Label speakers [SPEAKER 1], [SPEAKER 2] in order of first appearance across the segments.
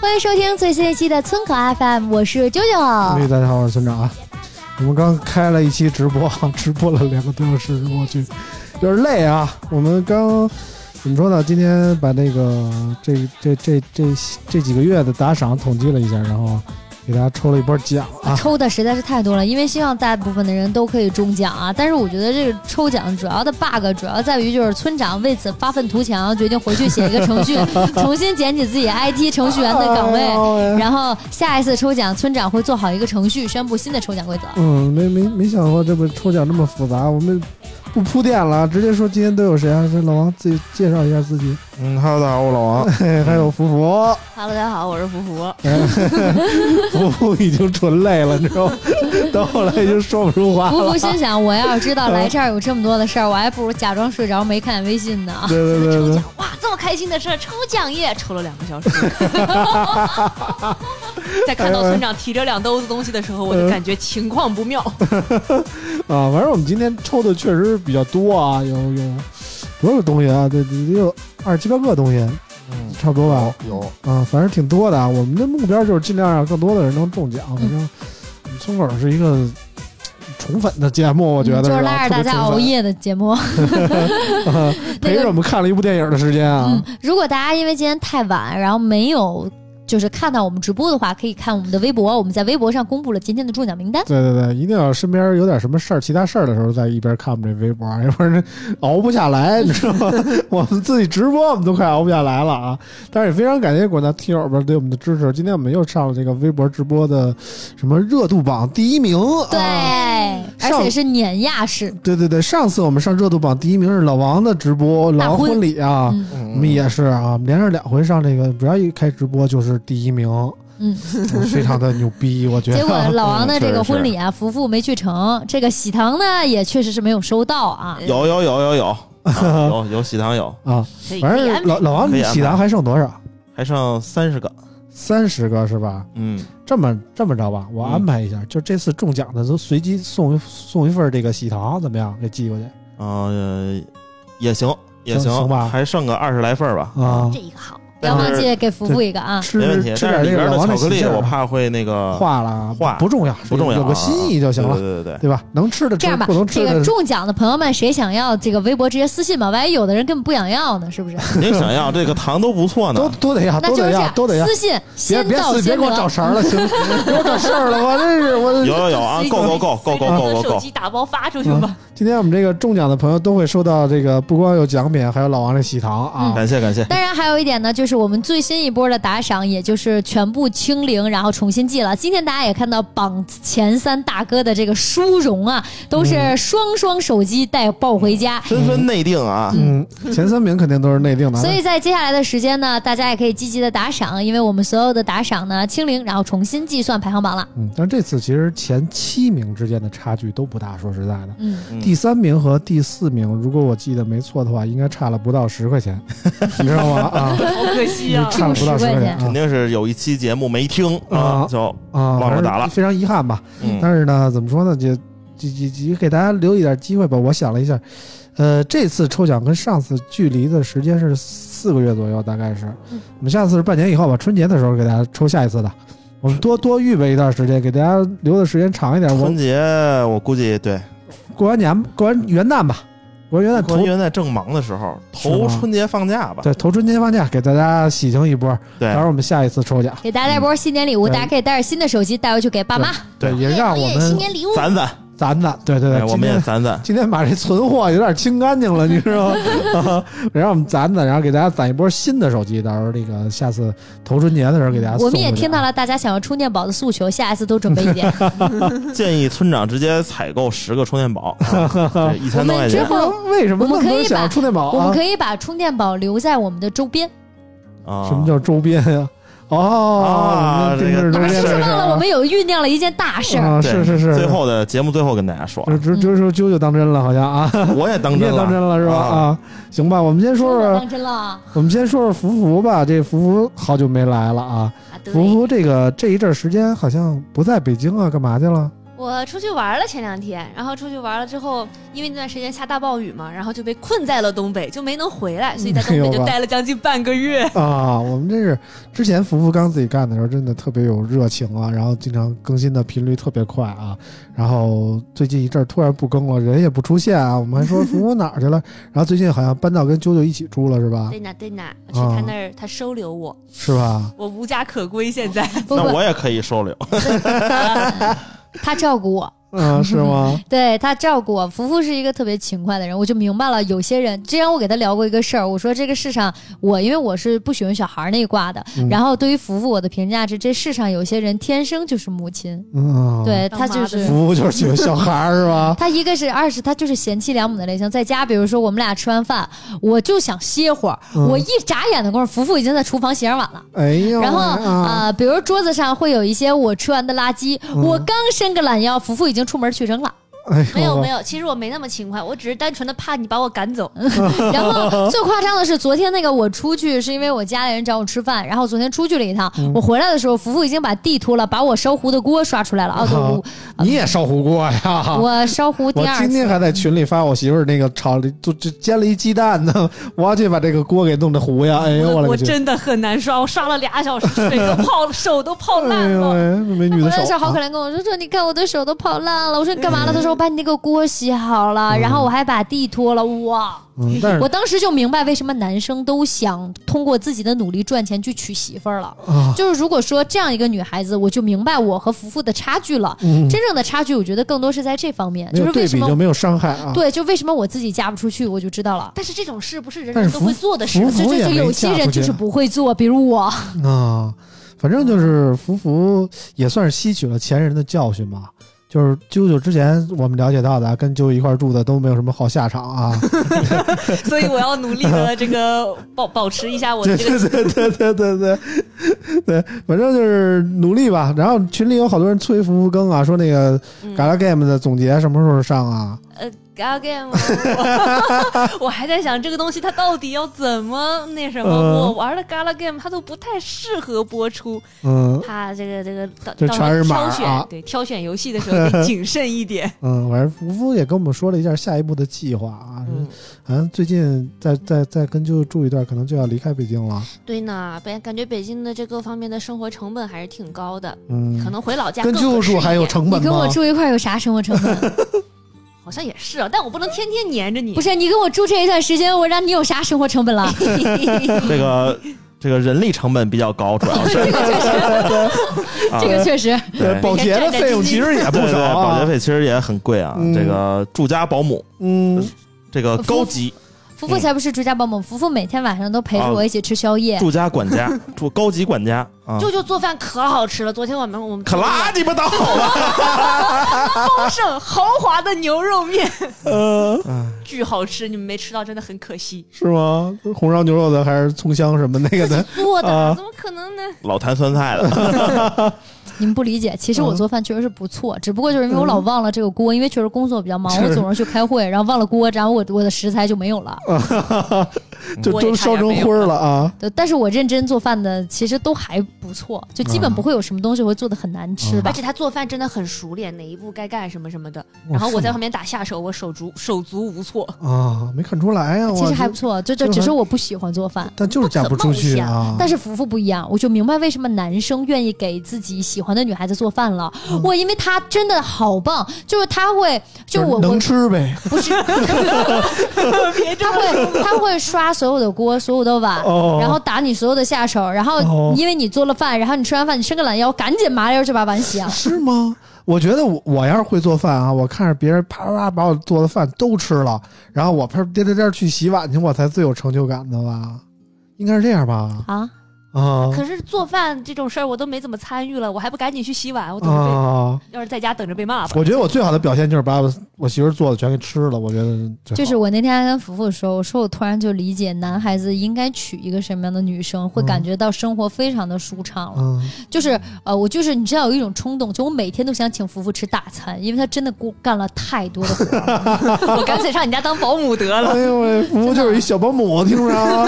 [SPEAKER 1] 欢迎收听最新一期的村口 FM，我是九
[SPEAKER 2] 哎，
[SPEAKER 1] 九。
[SPEAKER 2] 大家好，我是村长啊。我们刚开了一期直播，直播了两个多小时，我去，有点累啊。我们刚怎么说呢？今天把那个这这这这这几个月的打赏统计了一下，然后给大家抽了一波奖啊。
[SPEAKER 1] 抽的实在是太多了，因为希望大部分的人都可以中奖啊。但是我觉得这个抽奖主要的 bug 主要在于就是村长为此发愤图强，决定回去写一个程 序，重新捡起自己 IT 程序员的岗
[SPEAKER 2] 哎
[SPEAKER 1] 位。
[SPEAKER 2] 呦喂
[SPEAKER 1] 然后下一次抽奖，村长会做好一个程序，宣布新的抽奖规则。
[SPEAKER 2] 嗯，没没没想过这么抽奖这么复杂，我们不铺垫了，直接说今天都有谁啊？是老王自己介绍一下自己，
[SPEAKER 3] 嗯哈喽，大家好，我老王。
[SPEAKER 2] 嘿，哎还有福福。
[SPEAKER 4] Hello，大家好，我是福 福。
[SPEAKER 2] 福福已经纯累了，你知道吗？到后来已经说不出话
[SPEAKER 1] 福
[SPEAKER 2] 了
[SPEAKER 1] 福。心想，我要是知道来这儿有这么多的事儿，我还不如假装睡着没看见微信呢。
[SPEAKER 2] 对 对对
[SPEAKER 4] 抽
[SPEAKER 2] 对
[SPEAKER 4] 奖，哇，这么开心的事儿，抽奖耶！抽了两个 小时，在看到
[SPEAKER 5] 哎
[SPEAKER 4] 村长提着两兜子东西的时候，我
[SPEAKER 5] 嗯
[SPEAKER 4] 就感觉情况不妙。
[SPEAKER 2] 啊，反正我们今天抽的确实比较多啊，有有多少个东西啊？对，得有二七八个东西，
[SPEAKER 6] 嗯，
[SPEAKER 2] 差不多吧？
[SPEAKER 6] 有
[SPEAKER 2] 啊，反正挺多的啊。我们的目标就是尽量让更多的人能中奖。反正
[SPEAKER 1] 嗯
[SPEAKER 2] 我们村口是一个宠粉的节目，我觉得
[SPEAKER 1] 嗯就是
[SPEAKER 2] 吧
[SPEAKER 1] 拉着大家熬，夜的节 目。
[SPEAKER 2] 特别宠粉啊
[SPEAKER 1] 那
[SPEAKER 2] 陪
[SPEAKER 1] 个
[SPEAKER 2] 着我们看了一部电影的时间啊
[SPEAKER 1] 嗯。，如果大家因为今天太晚，然后没有就是看到我们直播的话，可以看我们的微博，我们在微博上公布了今天的中奖名单。
[SPEAKER 2] 对对对，一定要身边有点什么事儿、其他事儿的时候，在一边看我们这微博，要不然熬不下来，你知道吗？我们自己直播，我们都快熬不下来了啊！但是也非常感谢广大听友们对我们的支持。今天我们又上了这个微博直播的什么热度榜第一名，
[SPEAKER 1] 对，
[SPEAKER 2] 啊、
[SPEAKER 1] 嗯而且是碾压式。
[SPEAKER 2] 对对对，上次我们上热度榜第一名是老王的直播，
[SPEAKER 1] 大
[SPEAKER 2] 老王
[SPEAKER 1] 婚
[SPEAKER 2] 婚礼啊。
[SPEAKER 1] 嗯
[SPEAKER 2] 我们也是啊，我们连着两回上这个，只要一开直播就是第一名，
[SPEAKER 1] 嗯，
[SPEAKER 2] 嗯非常的牛逼，我觉得。
[SPEAKER 1] 结果老王的
[SPEAKER 3] 嗯
[SPEAKER 1] 这个
[SPEAKER 3] 确实是
[SPEAKER 1] 婚礼啊，福福没去成，这个喜糖呢也确实是没有收到啊。
[SPEAKER 2] 嗯
[SPEAKER 3] 有有有有有 啊有有喜糖有，
[SPEAKER 2] 啊，
[SPEAKER 4] 可以
[SPEAKER 2] 反
[SPEAKER 4] 可以
[SPEAKER 2] 正
[SPEAKER 4] 安排
[SPEAKER 2] 老老王，
[SPEAKER 3] 可以
[SPEAKER 2] 你
[SPEAKER 3] 安排
[SPEAKER 2] 喜糖还剩多少？
[SPEAKER 3] 还剩三十个。
[SPEAKER 2] 三十个是吧？
[SPEAKER 3] 嗯，
[SPEAKER 2] 这么这么着吧，我安排一下，就这次中奖的都随机送一送一份这个喜糖，怎么样？给寄过去
[SPEAKER 3] 呃，也行也
[SPEAKER 2] 嗯行行吧
[SPEAKER 3] 还剩个二十来份儿吧。
[SPEAKER 2] 啊
[SPEAKER 4] 这！一个好，
[SPEAKER 1] 不要忘
[SPEAKER 3] 但是
[SPEAKER 1] 记给福福一个啊。
[SPEAKER 2] 吃
[SPEAKER 3] 没问题，
[SPEAKER 2] 吃
[SPEAKER 3] 但是
[SPEAKER 2] 点
[SPEAKER 3] 里
[SPEAKER 2] 这个
[SPEAKER 3] 边
[SPEAKER 2] 老
[SPEAKER 3] 的
[SPEAKER 2] 王
[SPEAKER 3] 巧
[SPEAKER 2] 这
[SPEAKER 3] 克
[SPEAKER 2] 喜
[SPEAKER 3] 力
[SPEAKER 2] 庆儿
[SPEAKER 3] 我怕会那个
[SPEAKER 2] 化了，
[SPEAKER 3] 化
[SPEAKER 2] 不重要，
[SPEAKER 3] 不重要啊，
[SPEAKER 2] 有个心意就行了，
[SPEAKER 3] 对对对对，
[SPEAKER 2] 对吧？能吃的吃
[SPEAKER 1] 这样吧
[SPEAKER 2] 不能，
[SPEAKER 1] 这
[SPEAKER 2] 吃
[SPEAKER 1] 个
[SPEAKER 2] 的
[SPEAKER 1] 中奖的朋友们，谁想要这个微博直接私信吧，万一有的人根本不想要呢，是 不是？
[SPEAKER 3] 您想要这个糖都不错呢
[SPEAKER 2] 都。都得要，
[SPEAKER 1] 那
[SPEAKER 2] 都
[SPEAKER 1] 就是
[SPEAKER 2] 得
[SPEAKER 1] 这
[SPEAKER 2] 要，
[SPEAKER 1] 样，
[SPEAKER 2] 都得要。
[SPEAKER 1] 私信
[SPEAKER 2] 别
[SPEAKER 1] 先
[SPEAKER 2] 别
[SPEAKER 1] 到
[SPEAKER 2] 死，别
[SPEAKER 1] 先
[SPEAKER 2] 给我
[SPEAKER 1] 得
[SPEAKER 2] 找。绳儿了，行吗？给我找事儿了，我这是我。
[SPEAKER 3] 有有有啊，够够够够够
[SPEAKER 4] 把
[SPEAKER 3] 够够
[SPEAKER 4] 手
[SPEAKER 3] 够
[SPEAKER 4] 机，打包发出去吧。
[SPEAKER 2] 今天我们这个中奖的朋友都会收到这个，不光有奖品，还有老王这喜糖啊。
[SPEAKER 3] 感谢感谢。
[SPEAKER 1] 当然还有一点呢，就是我们最新一波的打赏，也就是全部清零，然后重新记了。今天大家也看到榜前三大哥的这个殊荣啊，都是
[SPEAKER 2] 嗯
[SPEAKER 1] 双双手机带抱回家。
[SPEAKER 3] 纷纷内定啊，
[SPEAKER 2] 嗯，前三名肯定都是内定的啊，
[SPEAKER 1] 所以在接下来的时间呢，大家也可以积极的打赏，因为我们所有的打赏呢清零，然后重新计算排行榜了。
[SPEAKER 2] 嗯，但这次其实前七名之间的差距都不大，说实在的。
[SPEAKER 1] 嗯，
[SPEAKER 3] 嗯
[SPEAKER 2] 第三名和第四名，如果我记得没错的话，应该差了不到十 块钱，你知道吗？啊，
[SPEAKER 5] 嗯
[SPEAKER 4] 好可惜啊，
[SPEAKER 2] 差了不到十块钱
[SPEAKER 3] 肯
[SPEAKER 2] 啊
[SPEAKER 3] 定是有一期节目没听啊，
[SPEAKER 2] 啊
[SPEAKER 3] 就
[SPEAKER 2] 啊，
[SPEAKER 3] 忘了打了
[SPEAKER 2] 反正非常遗憾吧。
[SPEAKER 3] 嗯
[SPEAKER 2] 但是呢，怎么说呢，就就就就给大家留一点机会吧。我想了一下，呃，这次抽奖跟上次距离的时间是四个月左右，大概是。
[SPEAKER 1] 嗯
[SPEAKER 2] 我们下次是半年以后吧，春节的时候给大家抽下一次的。我们多多预备一段时间，给大家留的时间长一点。我
[SPEAKER 3] 春节我估计对，
[SPEAKER 2] 过完年，过完元旦吧，过完元旦
[SPEAKER 3] 关
[SPEAKER 2] 头
[SPEAKER 3] 元在正忙的时候，
[SPEAKER 2] 是
[SPEAKER 3] 头
[SPEAKER 2] 吗
[SPEAKER 3] 春节放假吧。
[SPEAKER 2] 对头春节放假，给大家喜庆一波。
[SPEAKER 3] 对
[SPEAKER 2] 到时候我们下一次抽奖，
[SPEAKER 1] 给大家带波新年礼物，
[SPEAKER 2] 嗯
[SPEAKER 1] 哎大家可以带着新的手机带回去给爸妈。
[SPEAKER 2] 也让我
[SPEAKER 4] 新
[SPEAKER 2] 们
[SPEAKER 4] 年礼物
[SPEAKER 3] 攒攒，
[SPEAKER 2] 攒攒，对对对，
[SPEAKER 7] 哎我
[SPEAKER 2] 今
[SPEAKER 7] 们
[SPEAKER 2] 天
[SPEAKER 7] 也 攒攒，
[SPEAKER 2] 今天把这存货有点清干净了，你 知道吗？ 啊让我们攒攒，然后给大家攒一波新的手机，到时候这个下次头春节的时候给大家送
[SPEAKER 1] 我们也
[SPEAKER 2] 过去啊
[SPEAKER 1] 听到了大家想要充电宝的诉求，下一次多准备一点。
[SPEAKER 7] 建议村长直接采购十个充电宝， 啊这一千多块
[SPEAKER 1] 之
[SPEAKER 7] 钱
[SPEAKER 1] 后
[SPEAKER 2] 为什么那
[SPEAKER 1] 我
[SPEAKER 2] 么
[SPEAKER 1] 们
[SPEAKER 2] 多
[SPEAKER 1] 可
[SPEAKER 2] 人
[SPEAKER 1] 以
[SPEAKER 2] 想
[SPEAKER 1] 把
[SPEAKER 2] 要充电宝
[SPEAKER 1] 我们
[SPEAKER 2] 啊？
[SPEAKER 1] 可以把充电宝留在我们的周边。
[SPEAKER 7] 啊。
[SPEAKER 2] 什么叫周边呀？哦
[SPEAKER 7] 啊，
[SPEAKER 2] 我们定制 周
[SPEAKER 1] 你们
[SPEAKER 2] 边这
[SPEAKER 1] 是不是
[SPEAKER 2] 事儿
[SPEAKER 1] 忘了我
[SPEAKER 2] 啊
[SPEAKER 1] 们有酝酿了一件大事儿？
[SPEAKER 2] 啊，
[SPEAKER 7] 对
[SPEAKER 2] 是是是，
[SPEAKER 7] 最后的节目最后跟大 家说，
[SPEAKER 2] 这这这说啾啾当真了，好像啊，
[SPEAKER 7] 我也当
[SPEAKER 2] 你
[SPEAKER 7] 真
[SPEAKER 2] 也
[SPEAKER 7] 了，
[SPEAKER 2] 当真了是吧？
[SPEAKER 7] 啊
[SPEAKER 2] 啊，行吧，我们先说
[SPEAKER 1] 我
[SPEAKER 2] 说
[SPEAKER 1] 当真了啊！
[SPEAKER 2] 我们先说说福福吧，这福福好久没来了啊。
[SPEAKER 5] 啊，对，
[SPEAKER 2] 福福这个这一阵儿时间好像不在北京啊，干嘛去了？
[SPEAKER 5] 我出去玩了前两天，然后出去玩了之后，因为那段时间下大暴雨嘛，然后就被困在了东北，就没能回来，所以在东
[SPEAKER 2] 哎
[SPEAKER 5] 北
[SPEAKER 2] 呦
[SPEAKER 5] 就
[SPEAKER 2] 哇
[SPEAKER 5] 待了将近半个月。
[SPEAKER 2] 啊，我们这是之前福福刚自己干的时候，真的特别有热情啊，然后经常更新的频率特别快啊，然后最近一阵儿突然不更了，人也不出现啊，我们还说福福哪儿去 了，然后最近好像搬到跟啾啾一起住了是吧？
[SPEAKER 5] 对呢，对呢，我去他那儿，他收留我，
[SPEAKER 2] 是 吧？
[SPEAKER 5] 我无家可归，现在
[SPEAKER 1] 不
[SPEAKER 7] 那
[SPEAKER 1] 不，
[SPEAKER 7] 我也可以收 留。
[SPEAKER 1] 他照顾我，
[SPEAKER 2] 嗯、是吗？
[SPEAKER 1] 对他照顾我。福福是一个特别勤快的人，我就明白了，有些人之前我给他聊过一个事儿，我说这个世上我因为我是不喜欢小孩儿那一挂的，
[SPEAKER 2] 嗯
[SPEAKER 1] 然后对于福福我的评价是，这世上有些人天生就是母亲，
[SPEAKER 2] 嗯，，
[SPEAKER 1] 对
[SPEAKER 5] 当
[SPEAKER 1] 他
[SPEAKER 5] 妈
[SPEAKER 1] 就
[SPEAKER 5] 的
[SPEAKER 1] 是。
[SPEAKER 2] 福福就是喜欢小孩儿是吧？
[SPEAKER 1] 他一个是二是他就是贤妻良母的类型，在家比如说我们俩吃完饭，我就想歇会儿，
[SPEAKER 2] 嗯
[SPEAKER 1] 我一眨眼的功夫，福福已经在厨房洗上碗了。
[SPEAKER 2] 哎呦喂啊，
[SPEAKER 1] 然后呃，比如桌子上会有一些我吃完的垃圾，
[SPEAKER 2] 嗯
[SPEAKER 1] 我刚伸个懒腰，福福已经出门去 扔了。
[SPEAKER 2] 哎呦
[SPEAKER 5] 没有
[SPEAKER 2] 喂
[SPEAKER 5] 没有，其实我没那么勤快，我只是单纯的怕你把我赶走。
[SPEAKER 1] 然后最夸张的是，昨天那个我出去是因为我家里人找我吃饭，然后昨天出去了一趟，
[SPEAKER 2] 嗯
[SPEAKER 1] 我回来的时候，福福已经把地拖了，把我烧糊的锅刷出 来了。哦，对
[SPEAKER 2] 啊你也烧火锅呀？
[SPEAKER 1] 我我烧糊第
[SPEAKER 2] 我
[SPEAKER 1] 二
[SPEAKER 2] 今天
[SPEAKER 1] 次。
[SPEAKER 2] 还在群里发我媳妇儿那个炒了，就就煎了一鸡蛋呢， 我要去把这个锅给弄得糊呀！哎呦
[SPEAKER 4] 我
[SPEAKER 2] 我勒
[SPEAKER 4] 我
[SPEAKER 2] 个去！
[SPEAKER 4] 真的很难刷，我刷了俩小时，水都泡手都泡
[SPEAKER 2] 哎
[SPEAKER 4] 烂
[SPEAKER 2] 呦
[SPEAKER 4] 了。
[SPEAKER 2] 喂，美
[SPEAKER 1] 他
[SPEAKER 2] 女
[SPEAKER 1] 回
[SPEAKER 2] 的
[SPEAKER 1] 来的时
[SPEAKER 2] 手嗯
[SPEAKER 1] 候好可
[SPEAKER 2] 啊，
[SPEAKER 1] 怜跟我说：“说你看我的手都泡烂了。”我说：“你干嘛了？”他说：“我把你那个锅洗好了，然后我还把地拖了。”哇！
[SPEAKER 2] 嗯，但是
[SPEAKER 1] 我当时就明白为什么男生都想通过自己的努力赚钱去娶媳妇儿了。
[SPEAKER 2] 啊，
[SPEAKER 1] 就是如果说这样一个女孩子，我就明白我和福福的差距了。
[SPEAKER 2] 嗯，
[SPEAKER 1] 真正的差距，我觉得更多是在这方面，
[SPEAKER 2] 没
[SPEAKER 1] 就是
[SPEAKER 2] 有
[SPEAKER 1] 为
[SPEAKER 2] 对
[SPEAKER 1] 什
[SPEAKER 2] 比
[SPEAKER 1] 么
[SPEAKER 2] 就没有伤害啊。
[SPEAKER 1] 对，就为什么我自己嫁不出去，我就知道了。
[SPEAKER 5] 但是这种事不是人
[SPEAKER 2] 但
[SPEAKER 5] 人
[SPEAKER 2] 是
[SPEAKER 5] 都
[SPEAKER 2] 服
[SPEAKER 5] 会做的事
[SPEAKER 1] 就
[SPEAKER 2] 服。服
[SPEAKER 1] 就
[SPEAKER 2] 也
[SPEAKER 1] 就
[SPEAKER 2] 没
[SPEAKER 1] 有
[SPEAKER 2] 嫁
[SPEAKER 1] 些
[SPEAKER 2] 出
[SPEAKER 1] 人就
[SPEAKER 2] 去
[SPEAKER 1] 是不会做，比如我。
[SPEAKER 2] 啊，反正就是福福也算是吸取了前人的教训吧。就是啾啾之前我们了解到的啊，跟啾啾一块儿住的都没有什么好下场啊。
[SPEAKER 4] 所以我要努力的这个 保保持一下我的这个。
[SPEAKER 2] 对对对对对对，反正就是努力吧。然后群里有好多人催福福更啊，说那个
[SPEAKER 5] 嗯
[SPEAKER 2] Gala Game 的总结什么时候上啊？
[SPEAKER 5] 呃，gal game，我 我还在想这个东西它到底要怎么那什么？
[SPEAKER 2] 嗯
[SPEAKER 5] 我玩的 gal game 它都不太适合播出，
[SPEAKER 2] 嗯
[SPEAKER 5] 怕这个这个到
[SPEAKER 2] 这
[SPEAKER 5] 到时
[SPEAKER 2] 全是
[SPEAKER 5] 候
[SPEAKER 2] 码儿
[SPEAKER 5] 挑选、
[SPEAKER 2] 啊
[SPEAKER 5] 对挑选游戏的时候得谨慎 一点。
[SPEAKER 2] 嗯，反正福福也跟我们说了一下下一步的计划啊，
[SPEAKER 4] 嗯
[SPEAKER 2] 好像最近再再再跟就住一段，可能就要离开北京了。
[SPEAKER 5] 对呢，北感觉北京的这各方面的生活成本还是挺高的，
[SPEAKER 2] 嗯，
[SPEAKER 5] 可能回老家
[SPEAKER 2] 跟
[SPEAKER 5] 更合
[SPEAKER 2] 就
[SPEAKER 5] 适一
[SPEAKER 2] 住还有
[SPEAKER 5] 点
[SPEAKER 2] 成
[SPEAKER 1] 你
[SPEAKER 2] 本
[SPEAKER 1] 跟我
[SPEAKER 2] 吗？
[SPEAKER 1] 住一块儿有啥生活成本？
[SPEAKER 5] 好像也是啊，但我不能天天黏着你。
[SPEAKER 1] 不是你跟我住这一段时间，我让你有啥生活成本 了？
[SPEAKER 7] 这个这个人力成本比较高，主要是啊
[SPEAKER 1] 这个确实，
[SPEAKER 7] 对
[SPEAKER 2] 保洁的费用其实也不
[SPEAKER 7] 对
[SPEAKER 2] 少
[SPEAKER 7] 对，保洁
[SPEAKER 2] 啊。
[SPEAKER 7] 费其实也很贵啊
[SPEAKER 2] 嗯。
[SPEAKER 7] 这个住家保姆，
[SPEAKER 2] 嗯，
[SPEAKER 7] 这个高级
[SPEAKER 1] 福福才不是住家保姆，福福每天晚上都陪着我一起吃宵夜。
[SPEAKER 7] 住家管家，住高级管家啊，
[SPEAKER 5] 舅舅做饭可好吃了，昨天我们我们
[SPEAKER 7] 可拉你们倒了。
[SPEAKER 4] 丰盛豪华的牛肉面，
[SPEAKER 2] 呃，
[SPEAKER 4] 巨好吃，你们没吃到真的很可 惜。
[SPEAKER 2] 是吗？红烧牛肉的还是葱香什么那个的？
[SPEAKER 5] 做的、
[SPEAKER 2] 啊
[SPEAKER 5] 怎么可能呢？
[SPEAKER 7] 老坛酸菜的，
[SPEAKER 1] 你们不理解，其实我做饭确实是不错，只不过就是因为我老忘了这个锅，因为确实工作比较忙，
[SPEAKER 2] 是
[SPEAKER 1] 我嗯总是去开会，然后忘了锅，然后我我的食材就没有了。
[SPEAKER 2] 就
[SPEAKER 4] 我也
[SPEAKER 2] 都
[SPEAKER 4] 差
[SPEAKER 2] 烧
[SPEAKER 4] 点
[SPEAKER 2] 成
[SPEAKER 4] 没有
[SPEAKER 2] 灰儿了啊！
[SPEAKER 1] 对，但是我认真做饭的其实都还不错，就基本不会有什么东西会做的很难吃吧
[SPEAKER 5] 而。且他做饭真的很熟练，哪一步该干什么什么的。
[SPEAKER 2] 哇
[SPEAKER 5] 然后我
[SPEAKER 2] 是
[SPEAKER 5] 在
[SPEAKER 2] 吗
[SPEAKER 5] 旁边打下手，我手足手足无措。
[SPEAKER 2] 啊，没看出来呀、啊，
[SPEAKER 1] 其实还不错，就就
[SPEAKER 2] 就
[SPEAKER 1] 只是嗯
[SPEAKER 2] 还
[SPEAKER 1] 我不喜欢做饭。
[SPEAKER 2] 但就是嫁不出去啊。
[SPEAKER 1] 但是福福不一样，我就明白为什么男生愿意给自己喜欢的女孩子做饭了。我因为他真的好棒，就是他会，就我
[SPEAKER 2] 能
[SPEAKER 1] 我
[SPEAKER 2] 吃呗，
[SPEAKER 1] 不是，他会他会刷所有的锅、所有的碗，
[SPEAKER 2] 哦
[SPEAKER 1] 然后打你所有的下手，然
[SPEAKER 2] 哦
[SPEAKER 1] 后因为你做了饭，然后你吃完饭你伸个懒腰，赶紧麻溜就把碗洗 了。
[SPEAKER 2] 是吗？我觉得我我要是会做饭啊，我看着别人啪啪啪把我做的饭都吃了，然后我啪颠颠颠去洗碗去，我才最有成就感的吧？应该是这样吧？
[SPEAKER 1] 啊，
[SPEAKER 2] 啊
[SPEAKER 5] 可是做饭这种事儿我都没怎么参与了，我还不赶紧去洗碗？我等着被、
[SPEAKER 2] 啊！
[SPEAKER 5] 要是在家等着被 骂吧。
[SPEAKER 2] 我觉得我最好的表现就是把我我媳妇儿做的全给吃了，我觉得最好
[SPEAKER 1] 就是我那天还跟福福说，我说我突然就理解男孩子应该娶一个什么样的女生，会
[SPEAKER 2] 嗯
[SPEAKER 1] 感觉到生活非常的舒畅了。
[SPEAKER 2] 嗯
[SPEAKER 1] 就是呃，我就是你知道有一种冲动，就我每天都想请福福吃大餐，因为他真的过干了太 多的活儿了。
[SPEAKER 5] 我干脆上你家当保姆得了。
[SPEAKER 2] 哎呦喂，服务就是一小保姆，听着啊，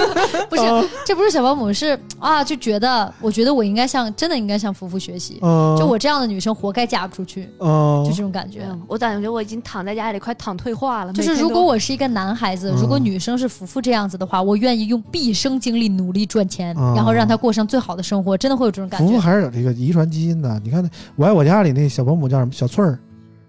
[SPEAKER 1] 不是，这不是小保姆，是啊，就觉得我觉得我应该向真的应该向福福学习，
[SPEAKER 2] 嗯，
[SPEAKER 1] 就我这样的女生活该嫁不出去，
[SPEAKER 2] 嗯，
[SPEAKER 1] 就这种感觉。
[SPEAKER 5] 嗯我感觉我已经躺在家里快躺退化了。
[SPEAKER 1] 啊就是
[SPEAKER 5] 啊每天
[SPEAKER 1] 如
[SPEAKER 5] 都
[SPEAKER 1] 果我是一个男孩子，如
[SPEAKER 2] 嗯
[SPEAKER 1] 果女生是福福这样子的话，我愿意用毕生精力努力赚钱，
[SPEAKER 2] 嗯
[SPEAKER 1] 然后让她过上最好的生活，真的会有这种感
[SPEAKER 2] 服务
[SPEAKER 1] 觉。
[SPEAKER 2] 还是有这个遗传基因的。你看那，我爱我家里那小保姆叫什么？小翠儿，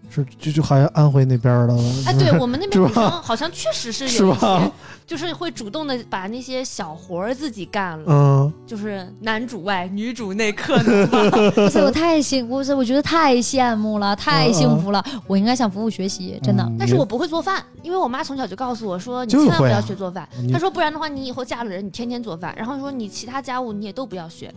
[SPEAKER 2] 是就就好像安徽那边儿的了。
[SPEAKER 1] 啊
[SPEAKER 5] 哎，对我们那边
[SPEAKER 2] 是吧
[SPEAKER 5] 女生好像确实是
[SPEAKER 2] 是
[SPEAKER 5] 有一
[SPEAKER 2] 吧
[SPEAKER 5] 些， 就是会主动的把那些小活儿自己干了，
[SPEAKER 2] 嗯，
[SPEAKER 5] 就是男主外女主内，可能
[SPEAKER 1] 哇塞，我太幸，我塞，我觉得太羡慕了，太幸福了。我应该向服务学习，真的。
[SPEAKER 2] 嗯
[SPEAKER 5] 但是我不会做饭，因为我妈从小就告诉我说，你
[SPEAKER 2] 就
[SPEAKER 5] 千
[SPEAKER 2] 是
[SPEAKER 5] 万不
[SPEAKER 2] 会啊
[SPEAKER 5] 要学做饭。
[SPEAKER 2] 你
[SPEAKER 5] 她说，不然的话，你以后嫁了人，你天天做饭。然后说，你其他家务你也都不要学，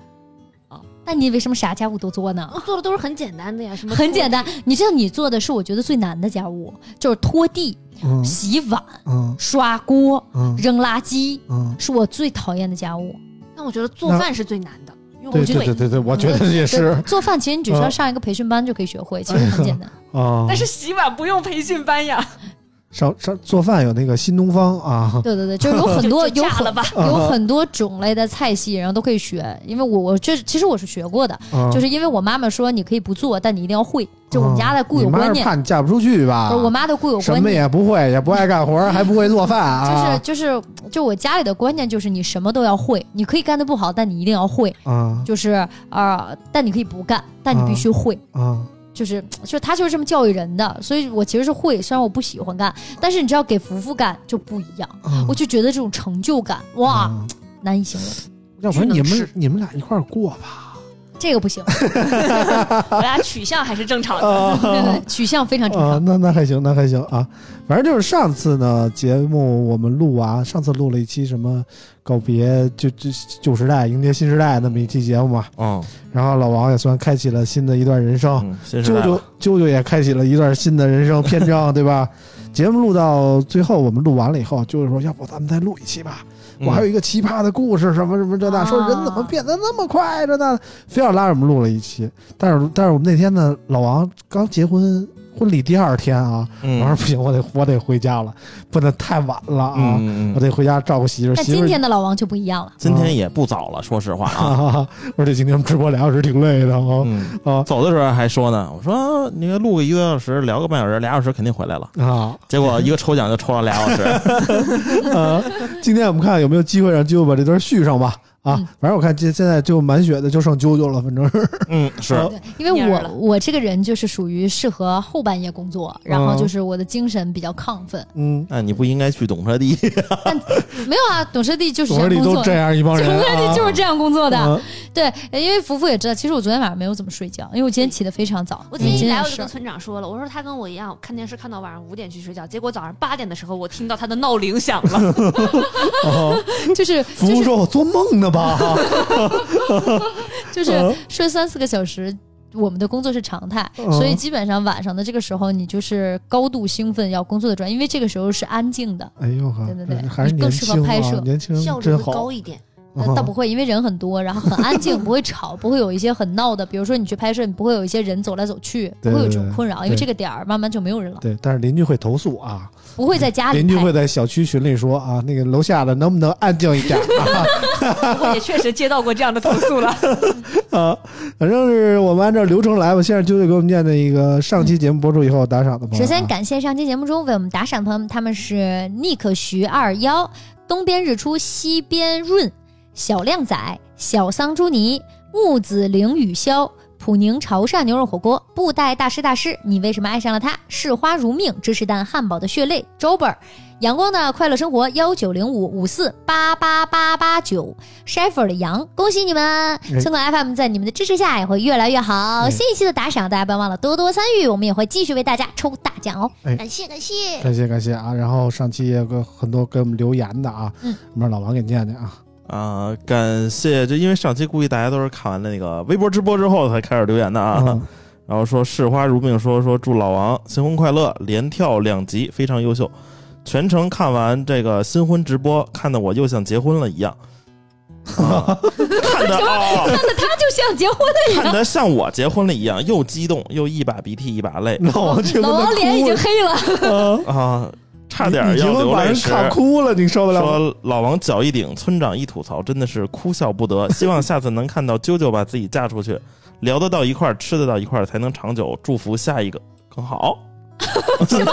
[SPEAKER 1] 那你为什么啥家务都做呢？
[SPEAKER 5] 我做的都是很简单的呀，什么
[SPEAKER 1] 很简
[SPEAKER 5] 单。
[SPEAKER 1] 单，你知道你做的是我觉得最难的家务，就是拖地、
[SPEAKER 2] 嗯
[SPEAKER 1] 洗碗、
[SPEAKER 2] 嗯
[SPEAKER 1] 刷锅、
[SPEAKER 2] 嗯
[SPEAKER 1] 扔垃圾，
[SPEAKER 2] 嗯，
[SPEAKER 1] 是我最讨厌的家务。
[SPEAKER 5] 但我觉得做饭是最难的，因为
[SPEAKER 2] 对
[SPEAKER 5] 我觉
[SPEAKER 2] 对对
[SPEAKER 5] 得。
[SPEAKER 2] 对对，我觉得也是
[SPEAKER 1] 对做饭其实你只需
[SPEAKER 2] 嗯
[SPEAKER 1] 要上一个培训班就可以学会，
[SPEAKER 2] 哎
[SPEAKER 1] 其实很简单。
[SPEAKER 2] 啊。
[SPEAKER 4] 但是洗碗不用培训班呀，
[SPEAKER 2] 上上做饭有那个新东方啊，
[SPEAKER 1] 对对对， 就是有很多有
[SPEAKER 5] 就就嫁
[SPEAKER 1] 很
[SPEAKER 5] 了吧，
[SPEAKER 2] 嗯
[SPEAKER 1] 有很多种类的菜系，然后都可以学。因为我我这其实我是学过的，
[SPEAKER 2] 啊
[SPEAKER 1] 就是因为我妈妈说你可以不做，但你一定要会，就我们家的固有
[SPEAKER 2] 嗯你妈
[SPEAKER 1] 观
[SPEAKER 2] 是
[SPEAKER 1] 念。
[SPEAKER 2] 怕你嫁不出去吧？
[SPEAKER 1] 不是我妈的固有
[SPEAKER 2] 什
[SPEAKER 1] 观
[SPEAKER 2] 么
[SPEAKER 1] 念，嗯
[SPEAKER 2] 也不会，也不爱干活，还不会做饭
[SPEAKER 1] 就是
[SPEAKER 2] 啊。
[SPEAKER 1] 就是就我家里的观念就是你什么都要会，你可以干得不好，但你一定要会。
[SPEAKER 2] 啊
[SPEAKER 1] 就是呃，但你可以不干，但你必须会。
[SPEAKER 2] 啊
[SPEAKER 1] 就是就是他就是这么教育人的，所以我其实是会，虽然我不喜欢干，但是你知道给福福干就不一样，
[SPEAKER 2] 啊！
[SPEAKER 1] 我就觉得啊这种成就感哇、
[SPEAKER 2] 嗯，
[SPEAKER 1] 难以形容，
[SPEAKER 2] 要不然你们你们俩一块儿过吧？
[SPEAKER 1] 这个不行，
[SPEAKER 4] 我俩取向还是正常的。
[SPEAKER 2] 啊。
[SPEAKER 1] 对 对，取向非常正
[SPEAKER 2] 啊，
[SPEAKER 1] 常。
[SPEAKER 2] 那那还行，那还行啊。反正就是上次呢，节目我们录啊，上次录了一期什么告别就就旧时代，迎接新时代那么一期节目嘛。
[SPEAKER 7] 嗯，
[SPEAKER 2] 然后老王也算开启了新的一段人生，
[SPEAKER 7] 嗯新时
[SPEAKER 2] 舅
[SPEAKER 7] 代
[SPEAKER 2] 舅
[SPEAKER 7] 了
[SPEAKER 2] 舅舅也开启了一段新的人生篇章，对吧？节目录到最后，我们录完了以后，就是说，要不咱们再录一期吧？我还有
[SPEAKER 7] 嗯
[SPEAKER 2] 一个奇葩的故事，什么什么这那，
[SPEAKER 1] 啊
[SPEAKER 2] 说人怎么变得那么快，这那，非要拉着我们录了一期。但是但是我们那天呢，老王刚结婚婚礼第二天啊，我说
[SPEAKER 7] 嗯
[SPEAKER 2] 不行，我得我得回家了，不能太晚了啊，
[SPEAKER 7] 嗯
[SPEAKER 2] 我
[SPEAKER 7] 嗯，
[SPEAKER 2] 得回家照顾媳妇儿。
[SPEAKER 1] 但
[SPEAKER 2] 媳妇
[SPEAKER 1] 今
[SPEAKER 2] 儿
[SPEAKER 1] 天的老王就不一样了，
[SPEAKER 7] 今天也不早了，说实话啊，
[SPEAKER 2] 啊， 我说这今天直播俩小时挺累的啊
[SPEAKER 7] 嗯，
[SPEAKER 2] 啊
[SPEAKER 7] 走的时候还说呢，我说你录个一个多小时，聊个半小时，俩小时肯定回来了。
[SPEAKER 2] 啊
[SPEAKER 7] 结果一个抽奖就抽了俩 小时，
[SPEAKER 2] 啊！今天我们看有没有机会让舅舅把这段续上吧。啊
[SPEAKER 1] 嗯，
[SPEAKER 2] 反正我看现现在就满血的就剩啾啾了，反正是
[SPEAKER 7] 嗯，是，
[SPEAKER 2] 啊
[SPEAKER 1] 对，因为
[SPEAKER 4] 蔫儿
[SPEAKER 1] 我
[SPEAKER 4] 了
[SPEAKER 1] 我这个人就是属于适合后半夜工作，然后就是我的精神比较亢奋。
[SPEAKER 2] 嗯，
[SPEAKER 7] 那你不应该去懂车帝，
[SPEAKER 1] 没有啊，董事弟就是
[SPEAKER 2] 总
[SPEAKER 1] 这
[SPEAKER 2] 经
[SPEAKER 1] 样
[SPEAKER 2] 理
[SPEAKER 1] 工
[SPEAKER 2] 都
[SPEAKER 1] 作
[SPEAKER 2] 这
[SPEAKER 1] 的。
[SPEAKER 2] 样一帮 人
[SPEAKER 1] 董事弟
[SPEAKER 2] 啊，
[SPEAKER 1] 就是这样工作的，哦
[SPEAKER 2] 嗯
[SPEAKER 1] 对，因为福福也知道，其实我昨天晚上没有怎么睡觉，因为我今天起得非常早。
[SPEAKER 5] 我
[SPEAKER 1] 今
[SPEAKER 5] 今天一来
[SPEAKER 1] 有
[SPEAKER 5] 我就
[SPEAKER 1] 事
[SPEAKER 5] 跟
[SPEAKER 1] 儿
[SPEAKER 5] 村长说了，我说他跟我一样看电视看到晚上五点去睡觉，结果早上八点的时候我听到他的闹铃响 了，
[SPEAKER 2] 啊
[SPEAKER 1] 就是
[SPEAKER 2] 服
[SPEAKER 1] 就
[SPEAKER 2] 务
[SPEAKER 1] 是
[SPEAKER 2] 说：“我做梦 呢吧？”
[SPEAKER 1] 就是睡三四个小时，我们的工作是常态，
[SPEAKER 2] 嗯
[SPEAKER 1] 所以基本上晚上的这个时候，你就是高度兴奋要工作的状态，因为这个时候是安静的。
[SPEAKER 2] 哎呦呵，
[SPEAKER 1] 对对对
[SPEAKER 2] 真是还是
[SPEAKER 1] 你更
[SPEAKER 2] 年
[SPEAKER 1] 适合
[SPEAKER 2] 轻
[SPEAKER 1] 拍摄
[SPEAKER 2] 啊，年轻
[SPEAKER 5] 效
[SPEAKER 2] 人
[SPEAKER 5] 率
[SPEAKER 2] 真
[SPEAKER 5] 会
[SPEAKER 2] 好嗯
[SPEAKER 5] 高。一点。
[SPEAKER 1] 呃倒不会，因为人很多，然后很安静，不会吵，不会有一些很闹的。比如说你去拍摄，你不会有一些人走来走去，不
[SPEAKER 2] 对
[SPEAKER 1] 会有这种
[SPEAKER 2] 对
[SPEAKER 1] 困扰，因为
[SPEAKER 2] 对
[SPEAKER 1] 这个点儿慢慢就没有人了，
[SPEAKER 2] 对，但是邻居会投诉啊，
[SPEAKER 1] 不会在家里
[SPEAKER 2] 邻居
[SPEAKER 1] 拍
[SPEAKER 2] 会。在小区群里说啊，那个楼下的能不能安静一点 啊？
[SPEAKER 4] 我也确实接到过这样的投诉了。
[SPEAKER 2] 啊，反正是我们按照流程来吧。先是啾啾给我们念的一个上期节目播出以后打赏的朋友啊，
[SPEAKER 1] 首先感谢上期节目中为我们打赏的朋友们，他们是 Nick 徐二幺、东边日出西边润、小靓仔、小桑朱尼、木子凌雨潇、普宁潮汕牛肉火锅、布袋大师大师，你为什么爱上了他？视花如命，芝士蛋汉堡的血泪 j o b e r 阳光的快乐生活幺九零五五四八八八八九 s h e f e r 的羊，恭喜你们！村口 FM 在你们的支持下也会越来越好。新一期的打赏，大家不要忘了多多参与，我们也会继续为大家抽大奖哦。
[SPEAKER 5] 感谢感谢，
[SPEAKER 2] 感谢感谢啊！然后上期也有个很多给我们留言的啊，
[SPEAKER 1] 嗯
[SPEAKER 2] 我们让老王给念念啊。
[SPEAKER 7] 啊、感谢，就因为上期估计大家都是看完了那个微博直播之后才开始留言的啊。
[SPEAKER 2] 嗯
[SPEAKER 7] 然后说视花如命说，说祝老王新婚快乐，连跳两集非常优秀，全程看完这个新婚直播，看得我又想结婚了一样。 啊、看得啊、
[SPEAKER 1] 看着他 就像结婚的
[SPEAKER 7] 看得像我结婚了一样，又激动又一把鼻涕一把泪
[SPEAKER 2] 老王听
[SPEAKER 1] 老王脸已经黑了，
[SPEAKER 7] 啊，差点
[SPEAKER 2] 你结
[SPEAKER 7] 要
[SPEAKER 2] 婚
[SPEAKER 7] 流
[SPEAKER 2] 把
[SPEAKER 7] 泪
[SPEAKER 2] 人
[SPEAKER 7] 时。
[SPEAKER 2] 看哭了，你受得了吗？
[SPEAKER 7] 说老王脚一顶，村长一吐槽，真的是哭笑不得。希望下次能看到啾啾把自己嫁出去，聊得到一块儿，吃得到一块儿，才能长久。祝福下一个更好。
[SPEAKER 1] 什么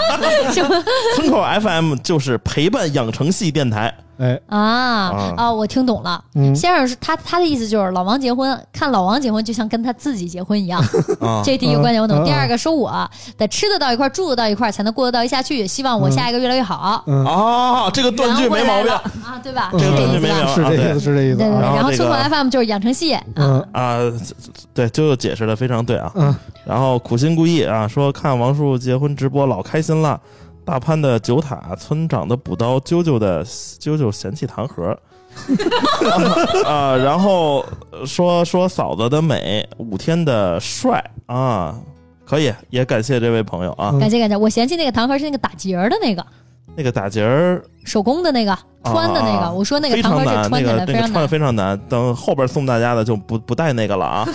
[SPEAKER 7] 村口 FM 就是陪伴养成系电台，
[SPEAKER 2] 哎，
[SPEAKER 1] 啊啊
[SPEAKER 7] 啊
[SPEAKER 1] 我听懂了，
[SPEAKER 2] 嗯，
[SPEAKER 1] 先生是他他的意思就是老王结婚，看老王结婚就像跟他自己结婚一样。
[SPEAKER 7] 啊
[SPEAKER 1] 这第一个观点我懂。
[SPEAKER 2] 嗯
[SPEAKER 1] 第二个说我得吃得到一块儿，住得到一块儿，才能过得到一下去。希望我下一个越来越好
[SPEAKER 2] 嗯，
[SPEAKER 7] 啊，这个断句没毛病
[SPEAKER 1] 啊，对吧？
[SPEAKER 2] 嗯
[SPEAKER 1] 是
[SPEAKER 7] 这
[SPEAKER 1] 这
[SPEAKER 7] 个断
[SPEAKER 1] 意思
[SPEAKER 7] 句没
[SPEAKER 1] 吧？
[SPEAKER 7] 毛
[SPEAKER 2] 是
[SPEAKER 7] 病啊
[SPEAKER 2] 这意
[SPEAKER 7] 对
[SPEAKER 2] 思，是这
[SPEAKER 1] 对
[SPEAKER 2] 意思
[SPEAKER 1] 对对，
[SPEAKER 2] 啊。
[SPEAKER 1] 然
[SPEAKER 7] 然后
[SPEAKER 1] 后
[SPEAKER 7] 这
[SPEAKER 1] 村
[SPEAKER 7] 个
[SPEAKER 1] 口 FM 就是养成系，
[SPEAKER 2] 嗯
[SPEAKER 7] 啊，对，啾啾解释的非常对啊。
[SPEAKER 2] 嗯，
[SPEAKER 7] 然后苦心孤诣啊，说看王叔结婚直播老开心了。大潘的酒塔，村长的补刀，啾啾的啾啾嫌弃糖盒， 啊、然后说说嫂子的美，五天的帅啊，可以，也感谢这位朋友啊。
[SPEAKER 2] 嗯
[SPEAKER 1] 感谢感谢。我嫌弃那个糖盒是那个打结儿的那个，
[SPEAKER 7] 那个打结儿
[SPEAKER 1] 手工的那个，穿的那
[SPEAKER 7] 啊
[SPEAKER 1] 个。我说那个
[SPEAKER 7] 非
[SPEAKER 1] 糖盒
[SPEAKER 7] 常
[SPEAKER 1] 是
[SPEAKER 7] 难，那
[SPEAKER 1] 穿起
[SPEAKER 7] 个
[SPEAKER 1] 来
[SPEAKER 7] 那
[SPEAKER 1] 非
[SPEAKER 7] 个
[SPEAKER 1] 常
[SPEAKER 7] 穿的
[SPEAKER 1] 难。
[SPEAKER 7] 非常难，等后边送大家的就不不带那个了啊。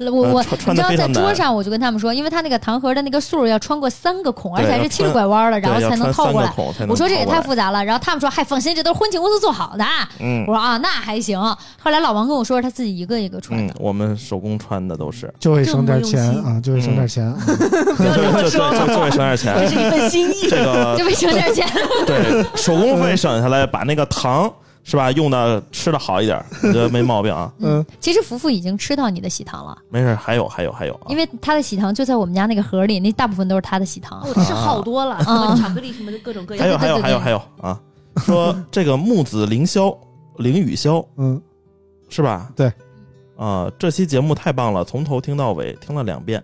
[SPEAKER 1] 我我
[SPEAKER 7] 呃穿
[SPEAKER 1] 你知
[SPEAKER 7] 穿得
[SPEAKER 1] 道
[SPEAKER 7] 非
[SPEAKER 1] 在
[SPEAKER 7] 常
[SPEAKER 1] 桌
[SPEAKER 7] 难
[SPEAKER 1] 上我就跟他们说，因为他那个糖盒的那个数儿要穿过三个孔，而且
[SPEAKER 7] 对
[SPEAKER 1] 还
[SPEAKER 7] 要
[SPEAKER 1] 是七十
[SPEAKER 7] 穿
[SPEAKER 1] 拐弯的，然后
[SPEAKER 7] 对要
[SPEAKER 1] 才能
[SPEAKER 7] 穿
[SPEAKER 1] 套
[SPEAKER 7] 三
[SPEAKER 1] 过
[SPEAKER 7] 个
[SPEAKER 1] 来。
[SPEAKER 7] 孔才能
[SPEAKER 1] 我说这也
[SPEAKER 7] 套过
[SPEAKER 1] 太
[SPEAKER 7] 来
[SPEAKER 1] 复杂了，然后他们说，嗨，放心，这都是婚庆公司做好的啊。
[SPEAKER 7] 嗯
[SPEAKER 1] 我说啊，那还行。后来老王跟我说，他自己一个一个穿
[SPEAKER 7] 嗯
[SPEAKER 1] 的，，
[SPEAKER 7] 我们手工穿的 都是。
[SPEAKER 2] 就会省点钱
[SPEAKER 4] 这么用心
[SPEAKER 2] 啊，就会省点钱。
[SPEAKER 7] 就就 就就就会省
[SPEAKER 4] 这
[SPEAKER 7] 点钱。
[SPEAKER 4] 是一份心意。
[SPEAKER 7] 这个
[SPEAKER 2] 嗯
[SPEAKER 1] 就为省点钱。
[SPEAKER 7] 对手工费省下来，把那个糖是吧用的吃的好一点，我觉得没毛 病啊。
[SPEAKER 2] 嗯，
[SPEAKER 1] 其实福福已经吃到你的喜糖了，
[SPEAKER 7] 没事，还有还有还有啊
[SPEAKER 1] 因为他的喜糖就在我们家那个盒里，那大部分都是他的喜糖。
[SPEAKER 5] 我吃好多了，
[SPEAKER 1] 啊
[SPEAKER 5] 巧克力什么的各种各
[SPEAKER 7] 还
[SPEAKER 5] 样。
[SPEAKER 7] 有还有
[SPEAKER 1] 对对对
[SPEAKER 7] 还有还有啊！ 说这个木子凌霄凌雨霄
[SPEAKER 2] 嗯，
[SPEAKER 7] 是吧？
[SPEAKER 2] 对。
[SPEAKER 7] 啊、这期节目太棒了，从头听到尾，听了两遍。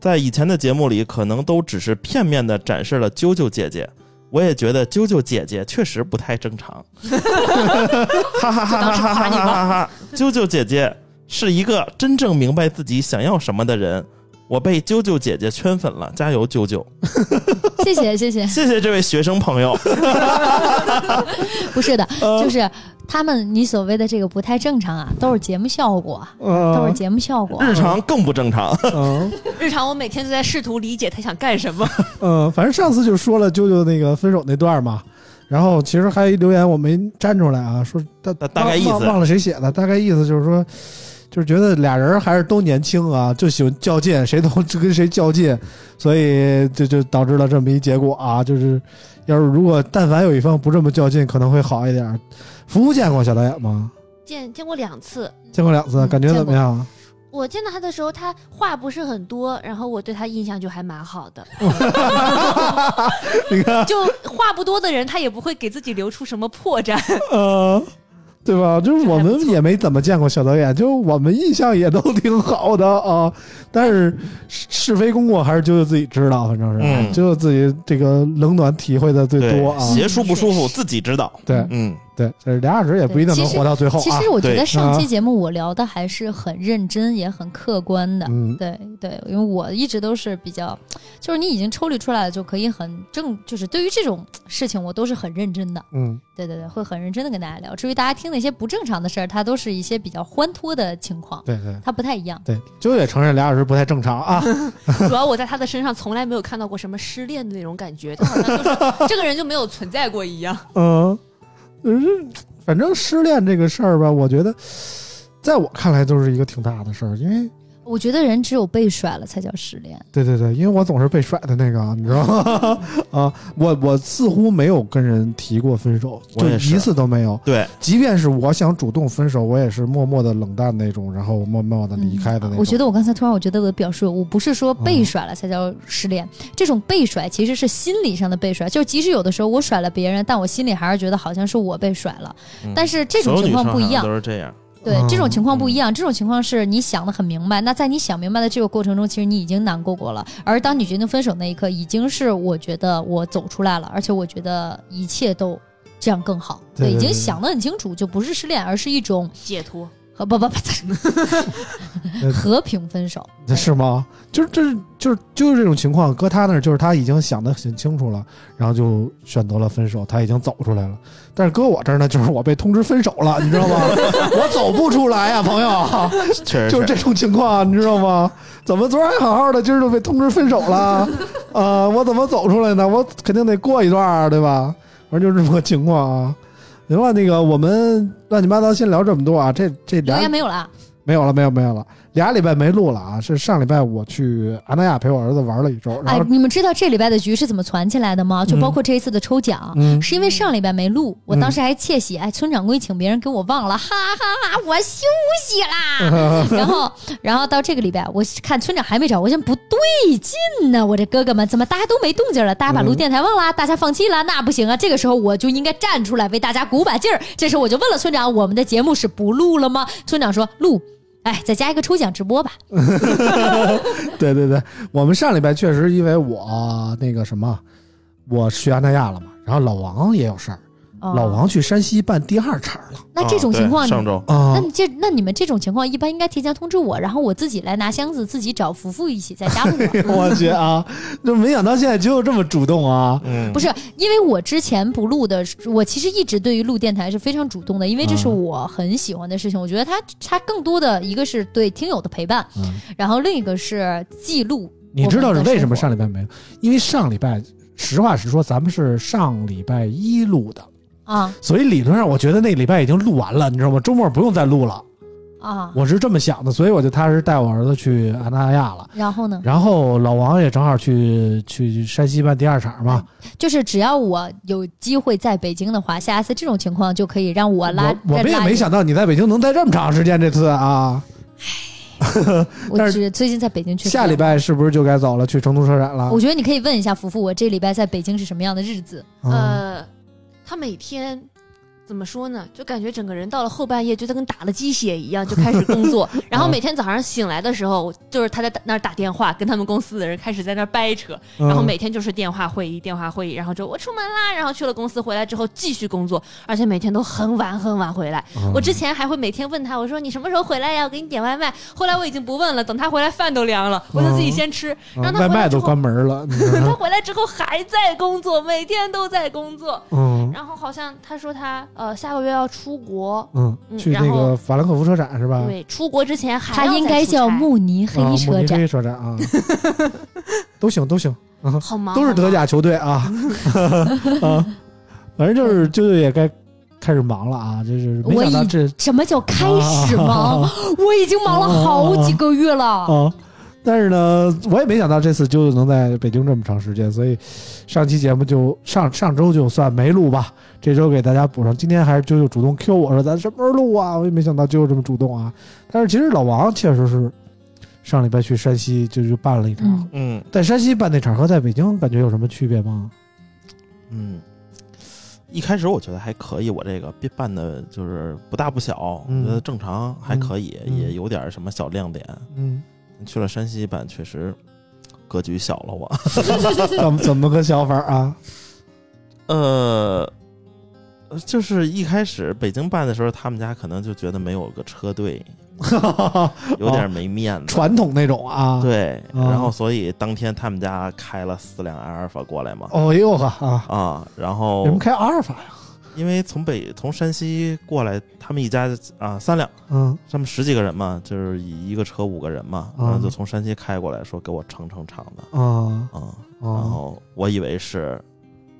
[SPEAKER 7] 在以前的节目里，可能都只是片面的展示了啾啾姐姐，我也觉得啾啾姐姐确实不太 正常。哈哈哈哈哈哈哈哈！啾啾姐姐是一个真正明白自己想要什么的人。我被啾啾姐姐圈粉了，加油，啾啾！
[SPEAKER 1] 谢谢谢谢，
[SPEAKER 7] 谢谢这位学生 朋友。
[SPEAKER 1] 不是的，
[SPEAKER 2] 嗯
[SPEAKER 1] 就是他们你所谓的这个不太正常啊，都是节目效果，啊都是
[SPEAKER 2] 嗯
[SPEAKER 1] 节目效果。啊
[SPEAKER 7] 日常更不正常，
[SPEAKER 2] 嗯
[SPEAKER 4] 日常我每天都在试图理解他想干 什么，
[SPEAKER 2] 嗯，反正上次就说了啾啾那个分手那段嘛，然后其实还有一留言我没粘出来啊，说大
[SPEAKER 7] 大大概意思
[SPEAKER 2] 忘忘忘了谁写的，大概意思就是说。就是觉得俩人还是都年轻啊，就喜欢较劲，谁都跟谁较劲，所以就就导致了这么一结果啊。就是要是如果但凡有一方不这么较劲，可能会好一点。服务见过小导演吗？
[SPEAKER 5] 见见过两次，
[SPEAKER 2] 见过两次，
[SPEAKER 1] 嗯
[SPEAKER 2] 感觉怎么样？
[SPEAKER 5] 我见到他的时候，他话不是很多，然后我对他印象就还蛮好的。
[SPEAKER 2] 你看，
[SPEAKER 4] 就话不多的人，他也不会给自己留出什么破绽。
[SPEAKER 2] 呃， 对吧？就是我们也没怎么见过小导演，就我们印象也都挺好的啊。但是是是非功过还是舅舅自己知道，反正是
[SPEAKER 7] 嗯
[SPEAKER 2] 舅舅、自己这个冷暖体会的最多啊。
[SPEAKER 7] 鞋舒不舒服自己知道。
[SPEAKER 2] 对
[SPEAKER 7] 嗯，
[SPEAKER 2] 对，这俩小时也不一定能活到最后
[SPEAKER 1] 其
[SPEAKER 2] 啊
[SPEAKER 1] 实。我觉得
[SPEAKER 7] 对
[SPEAKER 1] 上期节目我聊的还是很认真，也很客观的。
[SPEAKER 2] 嗯，
[SPEAKER 1] 对对，因为我一直都是比较，就是你已经抽离出来了，就可以很正，就是对于这种事情，我都是很认真的。
[SPEAKER 2] 嗯
[SPEAKER 1] 对对对，会很认真的跟大家聊。至于大家听的一些不正常的事儿，它都是一些比较欢脱的情况，
[SPEAKER 2] 对对
[SPEAKER 1] 它不太一样。
[SPEAKER 2] 对，舅舅也承认俩小时不太正常 啊。
[SPEAKER 4] 主要我在他的身上从来没有看到过什么失恋的那种感觉，他好像就是这个人就没有存在过一样。
[SPEAKER 2] 嗯，就是反正失恋这个事儿吧，我觉得在我看来都是一个挺大的事儿，因为
[SPEAKER 1] 我觉得人只有被甩了才叫失恋。
[SPEAKER 2] 对对对，因为我总是被甩的那个，你知道 吗？啊，我我似乎没有跟人提过分手，
[SPEAKER 7] 我
[SPEAKER 2] 就
[SPEAKER 7] 也是
[SPEAKER 2] 一次都没有。
[SPEAKER 7] 对，
[SPEAKER 2] 即便是我想主动分手，我也是默默的冷淡那种，然后默默的离开的那种。
[SPEAKER 1] 我觉得我刚才突然我觉得我的表述，我不是说
[SPEAKER 7] 嗯
[SPEAKER 1] 被甩了才叫失恋，这种被甩其实是心理上的被甩，就是即使有的时候我甩了别人，但我心里还是觉得好像是我被甩了，
[SPEAKER 7] 嗯
[SPEAKER 1] 但是这种
[SPEAKER 7] 所有
[SPEAKER 1] 情
[SPEAKER 7] 女生
[SPEAKER 1] 况不一
[SPEAKER 7] 好像
[SPEAKER 1] 样。
[SPEAKER 7] 都是这样。
[SPEAKER 1] 对
[SPEAKER 2] 嗯，
[SPEAKER 1] 这种情况不一样。这种情况是你想的很明白，那在你想明白的这个过程中，其实你已经难过过了。而当你决定分手那一刻，已经是我觉得我走出来了，而且我觉得一切都这样更好。
[SPEAKER 2] 对对
[SPEAKER 1] 已经
[SPEAKER 2] 对
[SPEAKER 1] 想得很清楚，就不是失恋，而是一种
[SPEAKER 4] 解脱。
[SPEAKER 1] 和不不不 和平分手。
[SPEAKER 2] 这 是吗？就是这就是就是这种情况，搁他那儿就是他已经想得很清楚了，然后就选择了分手，他已经走出来了。但是搁我这儿呢，就是我被通知分手了，你知道 吗？我走不出来呀、朋友，
[SPEAKER 7] 确实
[SPEAKER 2] 就是啊是这种情况，你知道吗？ 怎么昨儿还好好的，今儿就被通知分手了？ 啊、我怎么走出来呢？我肯定得过一段儿，对吧？反正就是这么个情况啊。行了，那个我们乱七八糟先聊这么多啊，这这
[SPEAKER 1] 留
[SPEAKER 2] 俩
[SPEAKER 1] 言没有了啊，
[SPEAKER 2] 没有了，没有没有了，俩礼拜没录了啊！是上礼拜我去阿那亚陪我儿子玩了一周，然
[SPEAKER 1] 哎
[SPEAKER 2] 后、，
[SPEAKER 1] 你们知道这礼拜的局是怎么攒起来的吗？就包括这一次的抽奖。
[SPEAKER 2] 嗯，
[SPEAKER 1] 是因为上礼拜没录，
[SPEAKER 7] 嗯
[SPEAKER 1] 我当时还窃喜，哎，村掌柜请别人给我忘了，哈哈哈，我休息 啦。然后，然后到这个礼拜，我看村长还没找，我现在不对劲呢，我这哥哥们怎么大家都没动静了？大家
[SPEAKER 7] 嗯
[SPEAKER 1] 把录电台忘了，大家放弃了，那不行啊！这个时候我就应该站出来为大家鼓把劲儿。这时候我就问了村长，我们的节目是不录了吗？村长说录。哎，再加一个抽奖直播吧。
[SPEAKER 2] 对对对，我们上礼拜确实因为我那个什么，我去阿那亚了嘛，然后老王也有事儿，
[SPEAKER 1] 哦
[SPEAKER 2] 老，王去山西办第二场了
[SPEAKER 1] 那这种
[SPEAKER 7] 啊对
[SPEAKER 1] 情况你
[SPEAKER 7] 上周
[SPEAKER 2] 啊
[SPEAKER 1] 那你这那你们这种情况，一般应该提前通知我，然后我自己来拿箱子，自己找福福一起再加入 我。
[SPEAKER 2] 我去啊，就没想到现在只有这么主动啊！
[SPEAKER 7] 嗯
[SPEAKER 1] 不是，因为我之前不录的，我其实一直对于录电台是非常主动的，因为这是
[SPEAKER 2] 嗯
[SPEAKER 1] 我很喜欢的事情。我觉得它它更多的一个是对听友的陪伴，
[SPEAKER 2] 嗯
[SPEAKER 1] 然后另一个是记录。
[SPEAKER 2] 你知道是为什么上礼拜没有？因为上礼拜，实话实说，咱们是上礼拜一录的，
[SPEAKER 1] 啊
[SPEAKER 2] 所以理论上我觉得那礼拜已经录完了，你知道吗？周末不用再录了，
[SPEAKER 1] 啊？
[SPEAKER 2] 我是这么想的，所以我就踏实带我儿子去安那亚了。
[SPEAKER 1] 然后呢，
[SPEAKER 2] 然后老王也正好去去山西办第二场嘛，
[SPEAKER 1] 就是只要我有机会在北京的话，下一次这种情况就可以让我拉。
[SPEAKER 2] 我我们也
[SPEAKER 1] 拉
[SPEAKER 2] 没
[SPEAKER 1] 你，
[SPEAKER 2] 想到你在北京能待这么长时间，这次啊，但
[SPEAKER 1] 我
[SPEAKER 2] 是
[SPEAKER 1] 只最近在北京去。
[SPEAKER 2] 下礼拜是不是就该走了？去成都车展了
[SPEAKER 1] 我？觉得你可以问一下福福，我这礼拜在北京是什么样的日子？
[SPEAKER 2] 嗯，
[SPEAKER 4] 呃，他每天怎么说呢？就感觉整个人到了后半夜，觉得跟打了鸡血一样，就开始工 作。然后
[SPEAKER 2] 嗯
[SPEAKER 4] 每天早上醒来的时候，就是他在那儿打电话，跟他们公司的人开始在那儿掰扯。
[SPEAKER 2] 嗯
[SPEAKER 4] 然后每天就是电话会议，电话会议，然后就我出门啦，然后去了公司，回来之后继续工作，而且每天都很晚很晚回来。
[SPEAKER 2] 嗯
[SPEAKER 4] 我之前还会每天问他，我说你什么时候回来呀？我给你点外卖。后来我已经不问了，等他回来饭都凉了，我就自己先吃。
[SPEAKER 2] 嗯
[SPEAKER 4] 让他
[SPEAKER 2] 外
[SPEAKER 4] 回
[SPEAKER 2] 卖
[SPEAKER 4] 来之
[SPEAKER 2] 都
[SPEAKER 4] 后
[SPEAKER 2] 关门 了，你知道
[SPEAKER 4] 他
[SPEAKER 2] 吗
[SPEAKER 4] 回来之后还在工作，每天都在工作。
[SPEAKER 2] 嗯
[SPEAKER 4] 然后好像他说他呃下个月要出国，
[SPEAKER 2] 嗯，
[SPEAKER 4] 嗯
[SPEAKER 2] 去那
[SPEAKER 4] 然
[SPEAKER 2] 个
[SPEAKER 4] 后
[SPEAKER 2] 法兰克福车展是
[SPEAKER 7] 啊
[SPEAKER 2] 吧？
[SPEAKER 4] 对，出国之前还
[SPEAKER 1] 它
[SPEAKER 4] 要
[SPEAKER 1] 应
[SPEAKER 4] 再
[SPEAKER 1] 该
[SPEAKER 4] 出
[SPEAKER 1] 叫
[SPEAKER 4] 差
[SPEAKER 1] 慕尼黑
[SPEAKER 2] 啊，慕
[SPEAKER 1] 车
[SPEAKER 2] 尼
[SPEAKER 1] 展。
[SPEAKER 2] 黑车展啊，都行都行，
[SPEAKER 4] 好忙，
[SPEAKER 2] 都是
[SPEAKER 4] 好
[SPEAKER 2] 德
[SPEAKER 4] 忙
[SPEAKER 2] 甲球队啊啊，反正就是就是也该开始忙了啊，就是没
[SPEAKER 1] 我
[SPEAKER 2] 想到
[SPEAKER 1] 已
[SPEAKER 2] 这
[SPEAKER 1] 什么叫开始忙？
[SPEAKER 2] 啊
[SPEAKER 1] 我已经忙了好几个月了。
[SPEAKER 2] 啊。但是呢，我也没想到这次啾啾能在北京这么长时间，所以上期节目就上上周就算没录吧，这周给大家补上。今天还是啾啾主动 Q 我说咱什么时候录啊？我也没想到啾啾这么主动啊。但是其实老王确实是上礼拜去山西就就办了一场，
[SPEAKER 1] 嗯，
[SPEAKER 7] 嗯
[SPEAKER 2] 在山西办那场和在北京感觉有什么区别吗？
[SPEAKER 7] 嗯，一开始我觉得还可以，我这个办的就是不大不小，
[SPEAKER 2] 嗯
[SPEAKER 7] 我觉得正常还可以，
[SPEAKER 2] 嗯
[SPEAKER 7] 也有点什么小亮点。
[SPEAKER 2] 嗯，
[SPEAKER 7] 去了山西办，确实格局小了我。
[SPEAKER 2] 怎么怎么个想法啊？
[SPEAKER 7] 呃，就是一开始北京办的时候，他们家可能就觉得没有个车队，有点没面子。
[SPEAKER 2] 传统那种啊？，
[SPEAKER 7] 对，
[SPEAKER 2] 哦
[SPEAKER 7] 然后所以当天他们家开了四辆阿尔法过来嘛。
[SPEAKER 2] 哦呦呵啊，
[SPEAKER 7] 啊，然
[SPEAKER 2] 为什么
[SPEAKER 7] 后
[SPEAKER 2] 开阿尔法呀？
[SPEAKER 7] 因为从北从山西过来，他们一家啊三辆，
[SPEAKER 2] 嗯，
[SPEAKER 7] 他们十几个人嘛，就是以一个车五个人嘛，
[SPEAKER 2] 嗯
[SPEAKER 7] 然后就从山西开过来，说给我撑撑场子
[SPEAKER 2] 啊
[SPEAKER 7] 啊、
[SPEAKER 2] 啊
[SPEAKER 7] 然后我以为是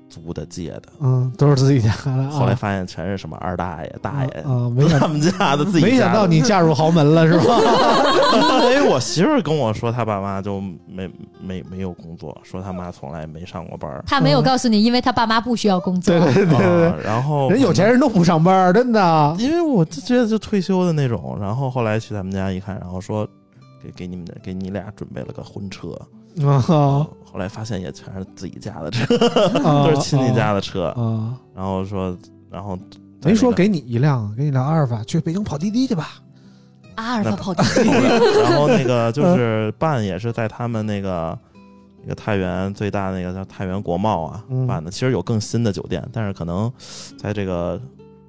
[SPEAKER 7] 租的借的，
[SPEAKER 2] 嗯，都是自己家的啊。
[SPEAKER 7] 后来发现全是什么二大爷、大爷
[SPEAKER 2] 啊，啊没想
[SPEAKER 7] 他们家的自己家的。
[SPEAKER 2] 没想到 你嫁入豪门了是吧？
[SPEAKER 7] 因为我媳妇儿跟我说，她爸妈就没没没有工作，说她妈从来没上过班儿。
[SPEAKER 1] 他没有告诉你，因为他爸妈不需要工作
[SPEAKER 2] 对。对对对对
[SPEAKER 7] 啊，然后
[SPEAKER 2] 人有钱人都不上班儿，真 的。啊
[SPEAKER 7] 因为我就觉得就退休的那种，然后后来去他们家一看，然后说给给你们的给你俩准备了个婚车，
[SPEAKER 2] 啊
[SPEAKER 7] 后来发现也全是自己家的车，
[SPEAKER 2] 啊
[SPEAKER 7] 都是亲戚家的车，
[SPEAKER 2] 啊！
[SPEAKER 7] 然后说然后在
[SPEAKER 2] 没说
[SPEAKER 7] 那个
[SPEAKER 2] 给你一辆，给你辆阿尔法，去北京跑滴滴去吧。
[SPEAKER 4] 阿尔法跑题，
[SPEAKER 7] 然后那个 就是办也是在他们那个那个太原最大那个叫太原国贸啊
[SPEAKER 2] 嗯
[SPEAKER 7] 办的，其实有更新的酒店，但是可能在这个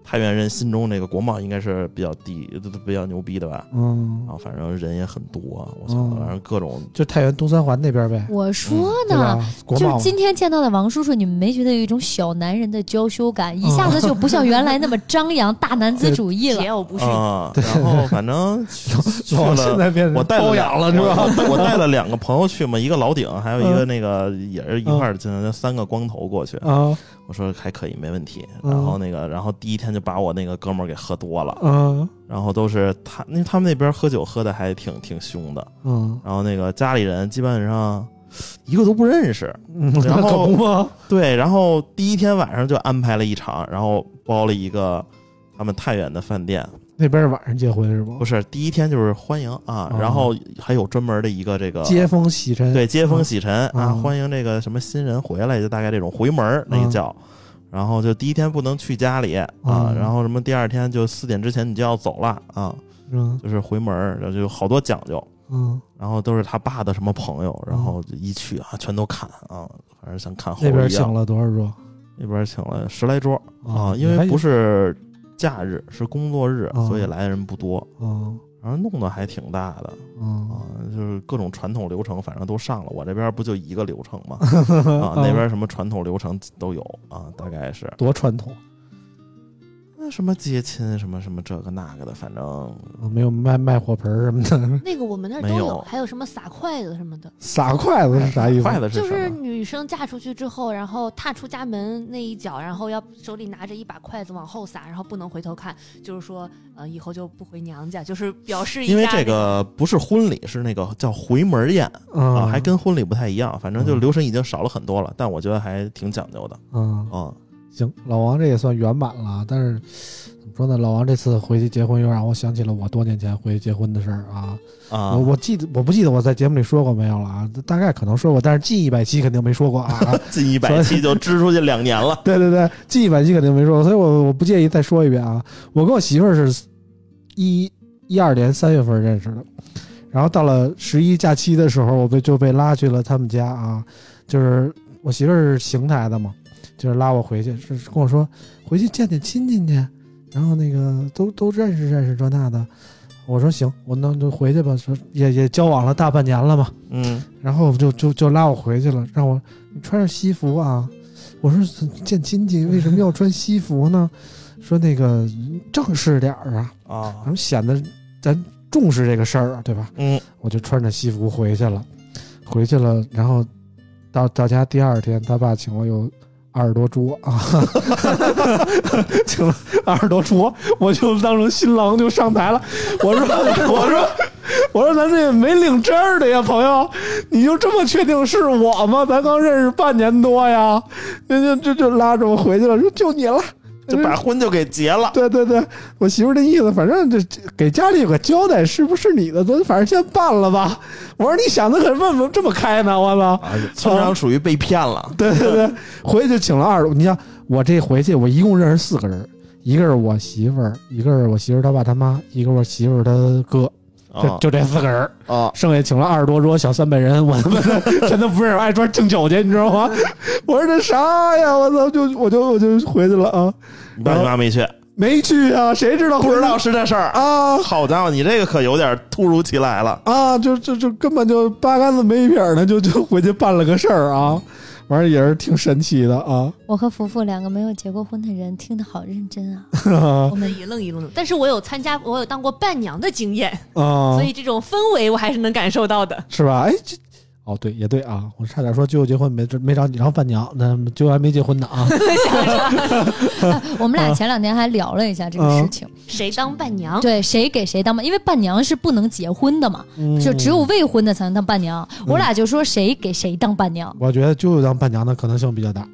[SPEAKER 7] 太原人心中，这个国贸应该是比较低、比较牛逼的吧。
[SPEAKER 2] 嗯
[SPEAKER 7] 然，后反正人也很多，我操，
[SPEAKER 2] 嗯
[SPEAKER 7] 反正各种
[SPEAKER 2] 就太原东三环那边呗。
[SPEAKER 1] 我说
[SPEAKER 2] 嗯对吧
[SPEAKER 1] 呢，？
[SPEAKER 2] 国
[SPEAKER 1] 就是
[SPEAKER 2] 贸
[SPEAKER 1] 今天见到的王叔叔，你们没觉得有一种小男人的娇羞感，
[SPEAKER 2] 嗯
[SPEAKER 1] 一下子就不像原来那么张扬大男子主 义了。
[SPEAKER 4] 桀骜不驯。
[SPEAKER 7] 啊、然后反正去去
[SPEAKER 2] 老
[SPEAKER 7] 了
[SPEAKER 2] 哦现。在变成
[SPEAKER 7] 我带
[SPEAKER 2] 包
[SPEAKER 7] 了
[SPEAKER 2] 养
[SPEAKER 7] 两
[SPEAKER 2] 了是吧？
[SPEAKER 7] 我我带了两个朋友去嘛，一个老顶，还有一个
[SPEAKER 2] 嗯
[SPEAKER 7] 那个也是一块儿进来的三个光头过去。
[SPEAKER 2] 啊
[SPEAKER 7] 我说还可以，没问题。
[SPEAKER 2] 嗯
[SPEAKER 7] 然后那个，然后第一天就把我那个哥们儿给喝多了，
[SPEAKER 2] 嗯
[SPEAKER 7] 然后都是他，因为他们那边喝酒喝的还挺挺凶的，
[SPEAKER 2] 嗯
[SPEAKER 7] 然后那个家里人基本上一个都不认识，
[SPEAKER 2] 嗯，那
[SPEAKER 7] 然
[SPEAKER 2] 可
[SPEAKER 7] 后
[SPEAKER 2] 不吗？
[SPEAKER 7] 对，然后第一天晚上就安排了一场，然后包了一个他们太原的饭店，
[SPEAKER 2] 那边是晚上结婚是吗
[SPEAKER 7] 不？是第一天就是欢迎啊
[SPEAKER 2] 哦，
[SPEAKER 7] 然后还有专门的一个这个
[SPEAKER 2] 接风洗尘，
[SPEAKER 7] 对，接风洗尘、
[SPEAKER 2] 嗯
[SPEAKER 7] 啊，
[SPEAKER 2] 嗯
[SPEAKER 7] 欢迎这个什么新人回来，就大概这种回门儿
[SPEAKER 2] 哦
[SPEAKER 7] 那一叫。然后就第一天不能去家里啊，
[SPEAKER 2] 嗯
[SPEAKER 7] 然后什么第二天就四点之前你就要走了啊，
[SPEAKER 2] 嗯
[SPEAKER 7] 就是回门儿，然后就好多讲究。
[SPEAKER 2] 嗯，
[SPEAKER 7] 然后都是他爸的什么朋友，然后一去啊，全都看啊，反正像看猴
[SPEAKER 2] 哦那边
[SPEAKER 7] 一
[SPEAKER 2] 请
[SPEAKER 7] 样。
[SPEAKER 2] 了多少桌
[SPEAKER 7] 那边请了十来桌啊，因
[SPEAKER 2] 你还
[SPEAKER 7] 为不是假日，是工作日，
[SPEAKER 2] 嗯
[SPEAKER 7] 所以来的人不多。
[SPEAKER 2] 嗯
[SPEAKER 7] 然后弄得还挺大的啊
[SPEAKER 2] 嗯，
[SPEAKER 7] 就是各种传统流程，反正都上了。我这边不就一个流程 吗？啊，
[SPEAKER 2] 嗯
[SPEAKER 7] 那边什么传统流程都有啊，大概是
[SPEAKER 2] 多传统，
[SPEAKER 7] 那什么接亲什么什么这个那个的，反正
[SPEAKER 2] 嗯没有卖卖火盆儿什么的，
[SPEAKER 4] 那个我们那儿都
[SPEAKER 7] 没有
[SPEAKER 4] 有，还有什么撒筷子什么的，
[SPEAKER 2] 撒筷子是啥意思？
[SPEAKER 7] 筷子是
[SPEAKER 4] 就
[SPEAKER 7] 什
[SPEAKER 4] 是
[SPEAKER 7] 么？
[SPEAKER 4] 女生嫁出去之后，然后踏出家门那一脚，然后要手里拿着一把筷子往后撒，然后不能回头看，就是说，呃，以后就不回娘家，就是表示一下
[SPEAKER 7] 因为这个不是婚礼，是那个叫回门宴啊，
[SPEAKER 2] 嗯，
[SPEAKER 7] 还跟婚礼不太一样。反正就
[SPEAKER 2] 嗯
[SPEAKER 7] 流程已经少了很多了，但我觉得还挺讲究的
[SPEAKER 2] 嗯
[SPEAKER 7] 啊。
[SPEAKER 2] 行，老王这也算圆满了啊，但是怎么说呢？老王这次回去结婚，又让我想起了我多年前回去结婚的事儿啊。
[SPEAKER 7] 啊
[SPEAKER 2] 我，我记得我不记得我在节目里说过没有了啊？大概可能说过，但是近一百期肯定没说过啊。。
[SPEAKER 7] 近一百期就支出去两年了
[SPEAKER 2] 对对对，近一百期肯定没说过，所以我我不介意再说一遍啊。我跟我媳妇儿是一一二年三月份认识的，然后到了十一假期的时候，我被就被拉去了他们家啊，就是我媳妇儿是邢台的嘛，就是拉我回去，是是跟我说回去见见亲戚去，然后那个都都认识认识这那的。我说行，我那就回去吧，说也也交往了大半年了嘛，
[SPEAKER 7] 嗯，
[SPEAKER 2] 然后就就就拉我回去了，让我你穿上西服啊。我说见亲戚为什么要穿西服呢？说那个正式点儿啊，
[SPEAKER 7] 啊
[SPEAKER 2] 咱，们显得咱重视这个事儿啊，对吧？
[SPEAKER 7] 嗯，
[SPEAKER 2] 我就穿着西服回去了，回去了，然后到到家第二天，他爸请了有二十多桌啊， 请了二十多桌，我就当成新郎就上台了。我说， 我说，我说，咱这也没领证儿的呀，朋友，你就这么确定是我吗？咱刚认识半年多呀，就就就就拉着我回去了，说就你了。
[SPEAKER 7] 就把婚就给结了。
[SPEAKER 2] 对对对，我媳妇儿的意思，反正这这给家里有个交代，是不是你的，咱反正先办了吧。我说你想的可问问这么开呢，我操！
[SPEAKER 7] 啊，村
[SPEAKER 2] 嗯
[SPEAKER 7] 长属于被骗了。
[SPEAKER 2] 对对 对，回去就请了二十，你像我这回去，我一共认识四个人，一个是我媳妇儿，一个是我媳妇儿他爸他妈，一个我媳妇儿他哥，就
[SPEAKER 7] 啊
[SPEAKER 2] 就这四个人。
[SPEAKER 7] 啊，
[SPEAKER 2] 剩下请了二十多桌小三百人，我他妈 的真的不是爱桌敬酒去，你知道吗？ 我说这啥呀，我操，就我就我就回去了啊，
[SPEAKER 7] 你爸你妈没去，
[SPEAKER 2] 没去啊，谁知道
[SPEAKER 7] 不知道是这事儿。
[SPEAKER 2] 啊？
[SPEAKER 7] 好家伙，你这个可有点突如其来了。
[SPEAKER 2] 啊，就就就根本就八竿子没一撇儿的，就就回去办了个事儿啊，反正也是挺神奇的啊。
[SPEAKER 1] 我和福福两个没有结过婚的人，听得好认真啊！
[SPEAKER 4] 我
[SPEAKER 7] 嗯
[SPEAKER 2] 啊
[SPEAKER 4] 们一愣一愣的。但是我有参加，我有当过伴娘的经验，
[SPEAKER 2] 啊
[SPEAKER 7] 嗯
[SPEAKER 4] 所以这种氛围我还是能感受到的。
[SPEAKER 2] 是吧？哎，这哦，对，也对啊，我差点说舅舅结婚没没找你当伴娘，那舅舅还没结婚呢啊。
[SPEAKER 1] 我们
[SPEAKER 2] 嗯
[SPEAKER 1] 俩前两天还聊了一下这个事情，
[SPEAKER 5] 谁当伴娘？
[SPEAKER 1] 对，谁给谁当伴，因为伴娘是不能结婚的嘛，
[SPEAKER 2] 嗯
[SPEAKER 1] 就只有未婚的才能当伴娘。我俩就说谁给谁当伴娘。
[SPEAKER 2] 我觉得舅舅当伴娘的可能性比较大。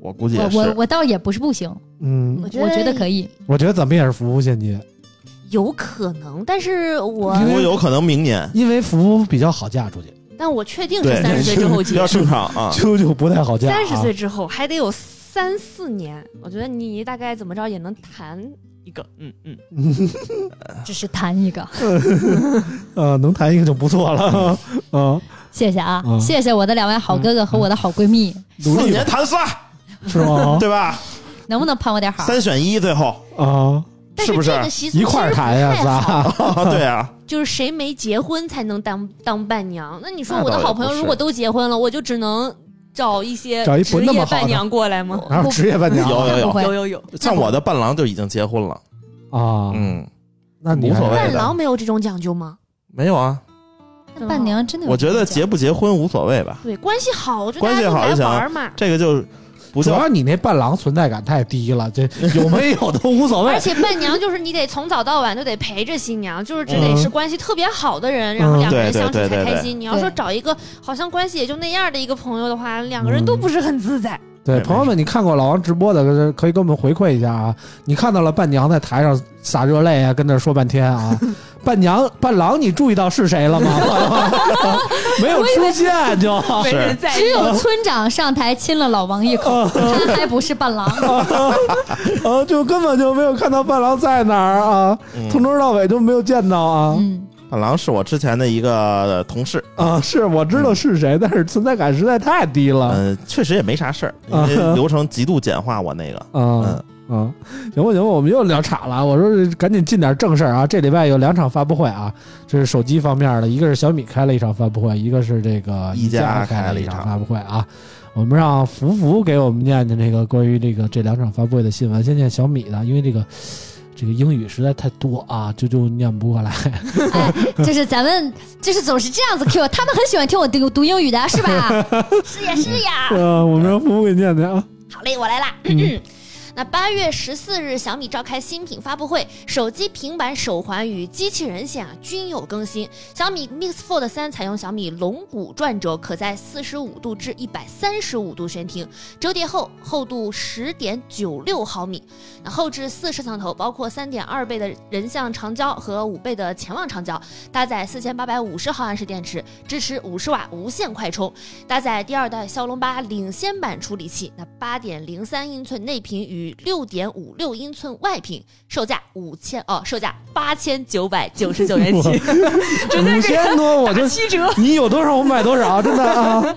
[SPEAKER 7] 我估计
[SPEAKER 1] 我
[SPEAKER 7] 也
[SPEAKER 1] 我
[SPEAKER 7] 是。
[SPEAKER 1] 我倒也不是不行，
[SPEAKER 2] 嗯，
[SPEAKER 5] 我觉得
[SPEAKER 1] 我觉得可以。
[SPEAKER 2] 我觉得怎么也是福无现金，
[SPEAKER 5] 有可能，但是我
[SPEAKER 2] 因
[SPEAKER 7] 我
[SPEAKER 2] 为
[SPEAKER 7] 有可能明年
[SPEAKER 2] 因为福比较好嫁出去，
[SPEAKER 5] 但我确定
[SPEAKER 7] 对
[SPEAKER 5] 是三十岁之后结
[SPEAKER 7] 要，正常啊，
[SPEAKER 2] 舅舅不太好嫁、啊。
[SPEAKER 5] 三十岁之后还得有三四年，我觉得你大概怎么着也能谈一个，嗯嗯，
[SPEAKER 1] 只是谈一个，
[SPEAKER 2] 呃，能谈一个就不错了。 嗯，
[SPEAKER 1] 谢谢啊，
[SPEAKER 2] 嗯
[SPEAKER 1] 谢谢我的两位好哥哥
[SPEAKER 7] 嗯
[SPEAKER 1] 和我的好闺蜜，
[SPEAKER 2] 努
[SPEAKER 7] 四
[SPEAKER 2] 力
[SPEAKER 7] 年谈仨，
[SPEAKER 2] 是吗？
[SPEAKER 7] 对吧？
[SPEAKER 1] 能不能盼我点好？
[SPEAKER 7] 三选一，最后
[SPEAKER 2] 啊，
[SPEAKER 5] 但
[SPEAKER 7] 是不是
[SPEAKER 5] 这个习俗
[SPEAKER 2] 一块儿谈呀，
[SPEAKER 5] 其实不太 好
[SPEAKER 2] 仨。
[SPEAKER 7] 啊？对啊，
[SPEAKER 5] 就是谁没结婚才能当当伴娘？那你说
[SPEAKER 7] 那
[SPEAKER 5] 我的
[SPEAKER 7] 倒也
[SPEAKER 5] 好朋友
[SPEAKER 7] 不是
[SPEAKER 5] 如果都结婚了，我就只能找一些
[SPEAKER 2] 找一不
[SPEAKER 5] 职
[SPEAKER 2] 那么
[SPEAKER 5] 业
[SPEAKER 2] 好的
[SPEAKER 5] 伴娘过来吗？
[SPEAKER 2] 哪有职业伴娘
[SPEAKER 7] 有有
[SPEAKER 1] 啊不
[SPEAKER 7] 有，
[SPEAKER 1] 会
[SPEAKER 5] 有有有，
[SPEAKER 7] 像我的伴郎就已经结婚了，
[SPEAKER 2] 啊？
[SPEAKER 7] 嗯，
[SPEAKER 2] 那你
[SPEAKER 7] 无所谓
[SPEAKER 5] 伴
[SPEAKER 7] 的
[SPEAKER 5] 郎，没有这种讲究吗？嗯
[SPEAKER 7] 没有啊，
[SPEAKER 1] 那伴娘真的有
[SPEAKER 7] 我觉得结不结婚无所谓吧，
[SPEAKER 5] 对，关系好就
[SPEAKER 7] 关系
[SPEAKER 5] 大家都
[SPEAKER 7] 好就
[SPEAKER 5] 来
[SPEAKER 7] 行
[SPEAKER 5] 玩儿嘛。
[SPEAKER 7] 这个就不
[SPEAKER 2] 主
[SPEAKER 7] 叫
[SPEAKER 2] 要你那伴郎存在感太低了，这 有没有都无所谓
[SPEAKER 5] 而。且伴娘就是你得从早到晚都得陪着新娘，就是只得
[SPEAKER 2] 嗯
[SPEAKER 5] 是关系特别好的人，然后两个人
[SPEAKER 7] 嗯对对
[SPEAKER 5] 相处
[SPEAKER 7] 对
[SPEAKER 5] 才
[SPEAKER 7] 对
[SPEAKER 5] 开
[SPEAKER 7] 对
[SPEAKER 5] 心。你要说
[SPEAKER 1] 对
[SPEAKER 5] 找一个好像关系也就那样的一个朋友的话，两个人
[SPEAKER 7] 嗯
[SPEAKER 5] 都不是很自在。
[SPEAKER 2] 对，
[SPEAKER 7] 没
[SPEAKER 2] 朋友们，你看过老王直播的，可以给我们回馈一下啊！你看到了伴娘在台上洒热泪啊，跟那儿说半天 啊，伴娘伴郎，你注意到是谁了 吗？没有出现就。
[SPEAKER 5] 没
[SPEAKER 7] 是
[SPEAKER 5] 人在意
[SPEAKER 1] 只有
[SPEAKER 7] 嗯
[SPEAKER 1] 村长上台亲了老王一口，他还不是伴郎。
[SPEAKER 2] 呃，就根本就没有看到伴郎在哪儿啊，
[SPEAKER 7] 嗯
[SPEAKER 2] 从头到尾都没有见到啊、
[SPEAKER 1] 嗯，
[SPEAKER 7] 伴郎是我之前的一个同事，
[SPEAKER 2] 啊！是我知道是谁，但是存在感实在太低了。
[SPEAKER 7] 嗯，确实也没啥事儿，因为流程极度简化，我那个，
[SPEAKER 2] 啊
[SPEAKER 7] 嗯，
[SPEAKER 2] 啊，行吧行吧，我们又聊岔了。啊我说赶紧进点正事儿啊！这礼拜有两场发布会啊，这是手机方面的，一个是小米开了一场发布会，一个是这个
[SPEAKER 7] 一加
[SPEAKER 2] 加
[SPEAKER 7] 开
[SPEAKER 2] 了
[SPEAKER 7] 了
[SPEAKER 2] 一
[SPEAKER 7] 一
[SPEAKER 2] 场
[SPEAKER 7] 场
[SPEAKER 2] 发布会啊。我们让福福给我们念念这个关于这个这两场发布会的新闻。先念小米的，因为这个这个英语实在太多啊，就就念不过 来。
[SPEAKER 1] 哎，就是咱们就是总是这样子 Q，他们很喜欢听我读读英语的，是 吧？
[SPEAKER 5] 是呀是呀，
[SPEAKER 2] 呃，我们让福福给念念啊。
[SPEAKER 5] 好嘞，我来啦。那八月十四日，小米召开新品发布会，手机、平板、手环与机器人线啊均有更新。小米 Mix Fold 三采用小米龙骨转轴，可在四十五度至一百三十五度悬停，折叠后厚度十点九六毫米。那后置四摄像头，包括三点二倍的人像长焦和五倍的潜望长焦，搭载四千八百五十毫安时电池，支持五十瓦无线快充。搭载第二代骁龙八领先版处理器，那八点零三英寸内屏与六点五六英寸外屏，售价五千哦，售价八千九百九十九元起，
[SPEAKER 2] 五千多，我就
[SPEAKER 5] 七折。
[SPEAKER 2] 你有多少我买多少，真的啊！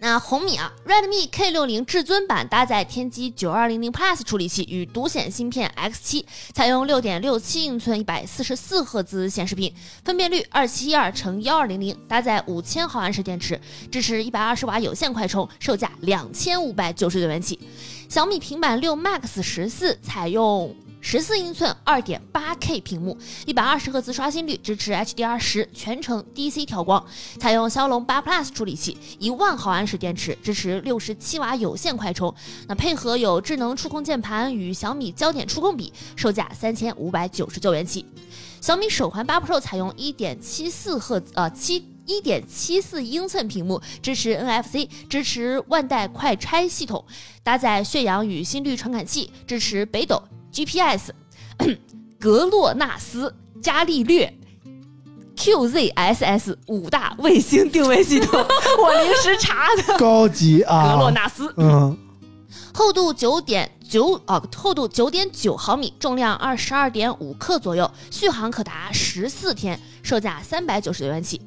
[SPEAKER 5] 那红米啊，Redmi K 六零至尊版搭载天玑九二零零 Plus 处理器与独显芯片 X 七，采用六点六七英寸一百四十四赫兹显示屏，分辨率二七一二乘幺二零零，搭载五千毫安时电池，支持一百二十瓦有线快充，售价两千五百九十九元起。小米平板六 Max 十四采用。十四英寸二点八 K 屏幕，一百二十赫兹刷新率，支持 HDR 十，全程 DC 调光，采用骁龙八 Plus 处理器，一万毫安时电池，支持六十七瓦有线快充。那配合有智能触控键盘与小米焦点触控笔，售价三千五百九十九元起。小米手环八 Pro 采用一点七四赫兹呃七。一点七四英寸屏幕支持 NFC，支持万代快拆系统，搭载血氧与心率传感器，支持北斗 GPS、格洛纳斯、伽利略、QZSS 五大卫星定位 系统，我临时查的。
[SPEAKER 2] 高级
[SPEAKER 5] 格洛
[SPEAKER 2] 啊，
[SPEAKER 5] 纳斯，
[SPEAKER 2] 嗯，
[SPEAKER 5] 厚度九点九啊，厚度九点九毫米，重量二十二点五克左右，续航可达十四天，售价三百九十九元起。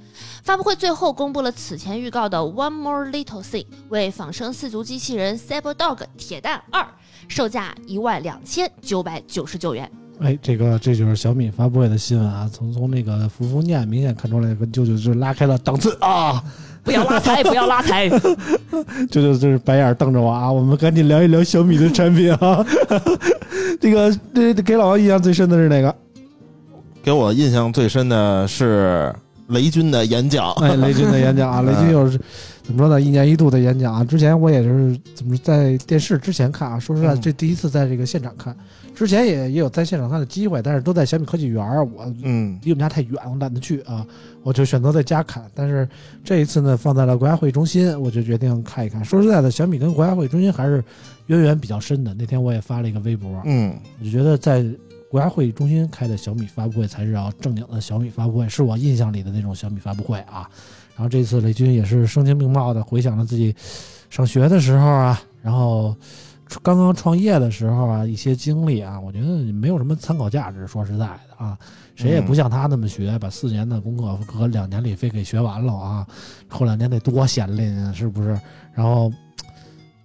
[SPEAKER 5] 发布会最后公布了此前预告的 One More Little Thing，为仿生四足机器人 CyberDog 铁蛋二，售价一万两千九百九十九元。
[SPEAKER 2] 哎，这个这就是小米发布会的新闻啊。从从那个福福念明显看出来，跟舅舅就拉开了档次啊。
[SPEAKER 5] 不要拉踩，不要拉踩。
[SPEAKER 2] 舅舅这是白眼瞪着我啊。我们赶紧聊一聊小米 的产品啊。这个这给老王印象最深的是哪个？
[SPEAKER 7] 给我印象最深的是雷军的演讲，
[SPEAKER 2] 哎，雷军的演讲啊，雷军又是怎么说呢？一年一度的演讲啊，之前我也是怎么说在电视之前看啊，说实在，
[SPEAKER 7] 嗯
[SPEAKER 2] 这第一次在这个现场看，之前也也有在现场看的机会，但是都在小米科技园儿，我
[SPEAKER 7] 嗯
[SPEAKER 2] 离我们家太远，我懒得去啊，我就选择在家看。但是这一次呢，放在了国家会议中心，我就决定看一看。说实在的，小米跟国家会议中心还是渊源比较深的。那天我也发了一个微博，
[SPEAKER 7] 嗯
[SPEAKER 2] 我就觉得在国家会议中心开的小米发布会才是要正经的小米发布会，是我印象里的那种小米发布会啊。然后这次雷军也是声情并茂的回想了自己上学的时候啊，然后刚刚创业的时候啊一些经历啊，我觉得没有什么参考价值，说实在的啊。谁也不像他那么学，把四年的功课和两年理费给学完了啊，后两年得多闲练啊，是不是？然后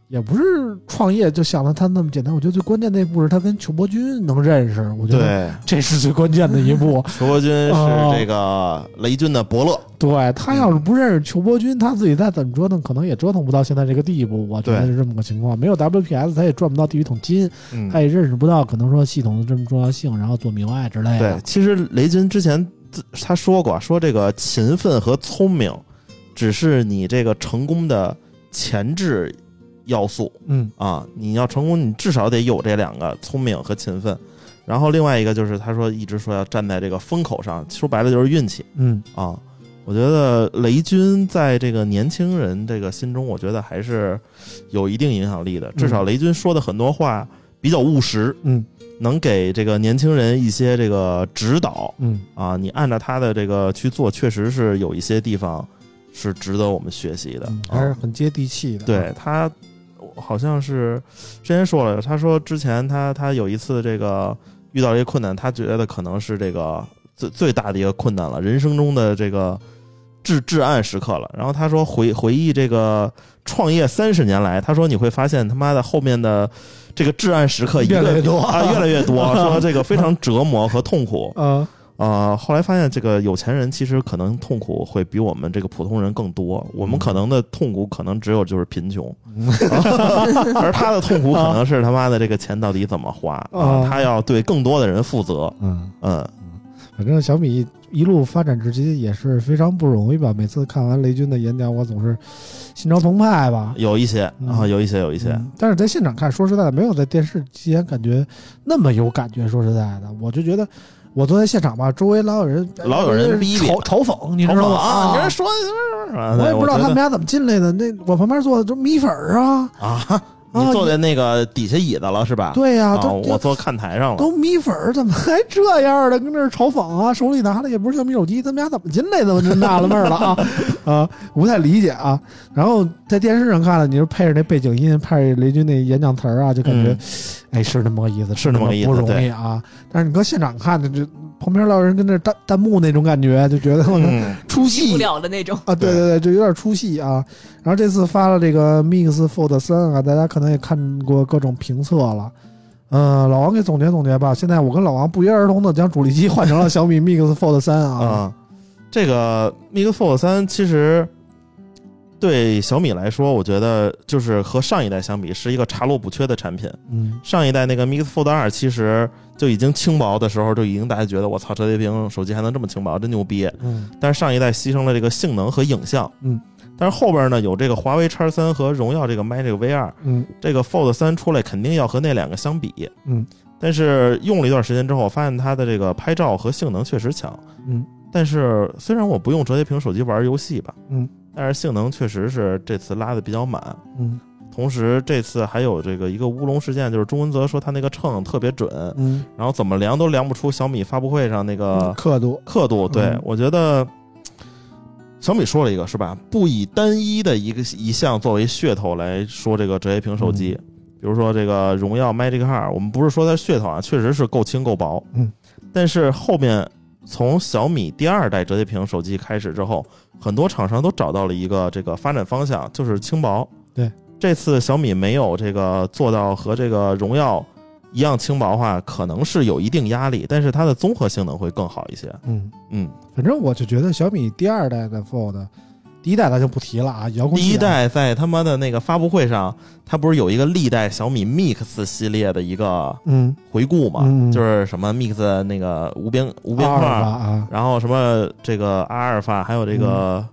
[SPEAKER 2] 也不是创业就想了他那么简单，我觉得最关键那一步是他跟裘伯军能认识，我觉得
[SPEAKER 7] 嗯对，
[SPEAKER 2] 这是最关键的一 步。
[SPEAKER 7] 裘伯军是这个雷军的伯乐，
[SPEAKER 2] 对他要是不认识裘伯军，他自己再怎么折腾，可能也折腾不到现在这个地步。我觉得
[SPEAKER 7] 对
[SPEAKER 2] 是这么个情况，没有 WPS 他也赚不到第一桶金，
[SPEAKER 7] 嗯，
[SPEAKER 2] 他也认识不到可能说系统的这么重要性，然后做明白之类的
[SPEAKER 7] 对，。其实雷军之前自他说过，说这个勤奋和聪明只是你这个成功的前置要素
[SPEAKER 2] 嗯，
[SPEAKER 7] 啊，你要成功，你至少得有这两个聪明和勤奋。然后另外一个就是他说一直说要站在这个风口上，说白了就是运气
[SPEAKER 2] 嗯，
[SPEAKER 7] 啊。我觉得雷军在这个年轻人这个心中，我觉得还是有一定影响力的。至少雷军说的很多话比较务实，
[SPEAKER 2] 嗯，
[SPEAKER 7] 能给这个年轻人一些这个指导
[SPEAKER 2] 嗯，
[SPEAKER 7] 啊。你按照他的这个去做，确实是有一些地方是值得我们学习的
[SPEAKER 2] 嗯，
[SPEAKER 7] 啊
[SPEAKER 2] 还是很接地气的。
[SPEAKER 7] 对他好像是之前说了，他说之前他他有一次这个遇到一个困难，他觉得可能是这个最最大的一个困难了，人生中的这个至至暗时刻了。然后他说回回忆这个创业三十年来，他说你会发现他妈的后面的这个至暗时刻一个
[SPEAKER 2] 越来越多
[SPEAKER 7] 啊，越来越 多，说这个非常折磨和痛苦。
[SPEAKER 2] 啊，
[SPEAKER 7] 啊，后来发现这个有钱人其实可能痛苦会比我们这个普通人更多，我
[SPEAKER 2] 嗯
[SPEAKER 7] 们可能的痛苦可能只有就是 贫穷， 而他的痛苦可能是他妈的这个钱到底怎么花啊
[SPEAKER 2] 啊，
[SPEAKER 7] 他要对更多的人负责，
[SPEAKER 2] 嗯，
[SPEAKER 7] 嗯
[SPEAKER 2] 反正小米一路发展至今也是非常不容易吧。每次看完雷军的演讲，我总是心潮澎湃吧。
[SPEAKER 7] 有一些
[SPEAKER 2] 嗯
[SPEAKER 7] 啊，有一些有一些，
[SPEAKER 2] 嗯但是在现场看，说实在的，没有在电视机前感觉那么有感觉。说实在的，我就觉得我坐在现场吧，周围老有人呃
[SPEAKER 7] 老有人逼逼
[SPEAKER 2] 嘲嘲讽，你知
[SPEAKER 7] 嘲
[SPEAKER 2] 道
[SPEAKER 7] 讽
[SPEAKER 2] 吗？
[SPEAKER 7] 啊，你这
[SPEAKER 2] 啊
[SPEAKER 7] 说啊
[SPEAKER 2] 我也不知道他们
[SPEAKER 7] 觉
[SPEAKER 2] 俩怎么进来的。那我旁边坐的都米粉儿啊，
[SPEAKER 7] 得啊，你坐在那个底下椅子了是吧？
[SPEAKER 2] 对呀、
[SPEAKER 7] 啊，
[SPEAKER 2] 都
[SPEAKER 7] 我坐看台上了，
[SPEAKER 2] 都米粉儿怎么还这样的？跟这儿嘲讽啊， 手里拿的也不是小米手机，他们俩怎么进来的？我这纳了闷儿了 啊啊，不太理解啊。然后在电视上看了，你就配着那背景音，配着雷军那演讲词儿啊，就感觉、
[SPEAKER 7] 嗯
[SPEAKER 2] 哎是那么个意思，
[SPEAKER 7] 是那么个意思
[SPEAKER 2] 不容易啊。但是你搁现场看的，这旁边老有人跟那弹弹幕那种感觉，就觉得我操
[SPEAKER 7] 嗯
[SPEAKER 2] 出
[SPEAKER 4] 无
[SPEAKER 2] 戏。
[SPEAKER 4] 聊的那种。
[SPEAKER 2] 啊，对对对，就有点出戏啊。然后这次发了这个 Mix Fold 三啊，大家可能也看过各种评测了。嗯，老王给总结总结吧。现在我跟老王不约而同的将主力机换成了小米 Mix Fold 三啊。
[SPEAKER 7] 啊，这个 Mix Fold 三其实对小米来说，我觉得就是和上一代相比，是一个查漏补缺的产品。
[SPEAKER 2] 嗯
[SPEAKER 7] 上一代那个 Mix Fold 二其实就已经轻薄的时候，就已经大家觉得我操，折叠屏手机还能这么轻薄，真牛逼。
[SPEAKER 2] 嗯
[SPEAKER 7] 但是上一代牺牲了这个性能和影像，
[SPEAKER 2] 嗯。
[SPEAKER 7] 但是后边呢，有这个华为叉三和荣耀这个 Magic V 二，
[SPEAKER 2] 嗯
[SPEAKER 7] 这个 Fold 三出来肯定要和那两个相比，
[SPEAKER 2] 嗯。
[SPEAKER 7] 但是用了一段时间之后，我发现它的这个拍照和性能确实强，
[SPEAKER 2] 嗯。
[SPEAKER 7] 但是虽然我不用折叠屏手机玩游戏吧，
[SPEAKER 2] 嗯，
[SPEAKER 7] 但是性能确实是这次拉的比较满。
[SPEAKER 2] 嗯
[SPEAKER 7] 同时，这次还有这个一个乌龙事件，就是钟文泽说他那个秤特别准，
[SPEAKER 2] 嗯
[SPEAKER 7] 然后怎么量都量不出小米发布会上那个
[SPEAKER 2] 刻度
[SPEAKER 7] 刻度。对、
[SPEAKER 2] 嗯
[SPEAKER 7] 我觉得，小米说了一个是吧？不以单一的一个一项作为噱头来说这个折叠屏手机，
[SPEAKER 2] 嗯
[SPEAKER 7] 比如说这个荣耀 Magic 二，我们不是说它噱头啊，确实是够轻够薄。
[SPEAKER 2] 嗯，
[SPEAKER 7] 但是后面从小米第二代折叠屏手机开始之后，很多厂商都找到了一个这个发展方向，就是轻薄。
[SPEAKER 2] 对，
[SPEAKER 7] 这次小米没有这个做到和这个荣耀。一样轻薄化可能是有一定压力，但是它的综合性能会更好一些。
[SPEAKER 2] 嗯。
[SPEAKER 7] 嗯
[SPEAKER 2] 反正我就觉得小米第二代的 Fold 第一代咱就不提了啊，遥控器啊
[SPEAKER 7] 第一代在他妈的那个发布会上，它不是有一个历代小米 Mix 系列的一个
[SPEAKER 2] 嗯，
[SPEAKER 7] 回顾嘛？
[SPEAKER 2] 嗯嗯
[SPEAKER 7] 就是什么 Mix 那个无边无边
[SPEAKER 2] 阿尔
[SPEAKER 7] 框，
[SPEAKER 2] 法啊，
[SPEAKER 7] 然后什么这个阿尔法，还有这个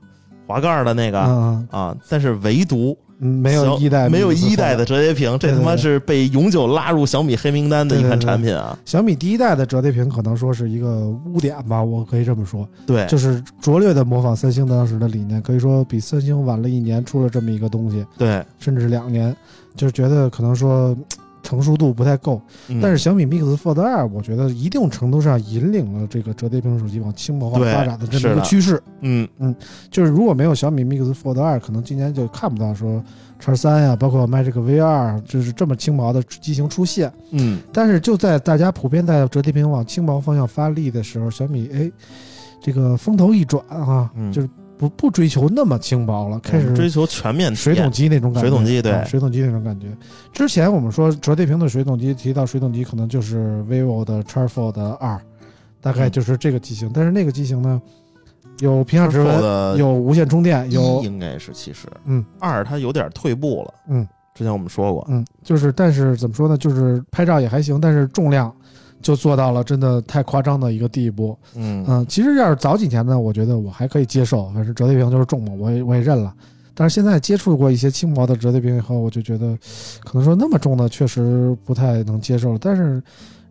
[SPEAKER 7] 滑盖儿的那个、
[SPEAKER 2] 嗯
[SPEAKER 7] 啊，但是唯独
[SPEAKER 2] 嗯，没有
[SPEAKER 7] 小
[SPEAKER 2] 一代，
[SPEAKER 7] 没有一代的折叠屏，这
[SPEAKER 2] 对
[SPEAKER 7] 他
[SPEAKER 2] 对
[SPEAKER 7] 妈
[SPEAKER 2] 对
[SPEAKER 7] 是被永久拉入小米黑名单的一
[SPEAKER 2] 对对
[SPEAKER 7] 款
[SPEAKER 2] 对
[SPEAKER 7] 产品啊！
[SPEAKER 2] 小米第一代的折叠屏，可能说是一个污点吧，我可以这么说，
[SPEAKER 7] 对，
[SPEAKER 2] 就是拙劣的模仿三星当时的理念，可以说比三星晚了一年出了这么一个东西，
[SPEAKER 7] 对，
[SPEAKER 2] 甚至两年，就是觉得可能说嘖成熟度不太够。
[SPEAKER 7] 嗯
[SPEAKER 2] 但是小米 Mix Fold 二，我觉得一定程度上引领了这个折叠屏手机往轻薄化
[SPEAKER 7] 对
[SPEAKER 2] 发展的这么
[SPEAKER 7] 是
[SPEAKER 2] 一
[SPEAKER 7] 的
[SPEAKER 2] 个趋势。
[SPEAKER 7] 嗯，
[SPEAKER 2] 就是如果没有小米 Mix Fold 二，可能今年就看不到说叉三呀，包括 Magic VR，就是这么轻薄的机型出现。
[SPEAKER 7] 嗯，
[SPEAKER 2] 但是就在大家普遍在折叠屏往轻薄方向发力的时候，小米哎，这个风头一转啊，
[SPEAKER 7] 嗯
[SPEAKER 2] 就是不不追求那么轻薄了，开始
[SPEAKER 7] 追求全面
[SPEAKER 2] 水桶
[SPEAKER 7] 体
[SPEAKER 2] 机那种感觉，
[SPEAKER 7] 水桶机对
[SPEAKER 2] 啊水桶机那种感觉。之前我们说折叠屏的水桶机，提到水桶机可能就是 vivo 的 X Fold 二，大概就是这个机型。但是那个机型呢，有屏下
[SPEAKER 7] 验
[SPEAKER 2] 指
[SPEAKER 7] ，Apple
[SPEAKER 2] 纹，
[SPEAKER 7] 的
[SPEAKER 2] 有无线充电，
[SPEAKER 7] 一
[SPEAKER 2] 有
[SPEAKER 7] 应该是其实，
[SPEAKER 2] 嗯，
[SPEAKER 7] 二它有点退步了，
[SPEAKER 2] 嗯，
[SPEAKER 7] 之前我们说过，
[SPEAKER 2] 嗯，就是但是怎么说呢，就是拍照也还行，但是重量就做到了真的太夸张的一个地步。
[SPEAKER 7] 嗯
[SPEAKER 2] 嗯，其实要是早几年呢，我觉得我还可以接受，反正折叠屏就是重嘛，我也我也认了。但是现在接触过一些轻薄的折叠屏以后，我就觉得，可能说那么重的确实不太能接受了。但是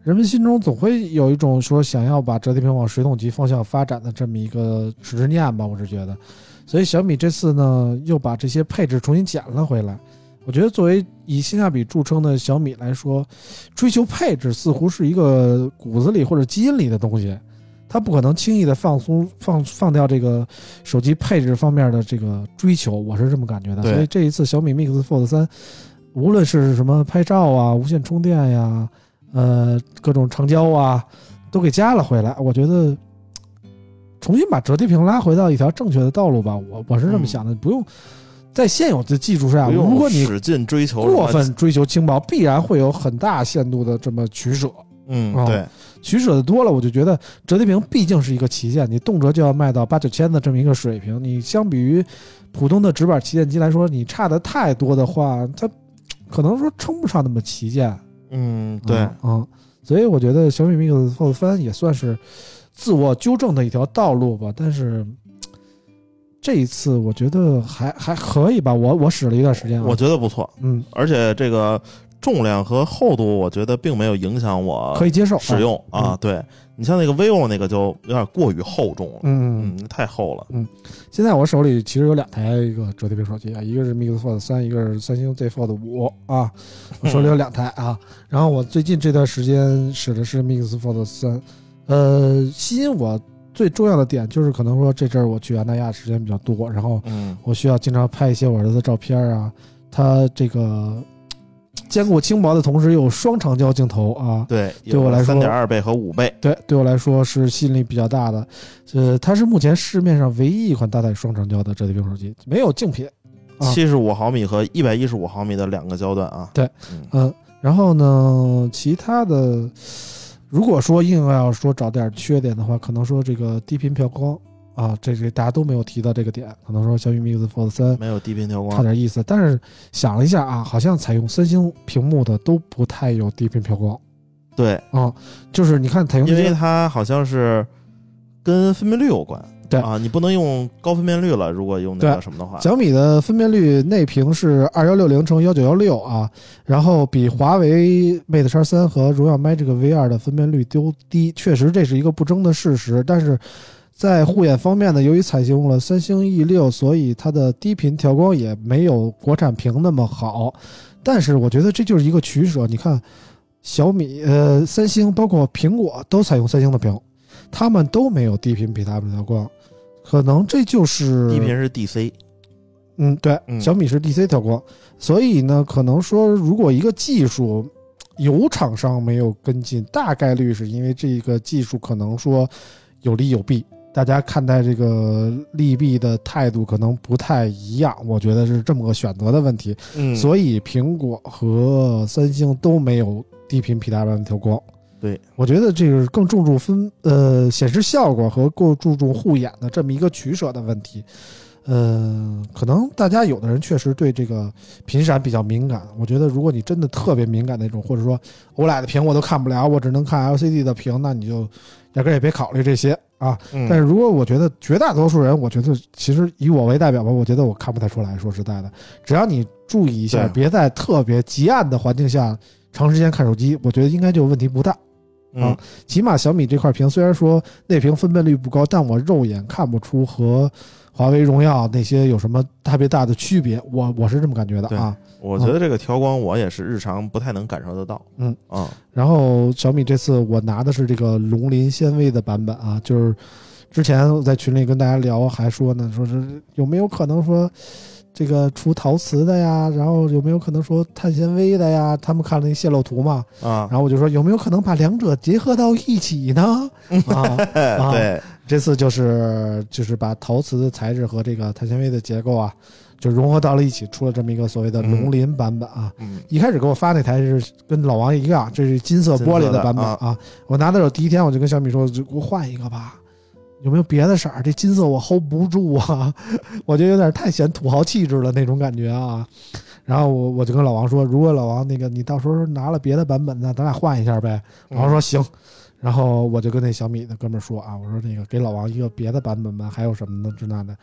[SPEAKER 2] 人们心中总会有一种说想要把折叠屏往水桶机方向发展的这么一个执念吧，我是觉得。所以小米这次呢，又把这些配置重新捡了回来。我觉得作为以性价比著称的小米来说，追求配置似乎是一个骨子里或者基因里的东西。它不可能轻易的放松放放掉这个手机配置方面的这个追求，我是这么感觉的。
[SPEAKER 7] 对
[SPEAKER 2] 所以这一次小米 Mix Fold 三，无论是什么拍照啊、无线充电呀、呃各种长焦啊，都给加了回来。我觉得重新把折叠屏拉回到一条正确的道路吧，我我是这么
[SPEAKER 7] 嗯
[SPEAKER 2] 想的，不用在现有的技术下，
[SPEAKER 7] 不用
[SPEAKER 2] 啊如果你
[SPEAKER 7] 使劲追求
[SPEAKER 2] 过
[SPEAKER 7] 什么
[SPEAKER 2] 分追求轻薄，必然会有很大限度的这么取舍。
[SPEAKER 7] 嗯
[SPEAKER 2] 哦，
[SPEAKER 7] 对，
[SPEAKER 2] 取舍的多了，我就觉得折叠屏毕竟是一个旗舰，你动辄就要卖到八九千的这么一个水平，你相比于普通的直板旗舰机来说，你差的太多的话，它可能说称不上那么旗舰。
[SPEAKER 7] 嗯，对
[SPEAKER 2] 嗯，，嗯所以我觉得小米 Mix Fold 三也算是自我纠正的一条道路吧。但是这一次我觉得还还可以吧，我我使了一段时间、啊，
[SPEAKER 7] 我觉得不错，
[SPEAKER 2] 嗯
[SPEAKER 7] 而且这个重量和厚度，我觉得并没有影响我
[SPEAKER 2] 可以接受啊
[SPEAKER 7] 使，用啊。对你像那个 vivo 那个就有点过于厚重了，
[SPEAKER 2] 嗯。
[SPEAKER 7] 嗯，太厚了，
[SPEAKER 2] 现在我手里其实有两台一个折叠屏手机啊，一个是 Mix Fold 三，一个是三星 Z Fold 五啊，我手里有两台啊。然后我最近这段时间使的是 Mix Fold 三，呃，吸引我最重要的点就是可能说这阵儿我去安那亚时间比较多，然后
[SPEAKER 7] 嗯
[SPEAKER 2] 我需要经常拍一些我儿子的照片啊，他这个兼顾轻薄的同时又有双长焦镜头啊，
[SPEAKER 7] 对，
[SPEAKER 2] 对我来说
[SPEAKER 7] 三点二倍和五倍，
[SPEAKER 2] 对，对我来说是吸引力比较大的。呃，它是目前市面上唯一一款搭载双长焦的折叠屏手机，没有竞品。啊
[SPEAKER 7] 七十五毫米和一百一十五毫米的两个焦段啊。
[SPEAKER 2] 对
[SPEAKER 7] 嗯，
[SPEAKER 2] 嗯，然后呢，其他的，如果说硬要说找点缺点的话，可能说这个低频调光啊，这这大家都没有提到这个点，可能说小米 Mix Fold 三
[SPEAKER 7] 没有低频调
[SPEAKER 2] 差
[SPEAKER 7] 光，
[SPEAKER 2] 点意思。但是想了一下啊，好像采用三星屏幕的都不太有低频调光
[SPEAKER 7] 对，
[SPEAKER 2] 啊，就是你看采用这
[SPEAKER 7] 因为
[SPEAKER 2] 些，
[SPEAKER 7] 它好像是跟分辨率有关。
[SPEAKER 2] 对
[SPEAKER 7] 啊，你不能用高分辨率了，如果用那个
[SPEAKER 2] 对
[SPEAKER 7] 什么的话，
[SPEAKER 2] 小米的分辨率内屏是二幺六零乘幺九幺六啊，然后比华为 Mate 叉三和荣耀 Magic VR 的分辨率都低，确实这是一个不争的事实。但是在护眼方面呢，由于采用了三星 E 六，所以它的低频调光也没有国产屏那么好。但是我觉得这就是一个取舍，你看。小米、呃，三星包括苹果都采用三星的屏，他们都没有低频比他们调光，可能这就是
[SPEAKER 7] 低频是 DC，
[SPEAKER 2] 嗯，对，
[SPEAKER 7] 嗯
[SPEAKER 2] 小米是 DC 调光，所以呢，可能说如果一个技术有厂商没有跟进，大概率是因为这个技术可能说有利有弊，大家看待这个利弊的态度可能不太一样，我觉得是这么个选择的问题，
[SPEAKER 7] 嗯
[SPEAKER 2] 所以苹果和三星都没有低频 PWM 调光。
[SPEAKER 7] 对，
[SPEAKER 2] 我觉得这个是更注重分呃显示效果和更注重护眼的这么一个取舍的问题。呃，可能大家有的人确实对这个频闪比较敏感。我觉得，如果你真的特别敏感那种，或者说 OLED 屏我都看不了，我只能看 LCD 的屏，那你就压根儿也别考虑这些啊。
[SPEAKER 7] 嗯
[SPEAKER 2] 但是如果我觉得绝大多数人，我觉得其实以我为代表吧，我觉得我看不太出来。说实在的，只要你注意一下，
[SPEAKER 7] 对
[SPEAKER 2] 别在特别极暗的环境下长时间看手机，我觉得应该就问题不大。啊
[SPEAKER 7] 嗯
[SPEAKER 2] 起码小米这块屏虽然说内屏分辨率不高，但我肉眼看不出和华为、荣耀那些有什么特别大的区别。我我是这么感觉的啊。
[SPEAKER 7] 我觉得这个调光我也是日常不太能感受得到。
[SPEAKER 2] 嗯
[SPEAKER 7] 啊，
[SPEAKER 2] 然后小米这次我拿的是这个龙鳞纤维的版本啊，就是之前我在群里跟大家聊，还说呢，说是有没有可能说这个除陶瓷的呀，然后有没有可能说碳纤维的呀？他们看了那泄露图嘛，
[SPEAKER 7] 啊，
[SPEAKER 2] 然后我就说有没有可能把两者结合到一起呢？啊，啊
[SPEAKER 7] 对，
[SPEAKER 2] 这次就是就是把陶瓷的材质和这个碳纤维的结构啊，就融合到了一起，出了这么一个所谓的龙鳞版本啊。
[SPEAKER 7] 嗯
[SPEAKER 2] 一开始给我发那台是跟老王一样，这是金色玻璃版本
[SPEAKER 7] 金色
[SPEAKER 2] 啊。我拿到手第一天我就跟小米说，就给我换一个吧，有没有别的色儿？这金色我 hold 不住啊，我觉得有点太显土豪气质了那种感觉啊。然后我我就跟老王说，如果老王那个你到时候拿了别的版本呢，咱俩换一下呗。老王说行。然后我就跟那小米的哥们儿说啊，我说那个给老王一个别的版本吧，还有什么呢？这那的。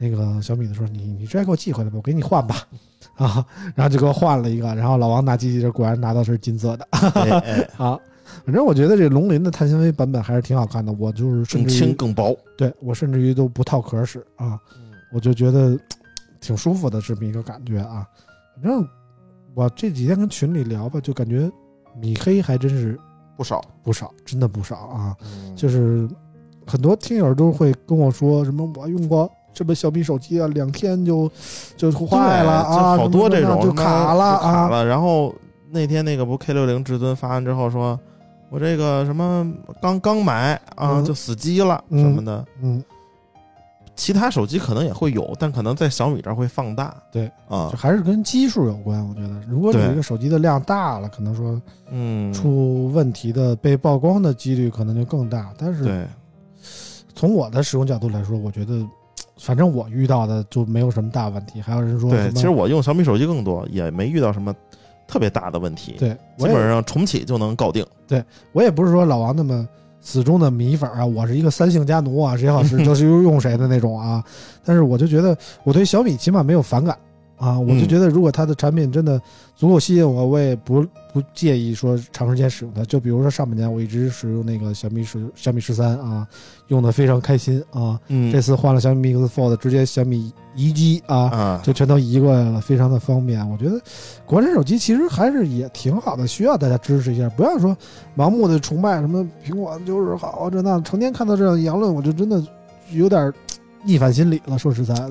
[SPEAKER 2] 那个小米的说你你直接给我寄回来吧，我给你换吧。啊，然后就给我换了一个，然后老王拿机器人果然拿到是金色的
[SPEAKER 7] 哎哎，
[SPEAKER 2] 啊。反正我觉得这龙鳞的碳纤维版本还是挺好看的，我就是甚
[SPEAKER 7] 更
[SPEAKER 2] 至
[SPEAKER 7] 轻
[SPEAKER 2] 于
[SPEAKER 7] 更薄。
[SPEAKER 2] 对我甚至于都不套壳使啊，
[SPEAKER 7] 嗯
[SPEAKER 2] 我就觉得嘖挺舒服的这么一个感觉啊。反正我这几天跟群里聊吧，就感觉米黑还真是
[SPEAKER 7] 不少，
[SPEAKER 2] 不少，真的不少啊。
[SPEAKER 7] 嗯
[SPEAKER 2] 就是很多听友都会跟我说什么我用过什么小米手机啊，两天就就坏了
[SPEAKER 7] 对
[SPEAKER 2] 啊，
[SPEAKER 7] 就好多
[SPEAKER 2] 什
[SPEAKER 7] 这
[SPEAKER 2] 么什么
[SPEAKER 7] 种
[SPEAKER 2] 就
[SPEAKER 7] 什么
[SPEAKER 2] 卡了
[SPEAKER 7] 就卡
[SPEAKER 2] 啊，
[SPEAKER 7] 了。然后那天那个不 K 六零至尊发完之后说，我这个什么刚刚买啊
[SPEAKER 2] 嗯
[SPEAKER 7] 就死机了
[SPEAKER 2] 嗯
[SPEAKER 7] 什么的。
[SPEAKER 2] 嗯，
[SPEAKER 7] 其他手机可能也会有，但可能在小米这儿会放大。
[SPEAKER 2] 对
[SPEAKER 7] 啊
[SPEAKER 2] 就，还是跟基数有关。我觉得，如果你
[SPEAKER 7] 对
[SPEAKER 2] 这个手机的量大了，可能说
[SPEAKER 7] 嗯，
[SPEAKER 2] 出问题的、被曝光的几率可能就更大。但是
[SPEAKER 7] 对，
[SPEAKER 2] 从我的使用角度来说，我觉得，反正我遇到的就没有什么大问题。还有人说什
[SPEAKER 7] 对，
[SPEAKER 2] 么，
[SPEAKER 7] 其实我用小米手机更多，也没遇到什么特别大的问题，
[SPEAKER 2] 对
[SPEAKER 7] 基
[SPEAKER 2] 我
[SPEAKER 7] 本
[SPEAKER 2] 也
[SPEAKER 7] 上重启就能搞定。
[SPEAKER 2] 我也不是说老王那么死忠的米粉啊，我是一个三姓家奴啊，谁好 吃就是用谁的那种啊。但是我就觉得我对小米起码没有反感啊，
[SPEAKER 7] 嗯
[SPEAKER 2] 我就觉得如果它的产品真的足够吸引我，我也不不介意说长时间使用它。就比如说上半年我一直使用那个小米十小米十三啊，用的非常开心啊。
[SPEAKER 7] 嗯
[SPEAKER 2] 这次换了小米 Mix Fold，直接小米移机啊。
[SPEAKER 7] 啊，
[SPEAKER 2] 就全都移过来了，非常的方便。我觉得国产手机其实还是也挺好的，需要大家支持一下，不要说盲目的崇拜什么苹果就是好啊这那，成天看到这样的言论，我就真的有点儿逆反心理了。说实在的，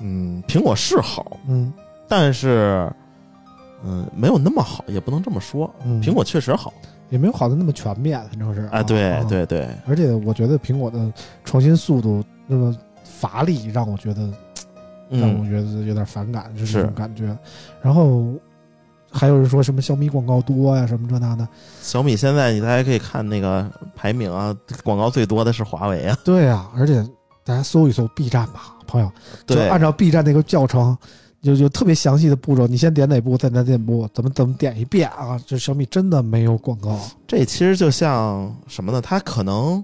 [SPEAKER 7] 嗯，苹果是好，
[SPEAKER 2] 嗯
[SPEAKER 7] 但是嗯，没有那么好，也不能这么说。
[SPEAKER 2] 嗯，
[SPEAKER 7] 苹果确实好
[SPEAKER 2] 也没有好的那么全面，反正是
[SPEAKER 7] 啊，对
[SPEAKER 2] 啊
[SPEAKER 7] 对对，
[SPEAKER 2] 而且我觉得苹果的创新速度那么乏力，让我觉得让我
[SPEAKER 7] 嗯，
[SPEAKER 2] 觉得有点反感，就是这种感觉。然后还有人说什么小米广告多呀、什么这那的。
[SPEAKER 7] 小米现在你大家可以看那个排名啊，广告最多的是华为啊，
[SPEAKER 2] 对啊，而且大家搜一搜 B 站吧，朋友，就
[SPEAKER 7] 对
[SPEAKER 2] 按照 B 站那个教程，有有特别详细的步骤，你先点哪步，再点哪步，怎么怎么点一遍啊？这小米真的没有广告，
[SPEAKER 7] 这其实就像什么呢？他可能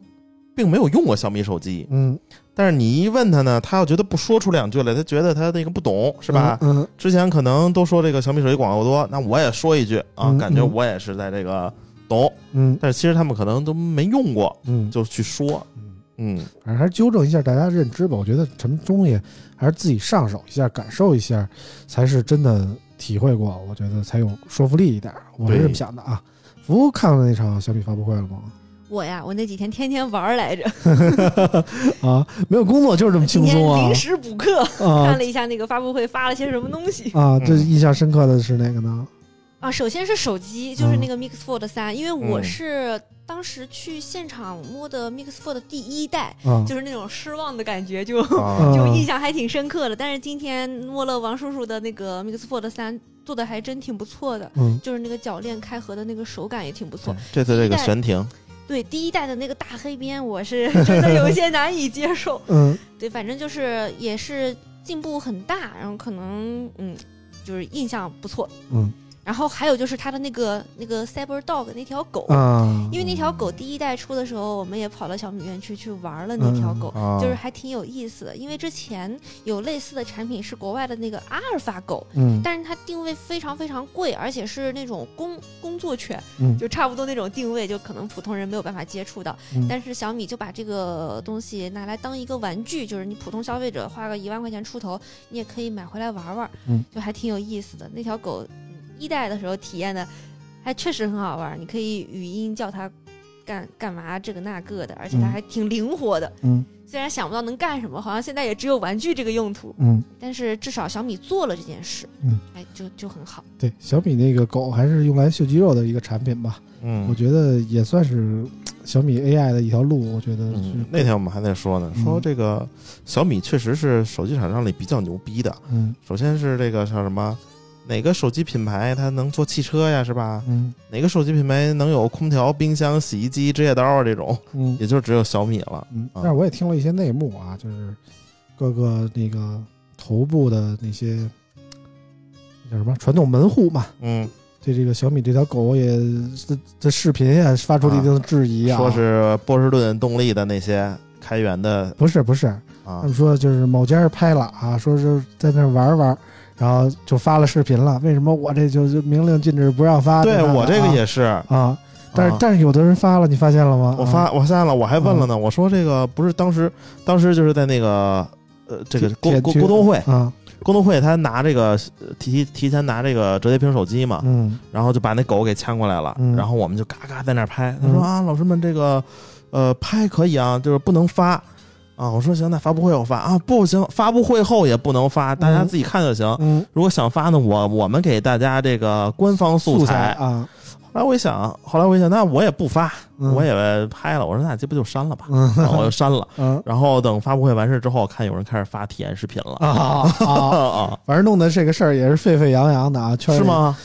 [SPEAKER 7] 并没有用过小米手机，
[SPEAKER 2] 嗯，
[SPEAKER 7] 但是你一问他呢，他又觉得不说出两句来，他觉得他那个不懂，是吧？
[SPEAKER 2] 嗯？嗯，
[SPEAKER 7] 之前可能都说这个小米手机广告多，那我也说一句啊，
[SPEAKER 2] 嗯
[SPEAKER 7] 感觉
[SPEAKER 2] 嗯
[SPEAKER 7] 我也是在这个懂，
[SPEAKER 2] 嗯
[SPEAKER 7] 但是其实他们可能都没用过，
[SPEAKER 2] 嗯，
[SPEAKER 7] 就去说，
[SPEAKER 2] 嗯
[SPEAKER 7] 嗯
[SPEAKER 2] 反正还是纠正一下大家认知吧。我觉得什么东西还是自己上手一下，感受一下，才是真的体会过，我觉得才有说服力一点。我是这么
[SPEAKER 7] 对
[SPEAKER 2] 想的啊。服务看了那场小米发布会了吗？
[SPEAKER 4] 我呀，我那几天天天玩儿来着，
[SPEAKER 2] 啊，没有工作就是这么
[SPEAKER 4] 今
[SPEAKER 2] 轻
[SPEAKER 4] 天
[SPEAKER 2] 松啊
[SPEAKER 4] 临！时补课，
[SPEAKER 2] 啊，
[SPEAKER 4] 看了一下那个发布会发了些什么东西
[SPEAKER 2] 啊，
[SPEAKER 7] 嗯
[SPEAKER 2] 这印象深刻的是哪个呢？
[SPEAKER 4] 啊。首先是手机，就是
[SPEAKER 2] 嗯
[SPEAKER 4] 那个 Mix Fold 三，因为我
[SPEAKER 7] 嗯
[SPEAKER 4] 是当时去现场摸的 Mix Fold 第一代，
[SPEAKER 2] 啊，
[SPEAKER 4] 就是那种失望的感觉，
[SPEAKER 2] 嗯
[SPEAKER 4] 就
[SPEAKER 7] 啊，
[SPEAKER 4] 就印象还挺深刻的。但是今天摸了王叔叔的那个 Mix Fold 三，做的还真挺不错的，
[SPEAKER 2] 嗯
[SPEAKER 4] 就是那个铰链开合的那个手感也挺不错。
[SPEAKER 7] 这次这个悬停，
[SPEAKER 5] 对第一代的那个大黑边，我是真的有一些难以接受。
[SPEAKER 2] 嗯
[SPEAKER 5] 对，反正就是也是进步很大，然后可能嗯，就是印象不错。
[SPEAKER 2] 嗯
[SPEAKER 5] 然后还有就是它的那个那个 Cyber Dog 那条狗，
[SPEAKER 2] 啊，
[SPEAKER 5] 因为那条狗第一代出的时候，我们也跑到小米园区去玩了那条狗，
[SPEAKER 7] 啊
[SPEAKER 5] 就是还挺有意思的。因为之前有类似的产品是国外的那个阿尔法狗，
[SPEAKER 2] 嗯
[SPEAKER 5] 但是它定位非常非常贵，而且是那种工工作犬，
[SPEAKER 2] 嗯
[SPEAKER 5] 就差不多那种定位，就可能普通人没有办法接触到。
[SPEAKER 2] 嗯
[SPEAKER 5] 但是小米就把这个东西拿来当一个玩具，就是你普通消费者花个一万块钱出头，你也可以买回来玩玩，
[SPEAKER 2] 嗯
[SPEAKER 5] 就还挺有意思的。那条狗嗯一代的时候体验的还确实很好玩，你可以语音叫它干干嘛这个那个的，而且它
[SPEAKER 2] 嗯
[SPEAKER 5] 还挺灵活的。
[SPEAKER 2] 嗯
[SPEAKER 5] 虽然想不到能干什么，好像现在也只有玩具这个用途，
[SPEAKER 2] 嗯，
[SPEAKER 5] 但是至少小米做了这件事，
[SPEAKER 2] 嗯，
[SPEAKER 5] 哎，就就很好。
[SPEAKER 2] 对，小米那个狗还是用来秀肌肉的一个产品吧，我
[SPEAKER 7] 嗯
[SPEAKER 2] 觉得也算是小米 AI 的一条路，我觉得是
[SPEAKER 7] 嗯，那天我们还在说呢，
[SPEAKER 2] 嗯
[SPEAKER 7] 说这个小米确实是手机厂商里比较牛逼的。
[SPEAKER 2] 嗯
[SPEAKER 7] 首先是这个像什么，哪个手机品牌它能做汽车呀，是吧？
[SPEAKER 2] 嗯
[SPEAKER 7] 哪个手机品牌能有空调、冰箱、洗衣机、指甲刀啊这种？
[SPEAKER 2] 嗯
[SPEAKER 7] 也就只有小米了。
[SPEAKER 2] 嗯，
[SPEAKER 7] 啊
[SPEAKER 2] 但是我也听了一些内幕啊，就是各个那个头部的那些叫什么传统门户嘛，
[SPEAKER 7] 嗯，
[SPEAKER 2] 对这个小米这条狗也这这视频也发出了一定的质疑啊，
[SPEAKER 7] 说是波士顿动力的那些开源的
[SPEAKER 2] 不是不是，
[SPEAKER 7] 啊
[SPEAKER 2] 他们，说就是某家儿拍了啊，说是在那儿玩儿玩儿，然后就发了视频了。为什么我这就就明令禁止不让发？
[SPEAKER 7] 对
[SPEAKER 2] 那
[SPEAKER 7] 我这个
[SPEAKER 2] 啊
[SPEAKER 7] 也是。
[SPEAKER 2] 啊，但嗯是
[SPEAKER 7] 啊
[SPEAKER 2] 但是有的人发了，你发现了吗？啊
[SPEAKER 7] 我发我发现了，我还问了
[SPEAKER 2] 嗯
[SPEAKER 7] 呢，我说这个不是当时当时就是在那个呃这个沟
[SPEAKER 2] 铁
[SPEAKER 7] 沟
[SPEAKER 2] 铁
[SPEAKER 7] 沟通会，
[SPEAKER 2] 啊，
[SPEAKER 7] 沟通会他拿这个呃提提前拿这个折叠屏手机嘛，
[SPEAKER 2] 嗯
[SPEAKER 7] 然后就把那狗给牵过来了，
[SPEAKER 2] 嗯
[SPEAKER 7] 然后我们就嘎嘎在那儿拍。他说
[SPEAKER 2] 嗯
[SPEAKER 7] 啊，老师们这个呃拍可以啊，就是不能发啊。我说行，那发布会我发啊，不行，发布会后也不能发，大家自己看就行。
[SPEAKER 2] 嗯，
[SPEAKER 7] 如果想发呢，我我们给大家这个官方素
[SPEAKER 2] 素材啊，
[SPEAKER 7] 后来我一想，后来我一想，那我也不发，
[SPEAKER 2] 嗯
[SPEAKER 7] 我也拍了。我说那这不就删了吧？
[SPEAKER 2] 嗯
[SPEAKER 7] 然后我就删了。
[SPEAKER 2] 嗯
[SPEAKER 7] 然后等发布会完事之后，看有人开始发体验视频了
[SPEAKER 2] 啊啊，
[SPEAKER 7] 啊
[SPEAKER 2] 反正弄的这个事儿也是沸沸扬扬的啊，圈
[SPEAKER 7] 是
[SPEAKER 2] 里？
[SPEAKER 7] 吗？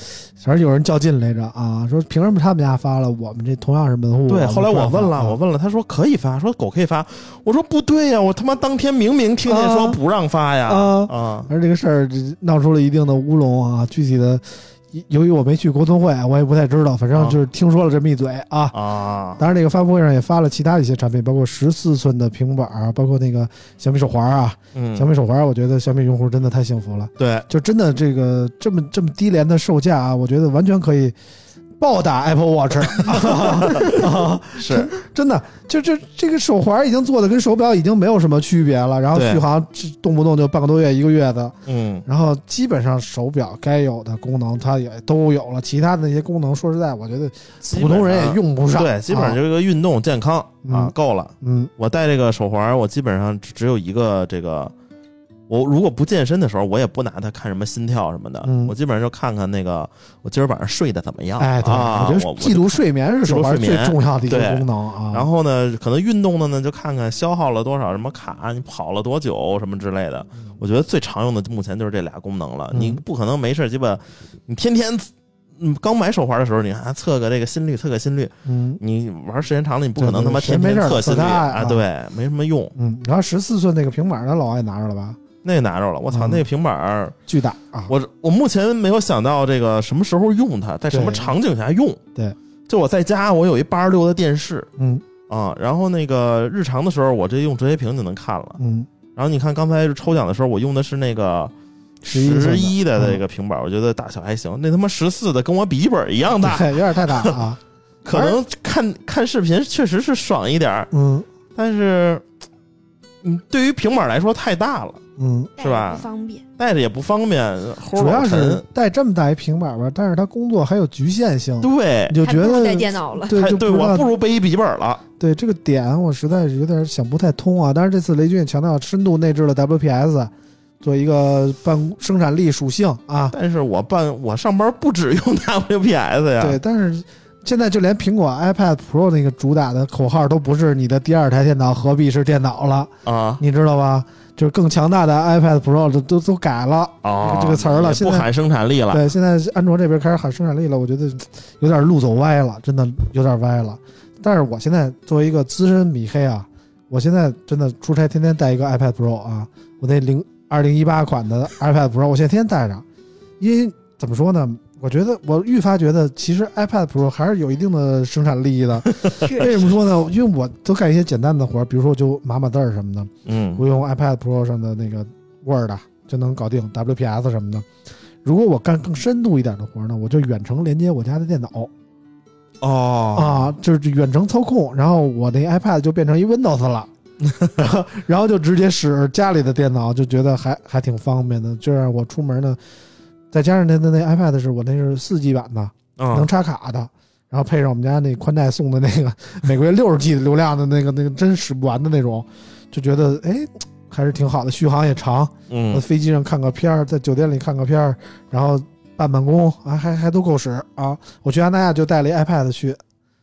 [SPEAKER 2] 反正有人较劲来着啊，说凭什么他们家发了，我们这同样是门户？
[SPEAKER 7] 对，
[SPEAKER 2] 们
[SPEAKER 7] 后来
[SPEAKER 2] 不
[SPEAKER 7] 我
[SPEAKER 2] 让
[SPEAKER 7] 问
[SPEAKER 2] 发啊
[SPEAKER 7] 了，我问了，他说可以发，说狗可以发，我说不对呀、我他妈当天明明听见说
[SPEAKER 2] 啊
[SPEAKER 7] 不让发呀，
[SPEAKER 2] 啊
[SPEAKER 7] 啊，
[SPEAKER 2] 而这个事儿这闹出了一定的乌龙啊，具体的，由于我没去沟通会，我也不太知道，反正就是听说了这么一嘴啊。
[SPEAKER 7] 啊
[SPEAKER 2] 当然，这个发布会上也发了其他的一些产品，包括十四寸的平板儿，包括那个小米手环啊。小
[SPEAKER 7] 嗯，
[SPEAKER 2] 米手环，我觉得小米用户真的太幸福了，
[SPEAKER 7] 对，
[SPEAKER 2] 就真的这个这么这么低廉的售价啊，我觉得完全可以暴打 Apple Watch，啊
[SPEAKER 7] 是，
[SPEAKER 2] 真的，就这这个手环已经做的跟手表已经没有什么区别了，然后
[SPEAKER 7] 对
[SPEAKER 2] 续航动不动就半个多月一个月的，
[SPEAKER 7] 嗯，
[SPEAKER 2] 然后基本上手表该有的功能它也都有了，其他的那些功能，说实在，我觉得普通人也用不上。
[SPEAKER 7] 对，基本上
[SPEAKER 2] 啊
[SPEAKER 7] 就是一个运动健康啊
[SPEAKER 2] 嗯，
[SPEAKER 7] 够了。
[SPEAKER 2] 嗯
[SPEAKER 7] 我戴这个手环，我基本上只只有一个这个。我如果不健身的时候，我也不拿它看什么心跳什么的，
[SPEAKER 2] 嗯
[SPEAKER 7] 我基本上就看看那个我今儿晚上睡得怎么样。
[SPEAKER 2] 哎，对，
[SPEAKER 7] 啊，
[SPEAKER 2] 我觉
[SPEAKER 7] 我
[SPEAKER 2] 得记录睡眠是手环
[SPEAKER 7] 记录睡
[SPEAKER 2] 最
[SPEAKER 7] 眠
[SPEAKER 2] 重要的一个
[SPEAKER 7] 对
[SPEAKER 2] 功能啊。
[SPEAKER 7] 然后呢，可能运动的呢，就看看消耗了多少什么卡，你跑了多久什么之类的。我觉得最常用的目前就是这俩功能了。
[SPEAKER 2] 嗯
[SPEAKER 7] 你不可能没事儿鸡巴，你天天，嗯，刚买手环的时候，你还测个这个心率，测个心率。
[SPEAKER 2] 嗯
[SPEAKER 7] 你玩时间长了，你不可能
[SPEAKER 2] 对对
[SPEAKER 7] 他妈
[SPEAKER 2] 谁
[SPEAKER 7] 天
[SPEAKER 2] 没
[SPEAKER 7] 天
[SPEAKER 2] 事儿
[SPEAKER 7] 测心率
[SPEAKER 2] 测它
[SPEAKER 7] 啊，
[SPEAKER 2] 啊
[SPEAKER 7] 对，没什么用。
[SPEAKER 2] 嗯，然后十四寸那个平板儿，他老爱拿着了吧？
[SPEAKER 7] 那个拿着了，我操，
[SPEAKER 2] 嗯
[SPEAKER 7] 那个平板儿，
[SPEAKER 2] 巨大啊！
[SPEAKER 7] 我我目前没有想到这个什么时候用它，在什么
[SPEAKER 2] 对
[SPEAKER 7] 场景下用。
[SPEAKER 2] 对，
[SPEAKER 7] 就我在家，我有一八十六的电视
[SPEAKER 2] 嗯
[SPEAKER 7] 啊，然后那个日常的时候，我这用折叠屏就能看了。
[SPEAKER 2] 嗯
[SPEAKER 7] 然后你看刚才抽奖的时候，我用的是那个
[SPEAKER 2] 11
[SPEAKER 7] 十一
[SPEAKER 2] 寸的
[SPEAKER 7] 的那个平板，我觉得大小还行。那他妈十四的跟我笔记本一样大，
[SPEAKER 2] 对，有点太大了 啊。
[SPEAKER 7] 可能看看视频确实是爽一点儿，
[SPEAKER 2] 嗯
[SPEAKER 7] 但是，嗯，对于平板来说太大了，
[SPEAKER 2] 嗯，
[SPEAKER 5] 带
[SPEAKER 7] 是吧
[SPEAKER 5] 着不方便。
[SPEAKER 7] 带着也不方便，齁
[SPEAKER 2] 主要
[SPEAKER 7] 老
[SPEAKER 2] 是
[SPEAKER 7] 沉。
[SPEAKER 2] 带这么大一平板吧，但是它工作还有局限性，
[SPEAKER 7] 对
[SPEAKER 2] 你，就
[SPEAKER 5] 还
[SPEAKER 2] 觉
[SPEAKER 5] 不如带
[SPEAKER 2] 得
[SPEAKER 5] 电脑了。
[SPEAKER 2] 对
[SPEAKER 7] 还
[SPEAKER 2] 就
[SPEAKER 7] 对
[SPEAKER 2] 不知
[SPEAKER 7] 我
[SPEAKER 2] 道
[SPEAKER 7] 不如背一笔记本了。
[SPEAKER 2] 对这个点，我实在是有点想不太通啊。但是这次雷军也强调深度内置了 WPS，做一个办生产力属性啊。
[SPEAKER 7] 但是我办我上班不只用 WPS 呀，
[SPEAKER 2] 对，但是现在就连苹果 iPad Pro 那个主打的口号都不是你的第二台电脑何必是电脑了，
[SPEAKER 7] 啊
[SPEAKER 2] 你知道吧？就是更强大的 iPad Pro 都都都改了。
[SPEAKER 7] 哦，
[SPEAKER 2] 这个词儿了
[SPEAKER 7] 也
[SPEAKER 2] 现
[SPEAKER 7] 不
[SPEAKER 2] 在
[SPEAKER 7] 喊生产力了。
[SPEAKER 2] 对，现在安卓这边开始喊生产力了，我觉得有点路走歪了，真的有点歪了。但是我现在作为一个资深米黑啊，我现在真的出差天天带一个 iPad Pro 啊，我那零二零一八款的 iPad Pro，我现在天天带着，因为怎么说呢？我觉得我愈发觉得，其实 iPad Pro 还是有一定的生产力的。为什么说呢？因为我都干一些简单的活儿，比如说我就码码字儿什么的，
[SPEAKER 7] 嗯
[SPEAKER 2] 我用 iPad Pro 上的那个 Word 啊就能搞定 WPS 什么的。如果我干更深度一点的活儿呢，我就远程连接我家的电脑
[SPEAKER 7] 哦
[SPEAKER 2] 啊，就是远程操控，然后我那 iPad 就变成一 Windows 了，然后就直接使家里的电脑，就觉得还还挺方便的。就让我出门呢，再加上那那那 iPad 是我那是四 G 版的，能
[SPEAKER 7] 啊
[SPEAKER 2] 插卡的，然后配上我们家那宽带送的那个 每个月六十 G 的流量的那个那个真使不完的那种，就觉得哎还是挺好的，续航也长。在
[SPEAKER 7] 嗯
[SPEAKER 2] 飞机上看个片儿，在酒店里看个片儿，然后办办公啊，还还都够使啊。我去安那亚就带了一 iPad 去，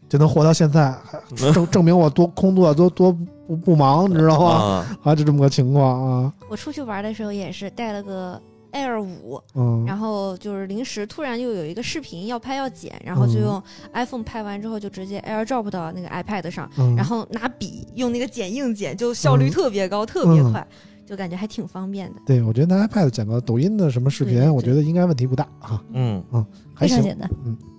[SPEAKER 2] 就能活到现在， 还证证明我多工作多多不不忙，你知道吗？
[SPEAKER 7] 啊
[SPEAKER 2] 啊，就这么个情况啊，
[SPEAKER 8] 我出去玩的时候也是带了个 Air 五，
[SPEAKER 2] 嗯，
[SPEAKER 8] 然后就是临时突然又有一个视频要拍要剪，然后就
[SPEAKER 2] 嗯
[SPEAKER 8] 用 iPhone 拍完之后就直接 AirDrop 到那个 iPad 上，
[SPEAKER 2] 嗯
[SPEAKER 8] 然后拿笔用那个剪映剪，就效率
[SPEAKER 2] 嗯
[SPEAKER 8] 特别高，特别
[SPEAKER 2] 嗯
[SPEAKER 8] 快，就感觉还挺方便的。
[SPEAKER 2] 对我觉得拿 iPad 剪个抖音的什么视
[SPEAKER 8] 对对
[SPEAKER 2] 频，
[SPEAKER 8] 对
[SPEAKER 2] 我觉得应该问题不大啊，
[SPEAKER 7] 嗯
[SPEAKER 2] 还
[SPEAKER 1] 非常
[SPEAKER 2] 行。
[SPEAKER 1] 简单。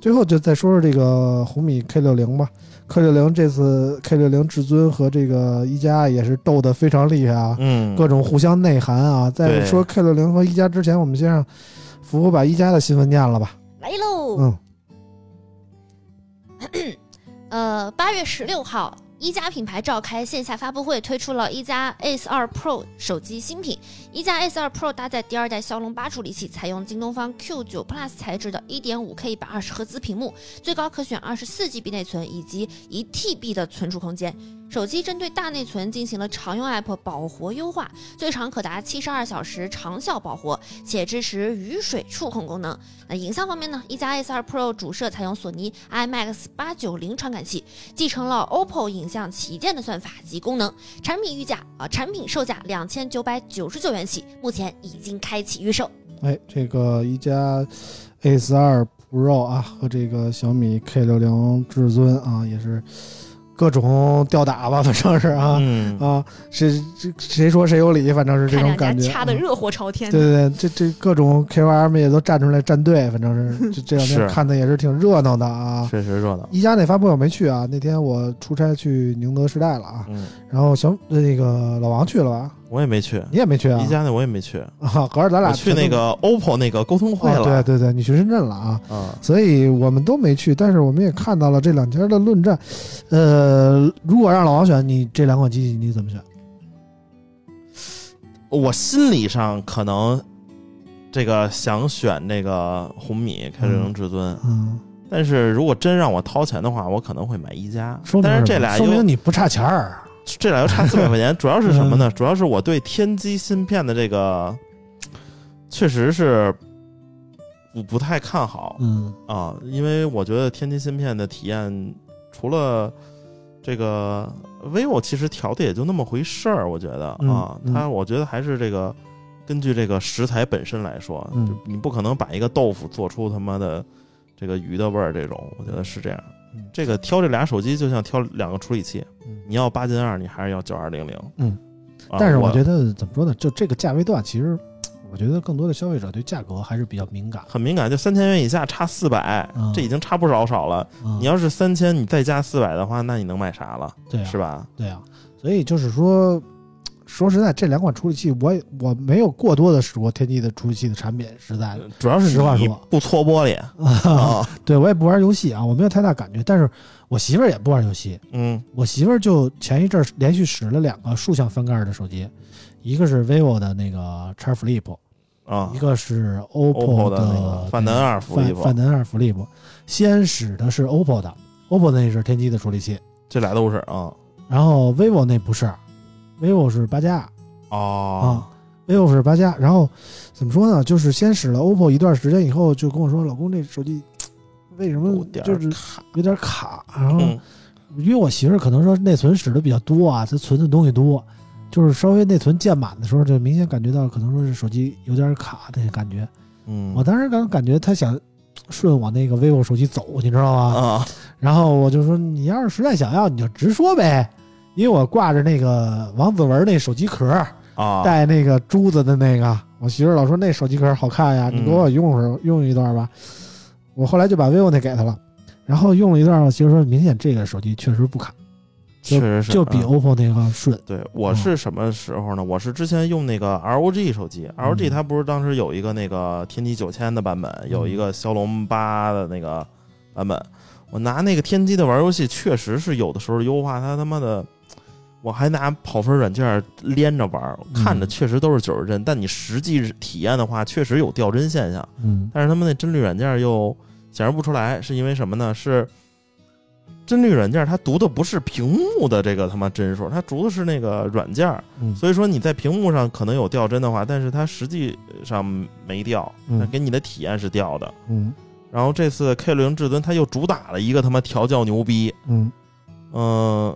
[SPEAKER 2] 最后就再说说这个红米 K 六零吧，K 六零这次 K 六零至尊和这个一加也是斗得非常厉害啊，
[SPEAKER 7] 嗯
[SPEAKER 2] 各种互相内涵啊。在
[SPEAKER 7] 对
[SPEAKER 2] 说 K 六零和一加之前，我们先让福福把一加的新闻念了吧。
[SPEAKER 5] 来喽。
[SPEAKER 2] 嗯
[SPEAKER 5] 呃，八月十六号，一加品牌召开线下发布会，推出了一加 S 二 Pro 手机新品。一加 S 二 Pro 搭载第二代骁龙八处理器，采用京东方 Q 九 Plus 材质的 1.5K 一百二十赫兹屏幕，最高可选二十四 GB 内存以及一 TB 的存储空间。手机针对大内存进行了常用 App 保活优化，最长可达七十二小时长效保活，且支持雨水触控功能。那影像方面呢，一加 S 2 Pro 主摄采用索尼 IMX 八九零传感器，继承了 OPPO 影像旗舰的算法及功能。产品预价啊、呃产品售价两千九百九十九元起，目前已经开启预售。
[SPEAKER 2] 哎，这个一加 S 二 Pro 啊和这个小米 K 六零至尊啊也是各种吊打吧，反正是啊。
[SPEAKER 7] 嗯
[SPEAKER 2] 啊，谁谁谁说谁有理，反正是这
[SPEAKER 4] 看
[SPEAKER 2] 种
[SPEAKER 4] 两家
[SPEAKER 2] 感觉。
[SPEAKER 4] 掐的
[SPEAKER 2] 嗯
[SPEAKER 4] 热火朝天
[SPEAKER 2] 对对对，这这各种 KOL 们也都站出来站队，反正 是这这两天
[SPEAKER 7] 是
[SPEAKER 2] 看的也是挺热闹的啊。
[SPEAKER 7] 确实热闹
[SPEAKER 2] 一加那发布会我没去啊，那天我出差去宁德时代了啊，
[SPEAKER 7] 嗯
[SPEAKER 2] 然后小那个老王去了吧？
[SPEAKER 7] 我也没去
[SPEAKER 2] 你也没去啊？
[SPEAKER 7] 一加那我也没去
[SPEAKER 2] 啊，合着咱俩
[SPEAKER 7] 我去那个 OPPO 那个沟通会
[SPEAKER 2] 哦，对
[SPEAKER 7] 了
[SPEAKER 2] 对对，你去深圳了啊？
[SPEAKER 7] 啊
[SPEAKER 2] 所以我们都没去，但是我们也看到了这两家的论战。呃，如果让老王选，你这两款机器你怎么选？
[SPEAKER 7] 我心理上可能这个想选那个红米 K 六零至尊
[SPEAKER 2] 嗯，
[SPEAKER 7] 但是如果真让我掏钱的话，我可能会买一加。
[SPEAKER 2] 说明
[SPEAKER 7] 但
[SPEAKER 2] 什
[SPEAKER 7] 是这
[SPEAKER 2] 么
[SPEAKER 7] 俩
[SPEAKER 2] 说
[SPEAKER 7] 又
[SPEAKER 2] 明你不差钱儿。
[SPEAKER 7] 这俩又差四百块钱，主要是什么
[SPEAKER 2] 嗯
[SPEAKER 7] 呢？主要是我对天玑芯片的这个确实是不不太看好
[SPEAKER 2] 嗯
[SPEAKER 7] 啊，因为我觉得天玑芯片的体验除了。这个 vivo 其实调的也就那么回事儿，我觉得
[SPEAKER 2] 嗯
[SPEAKER 7] 啊，
[SPEAKER 2] 嗯
[SPEAKER 7] 它我觉得还是这个根据这个食材本身来说，
[SPEAKER 2] 嗯
[SPEAKER 7] 就你不可能把一个豆腐做出他妈的这个鱼的味儿，这种我觉得是这样
[SPEAKER 2] 嗯。
[SPEAKER 7] 这个挑这俩手机就像挑两个处理器
[SPEAKER 2] 嗯，
[SPEAKER 7] 你要八进二，你还是要九二零零。
[SPEAKER 2] 嗯
[SPEAKER 7] 啊，
[SPEAKER 2] 但是
[SPEAKER 7] 我
[SPEAKER 2] 我觉得怎么说呢？就这个价位段，其实我觉得更多的消费者对价格还是比较敏感。
[SPEAKER 7] 很敏感，就三千元以下差四百
[SPEAKER 2] 嗯，
[SPEAKER 7] 这已经差不少少了。
[SPEAKER 2] 嗯
[SPEAKER 7] 你要是三千，你再加四百的话，那你能买啥了？
[SPEAKER 2] 对啊，
[SPEAKER 7] 是吧？
[SPEAKER 2] 对啊，所以就是说，说实在，这两款处理器我也我没有过多的使过天玑的处理器的产品，实在的。
[SPEAKER 7] 主要是
[SPEAKER 2] 实话
[SPEAKER 7] 你
[SPEAKER 2] 说
[SPEAKER 7] 不搓 玻璃啊，
[SPEAKER 2] 对我也不玩游戏啊，我没有太大感觉。但是我媳妇儿也不玩游戏，
[SPEAKER 7] 嗯
[SPEAKER 2] 我媳妇儿就前一阵儿连续使了两个竖向翻盖儿的手机，一个是 vivo 的那个 X Flip，
[SPEAKER 7] 啊
[SPEAKER 2] 一个是
[SPEAKER 7] ，OPPO
[SPEAKER 2] OPPO
[SPEAKER 7] 的那个范南二福利
[SPEAKER 2] 范
[SPEAKER 7] 吧
[SPEAKER 2] 范，南二 Flip，先使的是 OPPO 的，OPPO 那是天玑的处理器，
[SPEAKER 7] 这俩都是啊。
[SPEAKER 2] 然后 vivo 那不是，vivo 是八加
[SPEAKER 7] 哦
[SPEAKER 2] 啊，，vivo 是八加，然后怎么说呢？就是先使了 OPPO 一段时间以后，就跟我说，老公这手机嘖为什
[SPEAKER 7] 有
[SPEAKER 2] 么
[SPEAKER 7] 点儿
[SPEAKER 2] 就是有点卡，然后
[SPEAKER 7] 嗯
[SPEAKER 2] 因为我媳妇儿可能说内存使的比较多啊，她存的东西多，就是稍微内存建满的时候，就明显感觉到可能说是手机有点卡的感觉。
[SPEAKER 7] 嗯，
[SPEAKER 2] 我当时刚感觉她想顺我那个 vivo 手机走，你知道吗？
[SPEAKER 7] 啊，
[SPEAKER 2] 然后我就说，你要是实在想要，你就直说呗，因为我挂着那个王子文那手机壳，
[SPEAKER 7] 啊，
[SPEAKER 2] 带那个珠子的那个，我媳妇儿老说那手机壳好看呀，
[SPEAKER 7] 嗯
[SPEAKER 2] 你给我用会儿用一段吧。我后来就把 vivo 那给她了，然后用了一段，我媳妇儿说明显这个手机确实不卡，
[SPEAKER 7] 确实是
[SPEAKER 2] 就比
[SPEAKER 7] 嗯
[SPEAKER 2] OPPO 那个顺。
[SPEAKER 7] 对，我是什么时候呢？我是之前用那个 ROG 手机，ROG 它不是当时有一个那个天玑九千的版本，有一个骁龙八的那个版本。我拿那个天玑的玩游戏，确实是有的时候优化它他妈的，我还拿跑分软件连着玩儿，看着
[SPEAKER 2] 嗯
[SPEAKER 7] 确实都是九十帧，但你实际体验的话，确实有掉帧现象。
[SPEAKER 2] 嗯
[SPEAKER 7] 但是他们那帧率软件又显示不出来，是因为什么呢？是帧率软件它读的不是屏幕的这个他妈帧数，它读的是那个软件儿，
[SPEAKER 2] 嗯
[SPEAKER 7] 所以说你在屏幕上可能有掉帧的话，但是它实际上没掉，
[SPEAKER 2] 嗯
[SPEAKER 7] 它给你的体验是掉的。
[SPEAKER 2] 嗯
[SPEAKER 7] 然后这次 K 六零至尊它又主打了一个他妈调教牛逼，
[SPEAKER 2] 嗯
[SPEAKER 7] 嗯、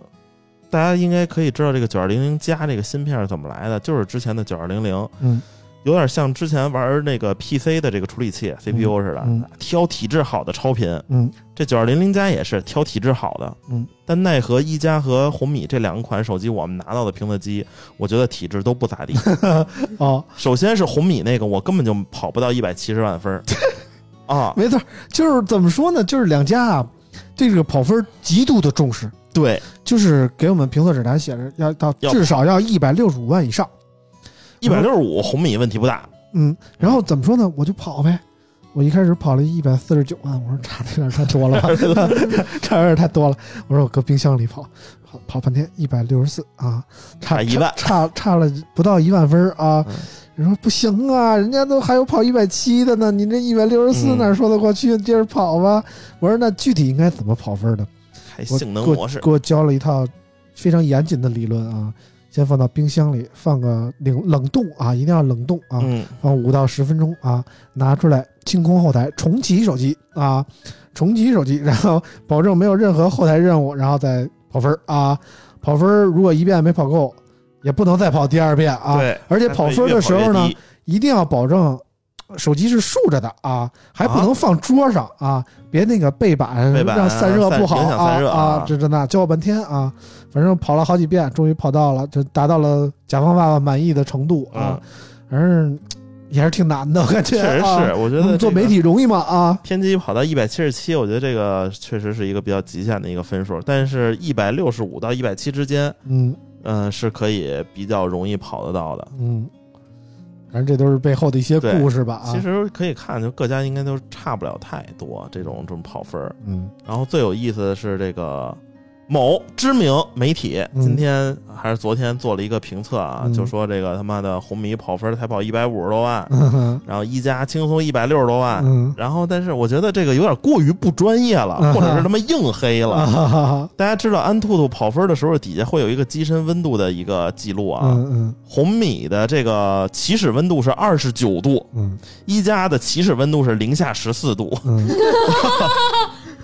[SPEAKER 7] 大家应该可以知道这个九二零零加这个芯片是怎么来的，就是之前的九二零零，
[SPEAKER 2] 嗯，
[SPEAKER 7] 有点像之前玩那个 PC 的这个处理器 CPU 似的，
[SPEAKER 2] 嗯
[SPEAKER 7] 挑体质好的超频。
[SPEAKER 2] 嗯
[SPEAKER 7] 这九二零零加也是挑体质好的，
[SPEAKER 2] 嗯，
[SPEAKER 7] 但奈何一加和红米这两款手机，我们拿到的评测机，我觉得体质都不 咋地。
[SPEAKER 2] 哦，
[SPEAKER 7] 首先是红米那个，我根本就跑不到一百七十万 分儿啊，
[SPEAKER 2] 没错，就是怎么说呢？就是两家啊，对这个跑分极度的重视，
[SPEAKER 7] 对，
[SPEAKER 2] 就是给我们评测指南写着要到
[SPEAKER 7] 要
[SPEAKER 2] 至少要一百六十五万以上。
[SPEAKER 7] 一百六十五红米问题不大，
[SPEAKER 2] 嗯，然后怎么说呢？我就跑呗。我一开始跑了一百四十九万，我说差的有点太多 了吧， 差有点太多了。我说我搁冰箱里跑，跑跑半天一百六十四啊，差
[SPEAKER 7] 差一万
[SPEAKER 2] 差差了不到一万分儿啊
[SPEAKER 7] 嗯。
[SPEAKER 2] 人说不行啊，人家都还有跑一百七的呢，您这一百六十四
[SPEAKER 7] 嗯
[SPEAKER 2] 哪说得过去？接着跑吧。我说那具体应该怎么跑分呢？
[SPEAKER 7] 还
[SPEAKER 2] 我
[SPEAKER 7] 性能
[SPEAKER 2] 给我
[SPEAKER 7] 模式
[SPEAKER 2] 给我教了一套非常严谨的理论啊，先放到冰箱里，放个冷冷冻啊，一定要冷冻啊。
[SPEAKER 7] 嗯，
[SPEAKER 2] 放五到十分钟啊，拿出来清空后台，重启手机啊，重启手机，然后保证没有任何后台任务，然后再跑分儿啊。跑分儿如果一遍没跑够，也不能再跑第二遍啊。
[SPEAKER 7] 对，
[SPEAKER 2] 而且
[SPEAKER 7] 它
[SPEAKER 2] 跑
[SPEAKER 7] 会
[SPEAKER 2] 分
[SPEAKER 7] 越
[SPEAKER 2] 的
[SPEAKER 7] 跑
[SPEAKER 2] 时
[SPEAKER 7] 越
[SPEAKER 2] 候呢
[SPEAKER 7] 低，
[SPEAKER 2] 一定要保证呃手机是竖着的啊，还不
[SPEAKER 7] 啊
[SPEAKER 2] 能放桌上啊，别那个背板
[SPEAKER 7] 背板
[SPEAKER 2] 让散热
[SPEAKER 7] 散
[SPEAKER 2] 不好
[SPEAKER 7] 影响
[SPEAKER 2] 啊
[SPEAKER 7] 散热啊
[SPEAKER 2] 这这那教我半天啊，反正跑了好几遍，终于跑到了，就达到了甲方爸爸满意的程度啊，反正也是挺难 的，我感觉
[SPEAKER 7] 确实
[SPEAKER 2] 啊
[SPEAKER 7] 是，我觉
[SPEAKER 2] 我
[SPEAKER 7] 得
[SPEAKER 2] 们做媒。体容易吗？啊，
[SPEAKER 7] 天玑跑到一百七十七，我觉得这个确实是一个比较极限的一个分数，但是一百六十五到一百七之间，
[SPEAKER 2] 嗯
[SPEAKER 7] 嗯、是可以比较容易跑得到的。
[SPEAKER 2] 嗯，反正这都是背后的一些
[SPEAKER 7] 对
[SPEAKER 2] 故事吧啊，
[SPEAKER 7] 其实可以看，就各家应该都差不了太多这种这种跑分儿。
[SPEAKER 2] 嗯
[SPEAKER 7] 然后最有意思的是这个某知名媒体
[SPEAKER 2] 嗯
[SPEAKER 7] 今天还是昨天做了一个评测啊，
[SPEAKER 2] 嗯
[SPEAKER 7] 就说这个他妈的红米跑分儿才跑一百五十多万，
[SPEAKER 2] 嗯哼
[SPEAKER 7] 然后一加轻松一百六十多万。
[SPEAKER 2] 嗯
[SPEAKER 7] 然后，但是我觉得这个有点过于不专业了，
[SPEAKER 2] 嗯
[SPEAKER 7] 或者是他妈硬黑
[SPEAKER 2] 啊
[SPEAKER 7] 了。
[SPEAKER 2] 哈哈 哈
[SPEAKER 7] 大家知道安兔兔跑分儿的时候，底下会有一个机身温度的一个记录啊。
[SPEAKER 2] 嗯嗯
[SPEAKER 7] 红米的这个起始温度是二十九度，
[SPEAKER 2] 嗯
[SPEAKER 7] 一加的起始温度是零下十四度，
[SPEAKER 2] 嗯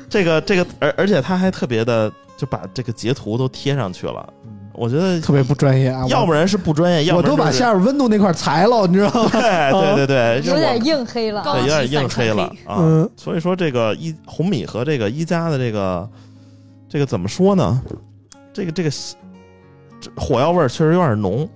[SPEAKER 7] 这个这个，而而且他还特别的就把这个截图都贴上去了，
[SPEAKER 2] 嗯，
[SPEAKER 7] 我觉得
[SPEAKER 2] 特别不专 业啊，我
[SPEAKER 7] 要不然是不专业，要
[SPEAKER 2] 我
[SPEAKER 7] 不然
[SPEAKER 2] 都把
[SPEAKER 7] 就是
[SPEAKER 2] 下边温度那块裁了，你知道吗？
[SPEAKER 7] 对对对对，
[SPEAKER 1] 有
[SPEAKER 7] 是我
[SPEAKER 1] 点硬黑了。
[SPEAKER 7] 对有点硬黑了啊，
[SPEAKER 2] 嗯
[SPEAKER 7] 所以说这个一红米和这个一加的这个这个怎么说呢？这个这个这火药味儿确实有点浓，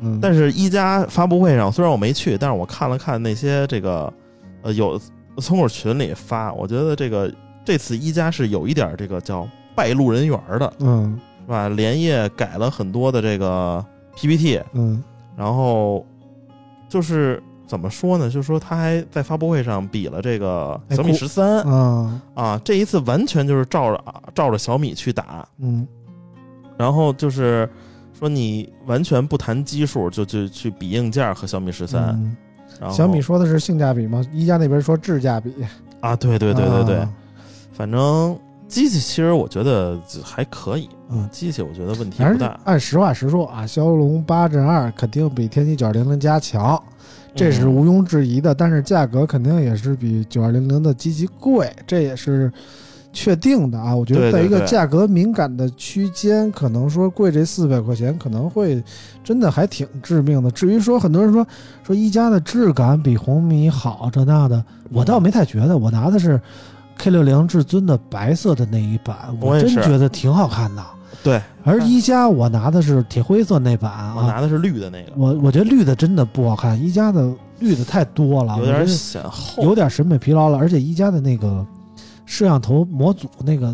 [SPEAKER 2] 嗯
[SPEAKER 7] 但是一加发布会上，虽然我没去，但是我看了看那些这个，呃，有村口群里发，我觉得这个这次一加是有一点这个叫败路人缘儿的，
[SPEAKER 2] 嗯
[SPEAKER 7] 是吧？连夜改了很多的这个 PPT，
[SPEAKER 2] 嗯
[SPEAKER 7] 然后就是怎么说呢？就是说他还在发布会上比了这个
[SPEAKER 2] 哎
[SPEAKER 7] 小米
[SPEAKER 2] 酷
[SPEAKER 7] 十三
[SPEAKER 2] 啊
[SPEAKER 7] 啊，这一次完全就是照着照着小米去打，
[SPEAKER 2] 嗯
[SPEAKER 7] 然后就是说你完全不谈基数，就就去比硬件儿和小米十三、
[SPEAKER 2] 嗯
[SPEAKER 7] 然后
[SPEAKER 2] 小米说的是性价比吗？一加那边说质价比。
[SPEAKER 7] 啊，对对对对对，
[SPEAKER 2] 啊
[SPEAKER 7] 反正机器其实我觉得还可以，
[SPEAKER 2] 嗯
[SPEAKER 7] 机器我觉得问题
[SPEAKER 2] 反
[SPEAKER 7] 不
[SPEAKER 2] 正
[SPEAKER 7] 大，
[SPEAKER 2] 按实话实说啊，骁龙八 Gen 二肯定比天玑九二零零加强，这是
[SPEAKER 7] 嗯
[SPEAKER 2] 毋庸置疑的。但是价格肯定也是比九二零零的机器贵，这也是确定的啊。我觉得
[SPEAKER 7] 对对
[SPEAKER 2] 在一个
[SPEAKER 7] 对
[SPEAKER 2] 价格敏感的区间，可能说贵这四百块钱可能会真的还挺致命的。至于说很多人说说一加的质感比红米好这那的，我倒没太觉得，我拿的是 K 六零至尊的白色的那一版，
[SPEAKER 7] 我
[SPEAKER 2] 我
[SPEAKER 7] 也
[SPEAKER 2] 真
[SPEAKER 7] 是
[SPEAKER 2] 觉得挺好看的。
[SPEAKER 7] 对，
[SPEAKER 2] 而一加我拿的是铁灰色那版
[SPEAKER 7] 我
[SPEAKER 2] 啊，
[SPEAKER 7] 拿的是绿的那个，
[SPEAKER 2] 我我觉得绿的真的不好看，一加的绿的太多了，
[SPEAKER 7] 有
[SPEAKER 2] 我觉
[SPEAKER 7] 点
[SPEAKER 2] 得
[SPEAKER 7] 显厚，
[SPEAKER 2] 有点审美疲劳了，而且一加的那个摄像头模组那个、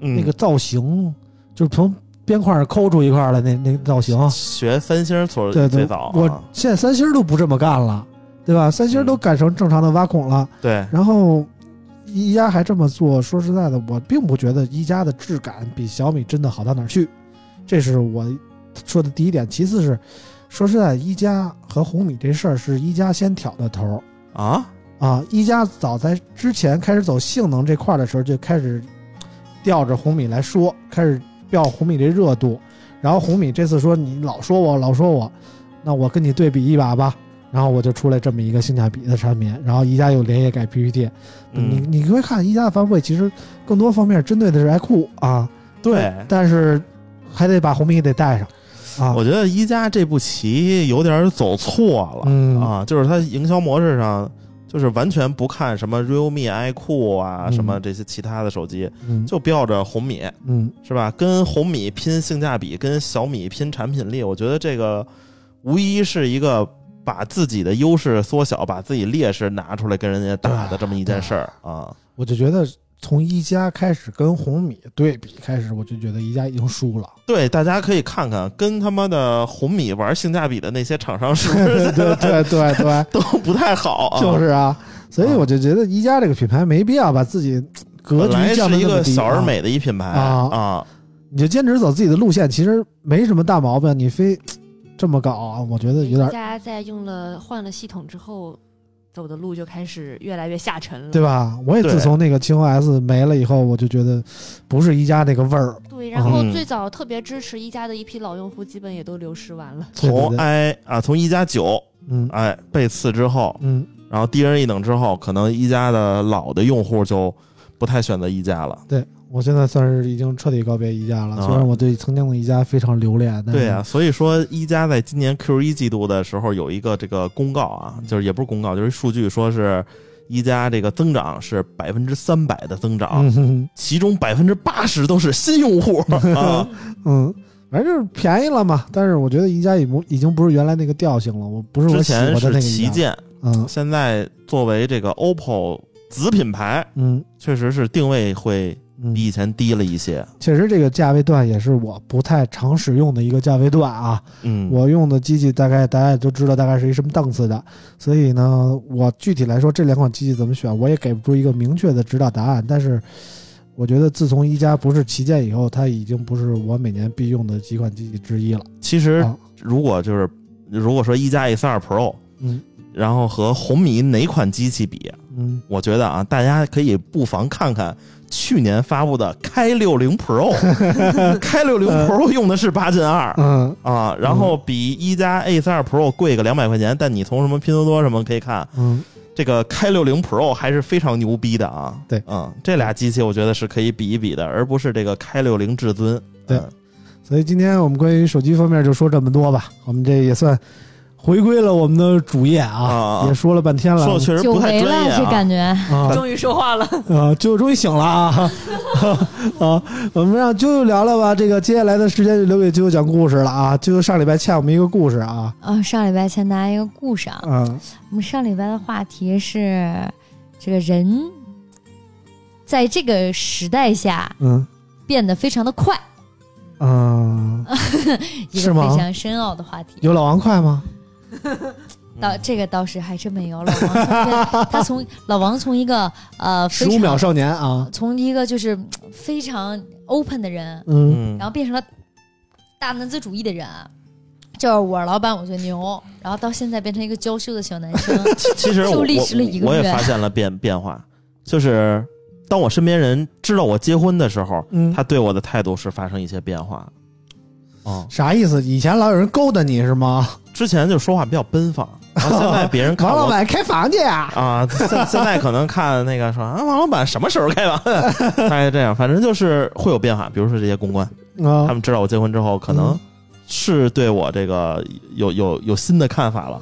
[SPEAKER 7] 嗯
[SPEAKER 2] 那个造型，就是从边框上抠出一块儿来那那个造型，啊
[SPEAKER 7] 学三星所
[SPEAKER 2] 对对
[SPEAKER 7] 最早，啊，嗯
[SPEAKER 2] 我现在三星都不这么干了，对吧？三星都改成正常的挖孔了，
[SPEAKER 7] 对
[SPEAKER 2] 然后一加还这么做，说实在的，我并不觉得一加的质感比小米真的好到哪儿去，这是我说的第一点。其次是，说实在，一加和红米这事儿是一加先挑的头儿。
[SPEAKER 7] 啊，
[SPEAKER 2] 啊，一加早在之前开始走性能这块儿的时候，就开始吊着红米来说，开始吊红米这热度。然后红米这次说你老说我，老说我，那我跟你对比一把吧。然后我就出来这么一个性价比的产品，然后一加又连夜改 PPT，、
[SPEAKER 7] 嗯，
[SPEAKER 2] 你你会看一加的发布会，其实更多方面针对的是 iQOO 啊，
[SPEAKER 7] 对。
[SPEAKER 2] 但是还得把红米得带上啊，
[SPEAKER 7] 我觉得一加这步棋有点走错了、
[SPEAKER 2] 嗯
[SPEAKER 7] 啊，就是它营销模式上，就是完全不看什么 realme、iQOO 啊，
[SPEAKER 2] 嗯
[SPEAKER 7] 什么这些其他的手机，
[SPEAKER 2] 嗯
[SPEAKER 7] 就标着红米
[SPEAKER 2] 嗯
[SPEAKER 7] 是吧？跟红米拼性价比，跟小米拼产品力，我觉得这个无疑是一个把自己的优势缩小，把自己劣势拿出来跟人家打的这么一
[SPEAKER 2] 嗯
[SPEAKER 7] 件事儿啊。
[SPEAKER 2] 我就觉得从一加开始跟红米对比开始，我就觉得一加已经输了。
[SPEAKER 7] 对，大家可以看看，跟他妈的红米玩性价比的那些厂商是不是
[SPEAKER 2] 对对对对，
[SPEAKER 7] 都不太好啊？
[SPEAKER 2] 就是啊，所以我就觉得一加这个品牌没必要把自己格
[SPEAKER 7] 本来
[SPEAKER 2] 局降
[SPEAKER 7] 是
[SPEAKER 2] 得
[SPEAKER 7] 一
[SPEAKER 2] 那么
[SPEAKER 7] 个
[SPEAKER 2] 低、啊。
[SPEAKER 7] 小而，美的一品牌
[SPEAKER 2] 啊
[SPEAKER 7] 啊，
[SPEAKER 2] 你就坚持走自己的路线，其实没什么大毛病。你非这么搞啊，我觉得有点
[SPEAKER 4] 家在用了换了系统之后，走的路就开始越来越下沉了。
[SPEAKER 2] 对吧？我也
[SPEAKER 7] 对
[SPEAKER 2] 自从那个青 OS 没了以后，我就觉得不是一加那个味儿。
[SPEAKER 4] 对，然后
[SPEAKER 7] 嗯
[SPEAKER 4] 最早特别支持一加的一批老用户，基本也都流失完了。
[SPEAKER 2] 对对
[SPEAKER 7] 从
[SPEAKER 2] 对
[SPEAKER 7] i 啊，从一加九
[SPEAKER 2] 嗯
[SPEAKER 7] 哎被刺之后，
[SPEAKER 2] 嗯，
[SPEAKER 7] 然后低人一等之后，可能一加的老的用户就不太选择一加了。
[SPEAKER 2] 对我现在算是已经彻底告别一加了。
[SPEAKER 7] 啊
[SPEAKER 2] 虽然我对曾经的一加非常留恋，但是
[SPEAKER 7] 对啊，所以说一加在今年 Q 一季度的时候有一个这个公告啊，就是也不是公告，就是数据说是一加这个增长是百分之三百的增长，
[SPEAKER 2] 嗯哼哼
[SPEAKER 7] 其中百分之八十都是新 用户啊。
[SPEAKER 2] 嗯，反正就是便宜了嘛。但是我觉得宜家已不已经不是原来那个调性了，我不是我
[SPEAKER 7] 之
[SPEAKER 2] 喜欢的
[SPEAKER 7] 前
[SPEAKER 2] 那
[SPEAKER 7] 是
[SPEAKER 2] 个
[SPEAKER 7] 旗
[SPEAKER 2] 宜家。
[SPEAKER 7] 舰，
[SPEAKER 2] 嗯
[SPEAKER 7] 现在作为这个 OPPO 子品牌，
[SPEAKER 2] 嗯
[SPEAKER 7] 确实是定位会
[SPEAKER 2] 嗯
[SPEAKER 7] 比，以前低了一些。
[SPEAKER 2] 确实这个价位段也是我不太常使用的一个价位段啊。
[SPEAKER 7] 嗯，
[SPEAKER 2] 我用的机器大概大家也都知道大概是一什么档次的，所以呢，我具体来说这两款机器怎么选，我也给不出一个明确的指导答案。但是我觉得自从宜家不是旗舰以后，它已经不是我每年必用的几款机器之一了。
[SPEAKER 7] 其实
[SPEAKER 2] 啊
[SPEAKER 7] 如果就是如果说一加 A 三二 Pro，
[SPEAKER 2] 嗯
[SPEAKER 7] 然后和红米哪款机器比，
[SPEAKER 2] 嗯，
[SPEAKER 7] 我觉得啊，大家可以不妨看看去年发布的开六零 Pro，开六零 Pro 用的是八进二。
[SPEAKER 2] 嗯
[SPEAKER 7] 啊，然后比一加 A 三二 Pro 贵个两百块钱，但你从什么拼多多什么可以看，
[SPEAKER 2] 嗯，
[SPEAKER 7] 这个开六零 Pro 还是非常牛逼的啊。
[SPEAKER 2] 对
[SPEAKER 7] 嗯，这俩机器我觉得是可以比一比的，而不是这个开六零至尊。
[SPEAKER 2] 对
[SPEAKER 7] 嗯
[SPEAKER 2] 所以今天我们关于手机方面就说这么多吧，我们这也算回归了我们的主业啊，
[SPEAKER 7] 啊
[SPEAKER 2] 也说了半天了，
[SPEAKER 7] 说的确实
[SPEAKER 1] 久
[SPEAKER 7] 不太
[SPEAKER 1] 违
[SPEAKER 7] 专
[SPEAKER 1] 了，
[SPEAKER 7] 业
[SPEAKER 1] 这
[SPEAKER 7] 啊。
[SPEAKER 1] 感觉。
[SPEAKER 2] 啊
[SPEAKER 4] 终于说话了，
[SPEAKER 2] 啊，就终于醒了啊 啊！我们让啾啾聊聊吧，这个接下来的时间就留给啾啾讲故事了啊。啾啾上礼拜欠我们一个故事啊，
[SPEAKER 1] 哦，上礼拜欠大家一个故事啊，
[SPEAKER 2] 嗯
[SPEAKER 1] 我们上礼拜的话题是这个人在这个时代下
[SPEAKER 2] 嗯
[SPEAKER 1] 变得非常的快，
[SPEAKER 2] 嗯，
[SPEAKER 1] 一
[SPEAKER 2] 是
[SPEAKER 1] 个
[SPEAKER 2] 吗
[SPEAKER 1] 非常深奥的话题。
[SPEAKER 2] 有老王快吗？
[SPEAKER 7] 嗯
[SPEAKER 1] 倒
[SPEAKER 2] 嗯
[SPEAKER 1] 这个倒是还真没有，老王从这他从老王从一个呃非
[SPEAKER 2] 十五秒
[SPEAKER 1] 常
[SPEAKER 2] 少年啊，
[SPEAKER 1] 从一个就是嗯非常 open 的人，
[SPEAKER 2] 嗯
[SPEAKER 7] 嗯
[SPEAKER 1] 然后变成了大男子主义的人，啊就是我是老板我最牛，然后到现在变成一个娇羞的小男 生，
[SPEAKER 7] 其其实
[SPEAKER 1] 就
[SPEAKER 7] 我
[SPEAKER 1] 历时了一个
[SPEAKER 7] 我我
[SPEAKER 1] 月
[SPEAKER 7] 也发现了变变化，就是当我身边人知道我结婚的时候，
[SPEAKER 2] 嗯，
[SPEAKER 7] 他对我的态度是发生一些变化。哦，
[SPEAKER 2] 啥意思？以前老有人勾搭你是吗？
[SPEAKER 7] 之前就说话比较奔放，然后现在别人 看
[SPEAKER 2] 王老
[SPEAKER 7] 我
[SPEAKER 2] 板开房去啊！
[SPEAKER 7] 啊，现现在可能看那个说啊，王老板什么时候开完？ 大概这样，反正就是会有变化。比如说这些公关，他
[SPEAKER 2] 啊，
[SPEAKER 7] 们知道我结婚之后，可能
[SPEAKER 2] 嗯
[SPEAKER 7] 是对我这个有有有新的看法了，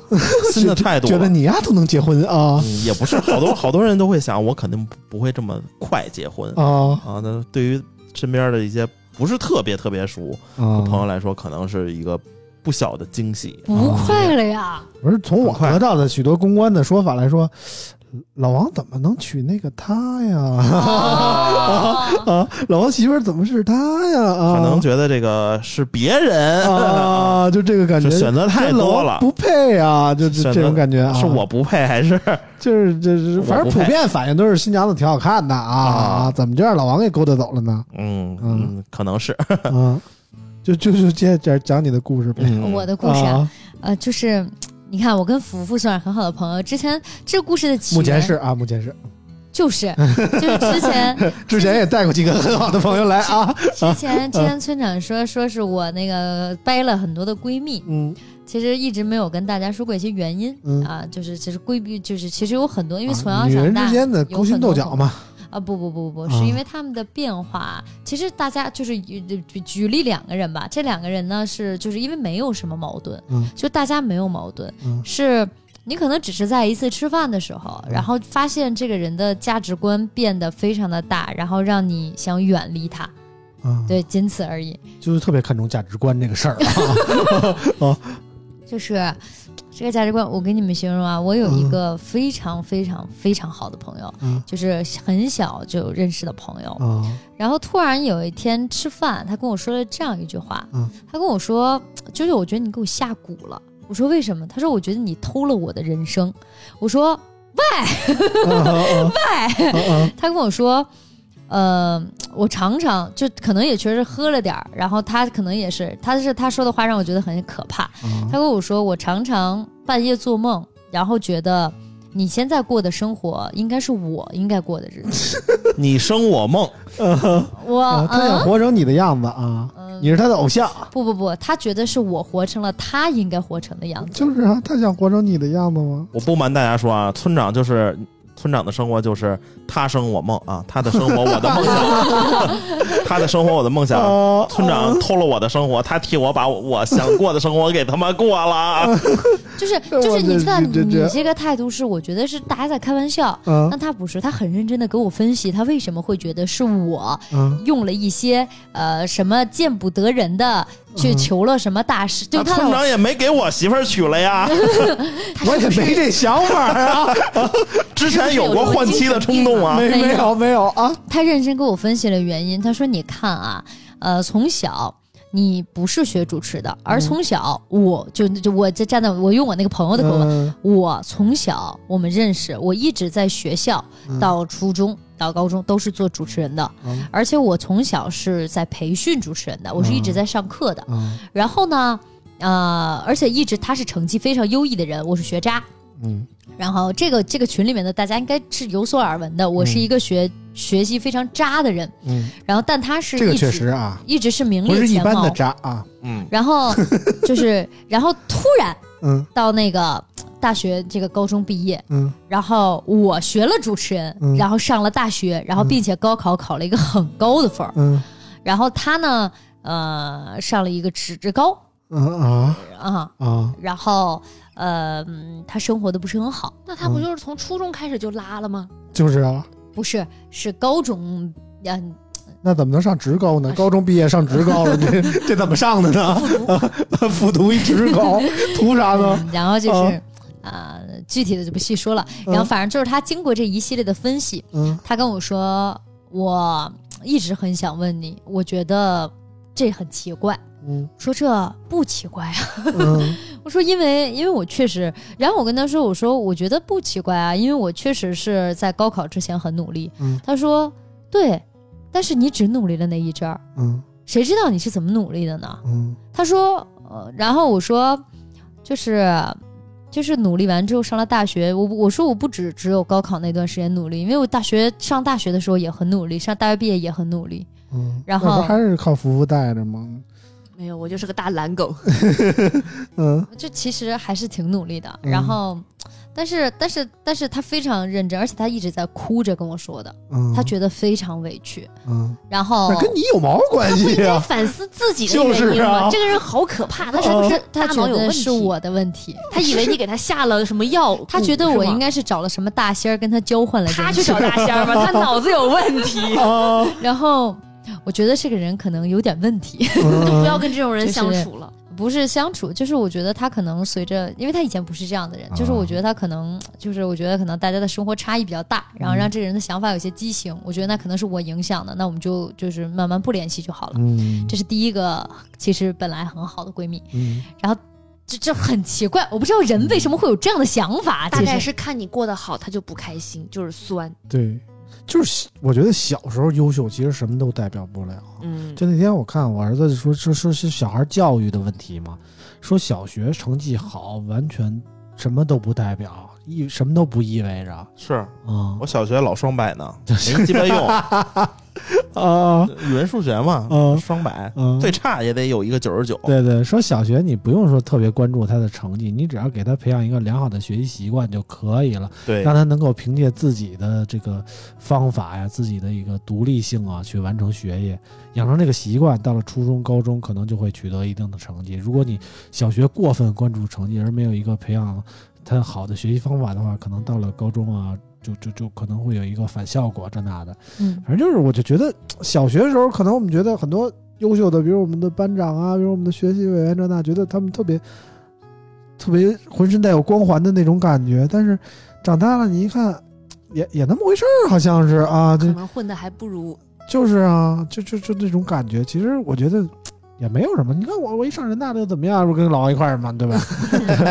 [SPEAKER 7] 新的态 度
[SPEAKER 2] 觉
[SPEAKER 7] 了。
[SPEAKER 2] 得你呀都能结婚啊
[SPEAKER 7] 嗯也不是好多 好多人都会想，我肯定不不会这么快结婚
[SPEAKER 2] 啊
[SPEAKER 7] 啊。那对于身边的一些不是特别特别熟的朋
[SPEAKER 2] 啊！
[SPEAKER 7] 友来说，可能是一个不小的惊喜。
[SPEAKER 1] 不
[SPEAKER 2] 哦
[SPEAKER 1] 快了呀！
[SPEAKER 2] 不是从我
[SPEAKER 7] 很快
[SPEAKER 2] 得到的许多公关的说法来说，老王怎么能娶那个她呀？
[SPEAKER 1] 哦
[SPEAKER 2] 啊，老王媳妇儿怎么是她呀？啊，
[SPEAKER 7] 可能觉得这个是别人， 哦
[SPEAKER 2] 啊，就这个感觉，
[SPEAKER 7] 就选择太
[SPEAKER 2] 这老
[SPEAKER 7] 多
[SPEAKER 2] 王
[SPEAKER 7] 了，
[SPEAKER 2] 不配啊，就就
[SPEAKER 7] 选择
[SPEAKER 2] 这种感觉啊，
[SPEAKER 7] 是我不配还是
[SPEAKER 2] 就是这是，
[SPEAKER 7] 我
[SPEAKER 2] 反正
[SPEAKER 7] 不
[SPEAKER 2] 普
[SPEAKER 7] 配
[SPEAKER 2] 遍反应都是新娘子挺好看的啊，
[SPEAKER 7] 啊
[SPEAKER 2] 怎么就让老王给勾搭走了呢？
[SPEAKER 7] 嗯
[SPEAKER 2] 嗯
[SPEAKER 7] 嗯，可能是
[SPEAKER 2] 啊，就就就接着讲你的故事呗。
[SPEAKER 7] 嗯
[SPEAKER 1] 我的故事啊，
[SPEAKER 2] 啊，
[SPEAKER 1] 呃，就是你看，我跟福福算是很好的朋友。之前这故事的起
[SPEAKER 2] 目前
[SPEAKER 1] 源
[SPEAKER 2] 是啊，目前是，
[SPEAKER 1] 就是就是之前
[SPEAKER 2] 之前也带过几个很好的朋友来啊，
[SPEAKER 1] 之前之前村长说说是我那个掰了很多的闺蜜，
[SPEAKER 2] 嗯
[SPEAKER 1] 其实一直没有跟大家说过一些原因、
[SPEAKER 2] 嗯，
[SPEAKER 1] 啊，就是其实闺蜜就是其实有很多，因为从
[SPEAKER 2] 啊
[SPEAKER 1] 小
[SPEAKER 2] 女
[SPEAKER 1] 长
[SPEAKER 2] 人
[SPEAKER 1] 大
[SPEAKER 2] 之间的勾心斗角嘛，
[SPEAKER 1] 啊，不不不不不，
[SPEAKER 2] 啊
[SPEAKER 1] 是因为他们的变化。其实大家就是举举例两个人吧，这两个人呢是就是因为没有什么矛盾，
[SPEAKER 2] 嗯
[SPEAKER 1] 就大家没有矛盾，
[SPEAKER 2] 嗯
[SPEAKER 1] 是你可能只是在一次吃饭的时候，然后发现这个人的价值观变得非常的大，然后让你想远离他，
[SPEAKER 2] 啊，，
[SPEAKER 1] 对，仅此而已。
[SPEAKER 2] 就是特别看重价值观这个事儿啊，
[SPEAKER 1] 就是这个价值观，我给你们形容啊，我有一个非常非常非常好的朋友，
[SPEAKER 2] 嗯
[SPEAKER 1] 就是很小就认识的朋友，
[SPEAKER 2] 啊
[SPEAKER 1] 然后突然有一天吃饭，他跟我说了这样一句话，
[SPEAKER 2] 嗯
[SPEAKER 1] 他跟我说：“就是我觉得你给我下蛊了。”我说：“为什么？”他说：“我觉得你偷了我的人生。”我说
[SPEAKER 2] 喂喂：“，
[SPEAKER 1] 他跟我说，呃，我常常就可能也确实喝了点儿，然后他可能也是，他是他说的话让我觉得很可怕。他跟我说，我常常半夜做梦，然后觉得你现在过的生活应该是我应该过的日 子。
[SPEAKER 7] 你生我梦，
[SPEAKER 1] 我
[SPEAKER 2] 啊他想
[SPEAKER 1] 嗯
[SPEAKER 2] 活成你的样子啊，
[SPEAKER 1] 嗯
[SPEAKER 2] 你是他的偶像，
[SPEAKER 1] 不不不，他觉得是我活成了他应该活成的 样子。
[SPEAKER 2] 就是啊，他想活成你的样子吗？
[SPEAKER 7] 我不瞒大家说啊，村长就是村长的生活就是他生我梦啊，他的生活我的梦想， 他的生活我的梦想。
[SPEAKER 2] 啊，
[SPEAKER 7] 村长偷了我的生活，他替我把我我想过的生活给他妈过了啊。
[SPEAKER 1] 就是
[SPEAKER 2] 我
[SPEAKER 1] 就是，你
[SPEAKER 2] 这
[SPEAKER 1] 知道
[SPEAKER 2] 这
[SPEAKER 1] 你
[SPEAKER 2] 这这
[SPEAKER 1] 你这个态度是，我觉得是大家在开玩笑，
[SPEAKER 2] 嗯
[SPEAKER 1] 但他不是，他很认真的给我分析，他为什么会觉得是我
[SPEAKER 2] 嗯
[SPEAKER 1] 用了一些呃什么见不得人的去
[SPEAKER 2] 嗯啊
[SPEAKER 1] 求了什么大师，就
[SPEAKER 7] 那
[SPEAKER 1] 他
[SPEAKER 7] 啊村
[SPEAKER 1] 的
[SPEAKER 7] 长也没给我媳妇儿娶 了呀，
[SPEAKER 2] 我也没这想法 啊，
[SPEAKER 7] 之前有过换妻的冲动啊。
[SPEAKER 2] 没
[SPEAKER 1] 没有
[SPEAKER 2] 没有没有啊，
[SPEAKER 1] 他认真给我分析了原因，他说你看啊，呃，从小。你不是学主持的，
[SPEAKER 2] 嗯
[SPEAKER 1] 而从小我就就我就站在我用我那个朋友的口吻，
[SPEAKER 2] 嗯
[SPEAKER 1] 我从小我们认识，我一直在学校
[SPEAKER 2] 嗯
[SPEAKER 1] 到初中到高中都是做主持人的，
[SPEAKER 2] 嗯
[SPEAKER 1] 而且我从小是在培训主持人的，我是一直在上课的。
[SPEAKER 2] 嗯
[SPEAKER 1] 然后呢，呃，而且一直他是成绩非常优异的人，我是学渣。
[SPEAKER 2] 嗯
[SPEAKER 1] 然后这个这个群里面的大家应该是有所耳闻的，我是一个学、学习非常渣的人。
[SPEAKER 2] 嗯，
[SPEAKER 1] 然后但他是一
[SPEAKER 2] 这个确
[SPEAKER 1] 直
[SPEAKER 2] 实啊，
[SPEAKER 1] 一直是名
[SPEAKER 2] 不
[SPEAKER 1] 列
[SPEAKER 2] 是一
[SPEAKER 1] 前
[SPEAKER 2] 般的
[SPEAKER 1] 茅。
[SPEAKER 2] 渣啊，
[SPEAKER 7] 嗯，
[SPEAKER 1] 然后就是， 然后突然
[SPEAKER 2] 嗯
[SPEAKER 1] 到那个大学这个高中毕业，
[SPEAKER 2] 嗯
[SPEAKER 1] 然后我学了主持人，
[SPEAKER 2] 嗯
[SPEAKER 1] 然后上了大学，然后并且高考考了一个很高的分儿，
[SPEAKER 2] 嗯
[SPEAKER 1] 然后他呢，呃，上了一个职职高
[SPEAKER 2] 嗯啊
[SPEAKER 1] 啊，
[SPEAKER 2] 啊，
[SPEAKER 1] 然后呃，嗯他生活的不是很好，
[SPEAKER 4] 那
[SPEAKER 2] 嗯
[SPEAKER 4] 他不就是从初中开始就拉了吗？
[SPEAKER 2] 就是啊，
[SPEAKER 1] 不是是高中，嗯、
[SPEAKER 2] 那怎么能上职高呢？高中毕业上职高了，这 这怎么上的呢？ 复读一职高，图啥呢？
[SPEAKER 1] 然后就是。啊、具体的就不细说了。然后
[SPEAKER 2] 哦嗯
[SPEAKER 1] 反正就是他经过这一系列的分析，
[SPEAKER 2] 嗯
[SPEAKER 1] 他跟我说，我一直很想问你，我觉得这很奇怪。
[SPEAKER 2] 嗯
[SPEAKER 1] 说这不奇怪啊，
[SPEAKER 2] 嗯
[SPEAKER 1] 我说因为因为我确实，然后我跟他说，我说我觉得不奇怪啊，因为我确实是在高考之前很努力。
[SPEAKER 2] 嗯
[SPEAKER 1] 他说对，但是你只努力了那一阵儿，
[SPEAKER 2] 嗯
[SPEAKER 1] 谁知道你是怎么努力的呢？
[SPEAKER 2] 嗯
[SPEAKER 1] 他说，呃，然后我说就是。就是努力完之后上了大学，我我说我不只只有高考那段时间努力，因为我大学上大学的时候也很努力，上大学毕业也很努力。
[SPEAKER 2] 嗯，
[SPEAKER 1] 然后
[SPEAKER 2] 那不还是靠服务带着吗？
[SPEAKER 4] 没有，我就是个大懒狗。
[SPEAKER 2] 嗯
[SPEAKER 1] 就其实还是挺努力的。
[SPEAKER 2] 嗯
[SPEAKER 1] 然后，但是但是但是他非常认真，而且他一直在哭着跟我说的，
[SPEAKER 2] 嗯，
[SPEAKER 1] 他觉得非常委屈。
[SPEAKER 2] 嗯，
[SPEAKER 1] 然后
[SPEAKER 2] 那跟你有毛关
[SPEAKER 5] 不应
[SPEAKER 2] 系
[SPEAKER 5] 该
[SPEAKER 2] 啊？
[SPEAKER 5] 反思自己的
[SPEAKER 2] 就
[SPEAKER 5] 原
[SPEAKER 2] 是
[SPEAKER 5] 因吗？
[SPEAKER 2] 啊，
[SPEAKER 5] 这个人好可怕，他是
[SPEAKER 1] 不
[SPEAKER 5] 不
[SPEAKER 1] 是
[SPEAKER 5] 是
[SPEAKER 1] 呃他
[SPEAKER 5] 大
[SPEAKER 1] 觉
[SPEAKER 5] 脑有问
[SPEAKER 1] 得
[SPEAKER 5] 题？
[SPEAKER 1] 是我的问题，
[SPEAKER 5] 他以为你给他下了什么药物，
[SPEAKER 1] 他觉得我应
[SPEAKER 5] 该
[SPEAKER 1] 该是找了什么大仙儿跟他交换了这
[SPEAKER 5] 他
[SPEAKER 1] 个
[SPEAKER 5] 去找大仙儿吧，他脑子有问题
[SPEAKER 2] 啊，
[SPEAKER 1] 然后我觉得这个人可能有点问题，
[SPEAKER 5] 就 不要
[SPEAKER 2] 嗯
[SPEAKER 5] 跟这种人相
[SPEAKER 1] 就是
[SPEAKER 5] 处了。
[SPEAKER 1] 不是相处，就是我觉得他可能随着，因为他以前不是这样的
[SPEAKER 2] 啊
[SPEAKER 1] 人，就是我觉得他可能，就是我觉得可能大家的生活差异比较大，然后让这个人的想法有些畸形，我觉得那可能是我影响的，那我们就就是慢慢不联系就好了。
[SPEAKER 2] 嗯
[SPEAKER 1] 这是第一个，其实本来很好的闺蜜，
[SPEAKER 2] 嗯
[SPEAKER 1] 这这很奇怪，我不知道人为什么会有这样的想法。
[SPEAKER 5] 大
[SPEAKER 1] 其
[SPEAKER 5] 概
[SPEAKER 1] 实
[SPEAKER 5] 是看你过得好，他就不开心，就是酸。
[SPEAKER 2] 对，就是我觉得小时候优秀其实什么都代表不了。
[SPEAKER 5] 嗯，
[SPEAKER 2] 就那天我看我儿子说说说是小孩教育的问题嘛，说小学成绩好完全什么都不代表，意什么都不意味着啊。
[SPEAKER 7] 是
[SPEAKER 2] 嗯
[SPEAKER 7] 我小学老双百呢，没鸡巴 用，
[SPEAKER 2] 啊
[SPEAKER 7] 语文数学嘛，
[SPEAKER 2] 嗯
[SPEAKER 7] 双百
[SPEAKER 2] 嗯，
[SPEAKER 7] 最差也得有一个九十九。
[SPEAKER 2] 对对，说小学你不用说特别关注他的成绩，你只要给他培养一个良好的学习习惯就可以了，
[SPEAKER 7] 对
[SPEAKER 2] 让他能够凭借自己的这个方法呀、自己的一个独立性啊去完成学业，养成这个习惯，到了初中、高中可能就会取得一定的成绩。如果你小学过分关注成绩而没有一个培养他好的学习方法的话，可能到了高中啊。就就就可能会有一个反效果，这那的，
[SPEAKER 1] 嗯，
[SPEAKER 2] 反正就是，我就觉得小学的时候，可能我们觉得很多优秀的，比如我们的班长啊，比如我们的学习委员这那，觉得他们特别特别浑身带有光环的那种感觉。但是长大了，你一看，也也那么回事儿，好像是啊，
[SPEAKER 4] 可
[SPEAKER 2] 就
[SPEAKER 4] 能混的还不如
[SPEAKER 2] 就是啊，就就就那种感觉。其实我觉得也没有什么。你看我我一上人大的又怎么样？我跟老王一块儿嘛，对吧？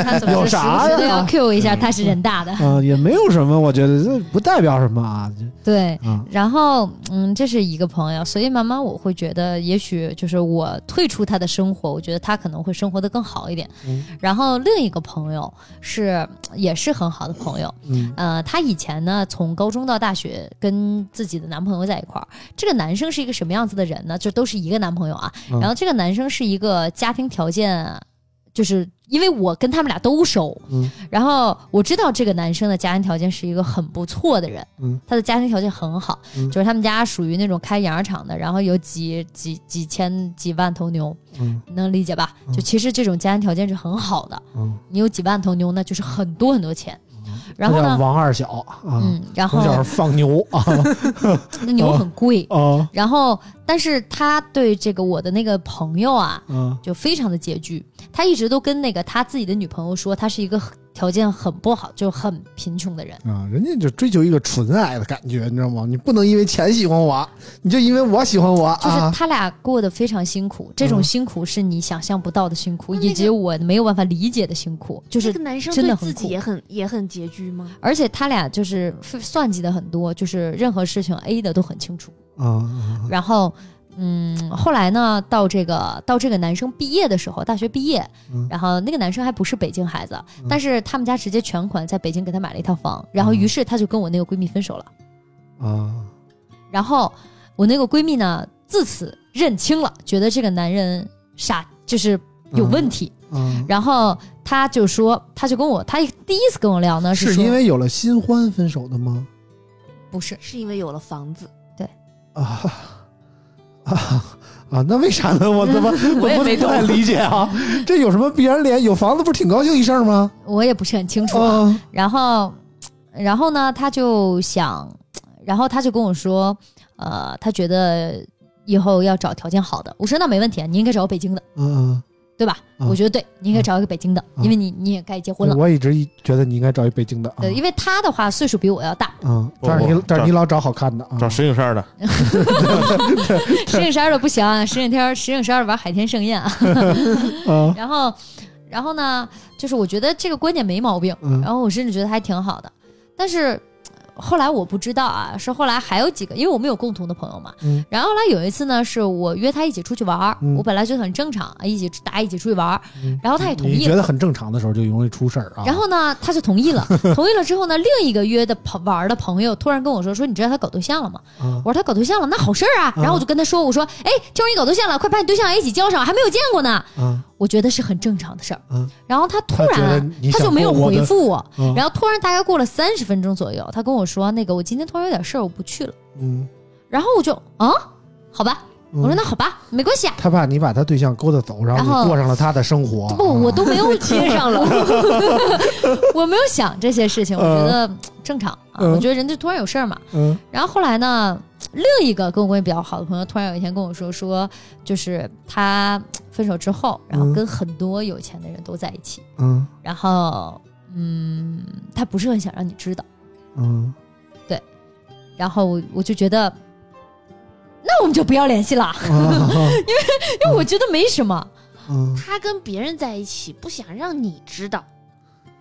[SPEAKER 1] 他总
[SPEAKER 2] 有
[SPEAKER 1] 是时
[SPEAKER 2] 啥
[SPEAKER 1] 不时的
[SPEAKER 2] 呀
[SPEAKER 1] 要 Q 一下，
[SPEAKER 7] 嗯
[SPEAKER 1] 他是人大的，
[SPEAKER 2] 啊、也没有什么。我觉得这不代表什么啊，这
[SPEAKER 1] 对。
[SPEAKER 2] 啊，
[SPEAKER 1] 然后，嗯，这是一个朋友，所以慢慢我会觉得，也许就是我退出他的生活，我觉得他可能会生活的更好一点。
[SPEAKER 2] 嗯
[SPEAKER 1] 然后另一个朋友是也是很好的朋友，
[SPEAKER 2] 嗯
[SPEAKER 1] 呃，她以前呢从高中到大学跟自己的男朋友在一块儿，这个男生是一个什么样子的人呢？就都是一个男朋友啊，
[SPEAKER 2] 嗯
[SPEAKER 1] 然后这个男生是一个家庭条件，就是因为我跟他们俩都熟，
[SPEAKER 2] 嗯
[SPEAKER 1] 然后我知道这个男生的家庭条件是一个很不错的人，
[SPEAKER 2] 嗯
[SPEAKER 1] 他的家庭条件很好，
[SPEAKER 2] 嗯
[SPEAKER 1] 就是他们家属于那种开养场的，然后有几几几千几万头牛，
[SPEAKER 2] 嗯
[SPEAKER 1] 你能理解吧？
[SPEAKER 2] 嗯
[SPEAKER 1] 就其实这种家庭条件是很好的，
[SPEAKER 2] 嗯，
[SPEAKER 1] 你有几万头牛那就是很多很多钱，然后
[SPEAKER 2] 他叫
[SPEAKER 1] 呢，
[SPEAKER 2] 王二小啊。
[SPEAKER 1] 嗯，然
[SPEAKER 2] 从小
[SPEAKER 1] 后
[SPEAKER 2] 放牛啊
[SPEAKER 1] 那牛很贵，
[SPEAKER 2] 啊
[SPEAKER 1] 然后但是他对这个我的那个朋友啊，
[SPEAKER 2] 啊！
[SPEAKER 1] 就非常的拮据。他一直都跟那个他自己的女朋友说，他是一个很条件很不好，就很贫穷的人。
[SPEAKER 2] 啊，人家就追求一个纯爱的感觉，你知道吗？你不能因为钱喜欢我，你就因为我喜欢我
[SPEAKER 1] 就是
[SPEAKER 2] 啊！
[SPEAKER 1] 他俩过得非常辛苦，这种
[SPEAKER 2] 嗯
[SPEAKER 1] 辛苦是你想象不到的辛苦，
[SPEAKER 5] 那那个
[SPEAKER 1] 以及我没有办法理解的辛苦。就
[SPEAKER 5] 这
[SPEAKER 1] 是
[SPEAKER 5] 个，男生
[SPEAKER 1] 真的
[SPEAKER 5] 对
[SPEAKER 1] 很
[SPEAKER 5] 自己
[SPEAKER 1] 酷
[SPEAKER 5] 也很也很拮据吗？
[SPEAKER 1] 而且他俩就是算计的很多，就是任何事情 A 的都很清楚。
[SPEAKER 2] 啊啊
[SPEAKER 1] 然后，嗯，后来呢，到这个到这个男生毕业的时候，大学毕业，
[SPEAKER 2] 嗯
[SPEAKER 1] 然后那个男生还不是北京孩子
[SPEAKER 2] 嗯，
[SPEAKER 1] 但是他们家直接全款在北京给他买了一套房，然后于是他就跟我那个闺蜜分手了。
[SPEAKER 2] 啊！
[SPEAKER 1] 然后我那个闺蜜呢，自此认清了，觉得这个男人傻，就是有问题。
[SPEAKER 2] 啊
[SPEAKER 1] 然后她就说，她就跟我，她第一次跟我聊呢
[SPEAKER 2] 是
[SPEAKER 1] 啊说
[SPEAKER 2] 因为有了新欢分手的吗？
[SPEAKER 1] 不是，
[SPEAKER 5] 是因为有了房子，
[SPEAKER 2] 啊啊啊！那为啥呢？我 怎么我也没不太理解啊？这有什么必然联？有房子不是挺高兴一事儿 吗？
[SPEAKER 1] 我也不是很清楚啊。
[SPEAKER 2] 啊
[SPEAKER 1] 然后，然后呢，她就想，然后她就跟我说，呃，她觉得以后要找条件好的。我说那没问题啊，你应该找北京的，
[SPEAKER 2] 嗯
[SPEAKER 1] 对吧？
[SPEAKER 2] 嗯
[SPEAKER 1] 我觉得对，你应该找一个北京的，
[SPEAKER 2] 嗯
[SPEAKER 1] 因为你你也该结婚了。
[SPEAKER 2] 嗯，我一直觉得你应该找一北京的啊
[SPEAKER 1] 对，因为她的话岁数比我要 大，
[SPEAKER 2] 啊！但是
[SPEAKER 7] 不
[SPEAKER 2] 你
[SPEAKER 7] 不
[SPEAKER 2] 但是你老找好看的啊
[SPEAKER 7] 找石景山的，
[SPEAKER 1] 石景山的不行啊，石景天石景山玩海天盛宴 啊。
[SPEAKER 2] 啊
[SPEAKER 1] 然后，然后呢，就是我觉得这个观点没毛病，
[SPEAKER 2] 嗯
[SPEAKER 1] 然后我甚至觉得还挺好的。但是后来我不知道啊，是后来还有几个，因为我们有共同的朋友嘛。
[SPEAKER 2] 嗯
[SPEAKER 1] 然后后来有一次呢，是我约他一起出去玩儿，
[SPEAKER 2] 嗯
[SPEAKER 1] 我本来觉得很正常，一起大家一起出去玩儿，
[SPEAKER 2] 嗯
[SPEAKER 1] 然后他也同
[SPEAKER 2] 你
[SPEAKER 1] 意
[SPEAKER 2] 觉
[SPEAKER 1] 了。
[SPEAKER 2] 得很正常的时候就容易出事儿啊。
[SPEAKER 1] 然后呢，他就同意了。 同意了之后呢，另一个约的朋玩儿的朋友突然跟我说：“说你知道他搞对象了吗？”
[SPEAKER 2] 啊，
[SPEAKER 1] 我说他搞对象了，那好事儿啊。
[SPEAKER 2] 嗯
[SPEAKER 1] 然后我就跟他说：“我说，哎，听说你搞对象了，快把你对象也一起交上，还没有见过呢。
[SPEAKER 2] 啊，”
[SPEAKER 1] 我觉得是很正常的事儿。
[SPEAKER 2] 嗯
[SPEAKER 1] 然后他突
[SPEAKER 2] 他觉
[SPEAKER 1] 然
[SPEAKER 2] 得
[SPEAKER 1] 啊、
[SPEAKER 2] 你
[SPEAKER 1] 他
[SPEAKER 2] 想
[SPEAKER 1] 就没有
[SPEAKER 2] 跟我的
[SPEAKER 1] 回复我。
[SPEAKER 2] 啊
[SPEAKER 1] 然后突然大概过了三十分钟左右，他跟我说：“那个我今天突然有点事儿，我不去了。
[SPEAKER 2] 嗯，”
[SPEAKER 1] 然后我就啊，好吧，
[SPEAKER 2] 嗯
[SPEAKER 1] 我说那好吧，没关系啊，
[SPEAKER 2] 他怕你把他对象勾搭走，然后
[SPEAKER 1] 然
[SPEAKER 2] 你
[SPEAKER 1] 后
[SPEAKER 2] 过上了他的生活。
[SPEAKER 1] 不，
[SPEAKER 2] 啊
[SPEAKER 1] 我都没有接上 了，我没有想这些事情，我觉得正常啊，
[SPEAKER 2] 嗯
[SPEAKER 1] 我觉得人就突然有事儿嘛。
[SPEAKER 2] 嗯
[SPEAKER 1] 然后后来呢，另一个跟我关系比较好的朋友突然有一天跟我说，说就是他分手之后，然后
[SPEAKER 2] 嗯
[SPEAKER 1] 跟很多有钱的人都在一起，
[SPEAKER 2] 嗯
[SPEAKER 1] 然后嗯，他不是很想让你知道。
[SPEAKER 2] 嗯，
[SPEAKER 1] 然后我我就觉得，那我们就不要联系 了，
[SPEAKER 2] 啊
[SPEAKER 1] 因为我觉得没什么。
[SPEAKER 2] 嗯
[SPEAKER 5] 他跟别人在一起，不想让你知道。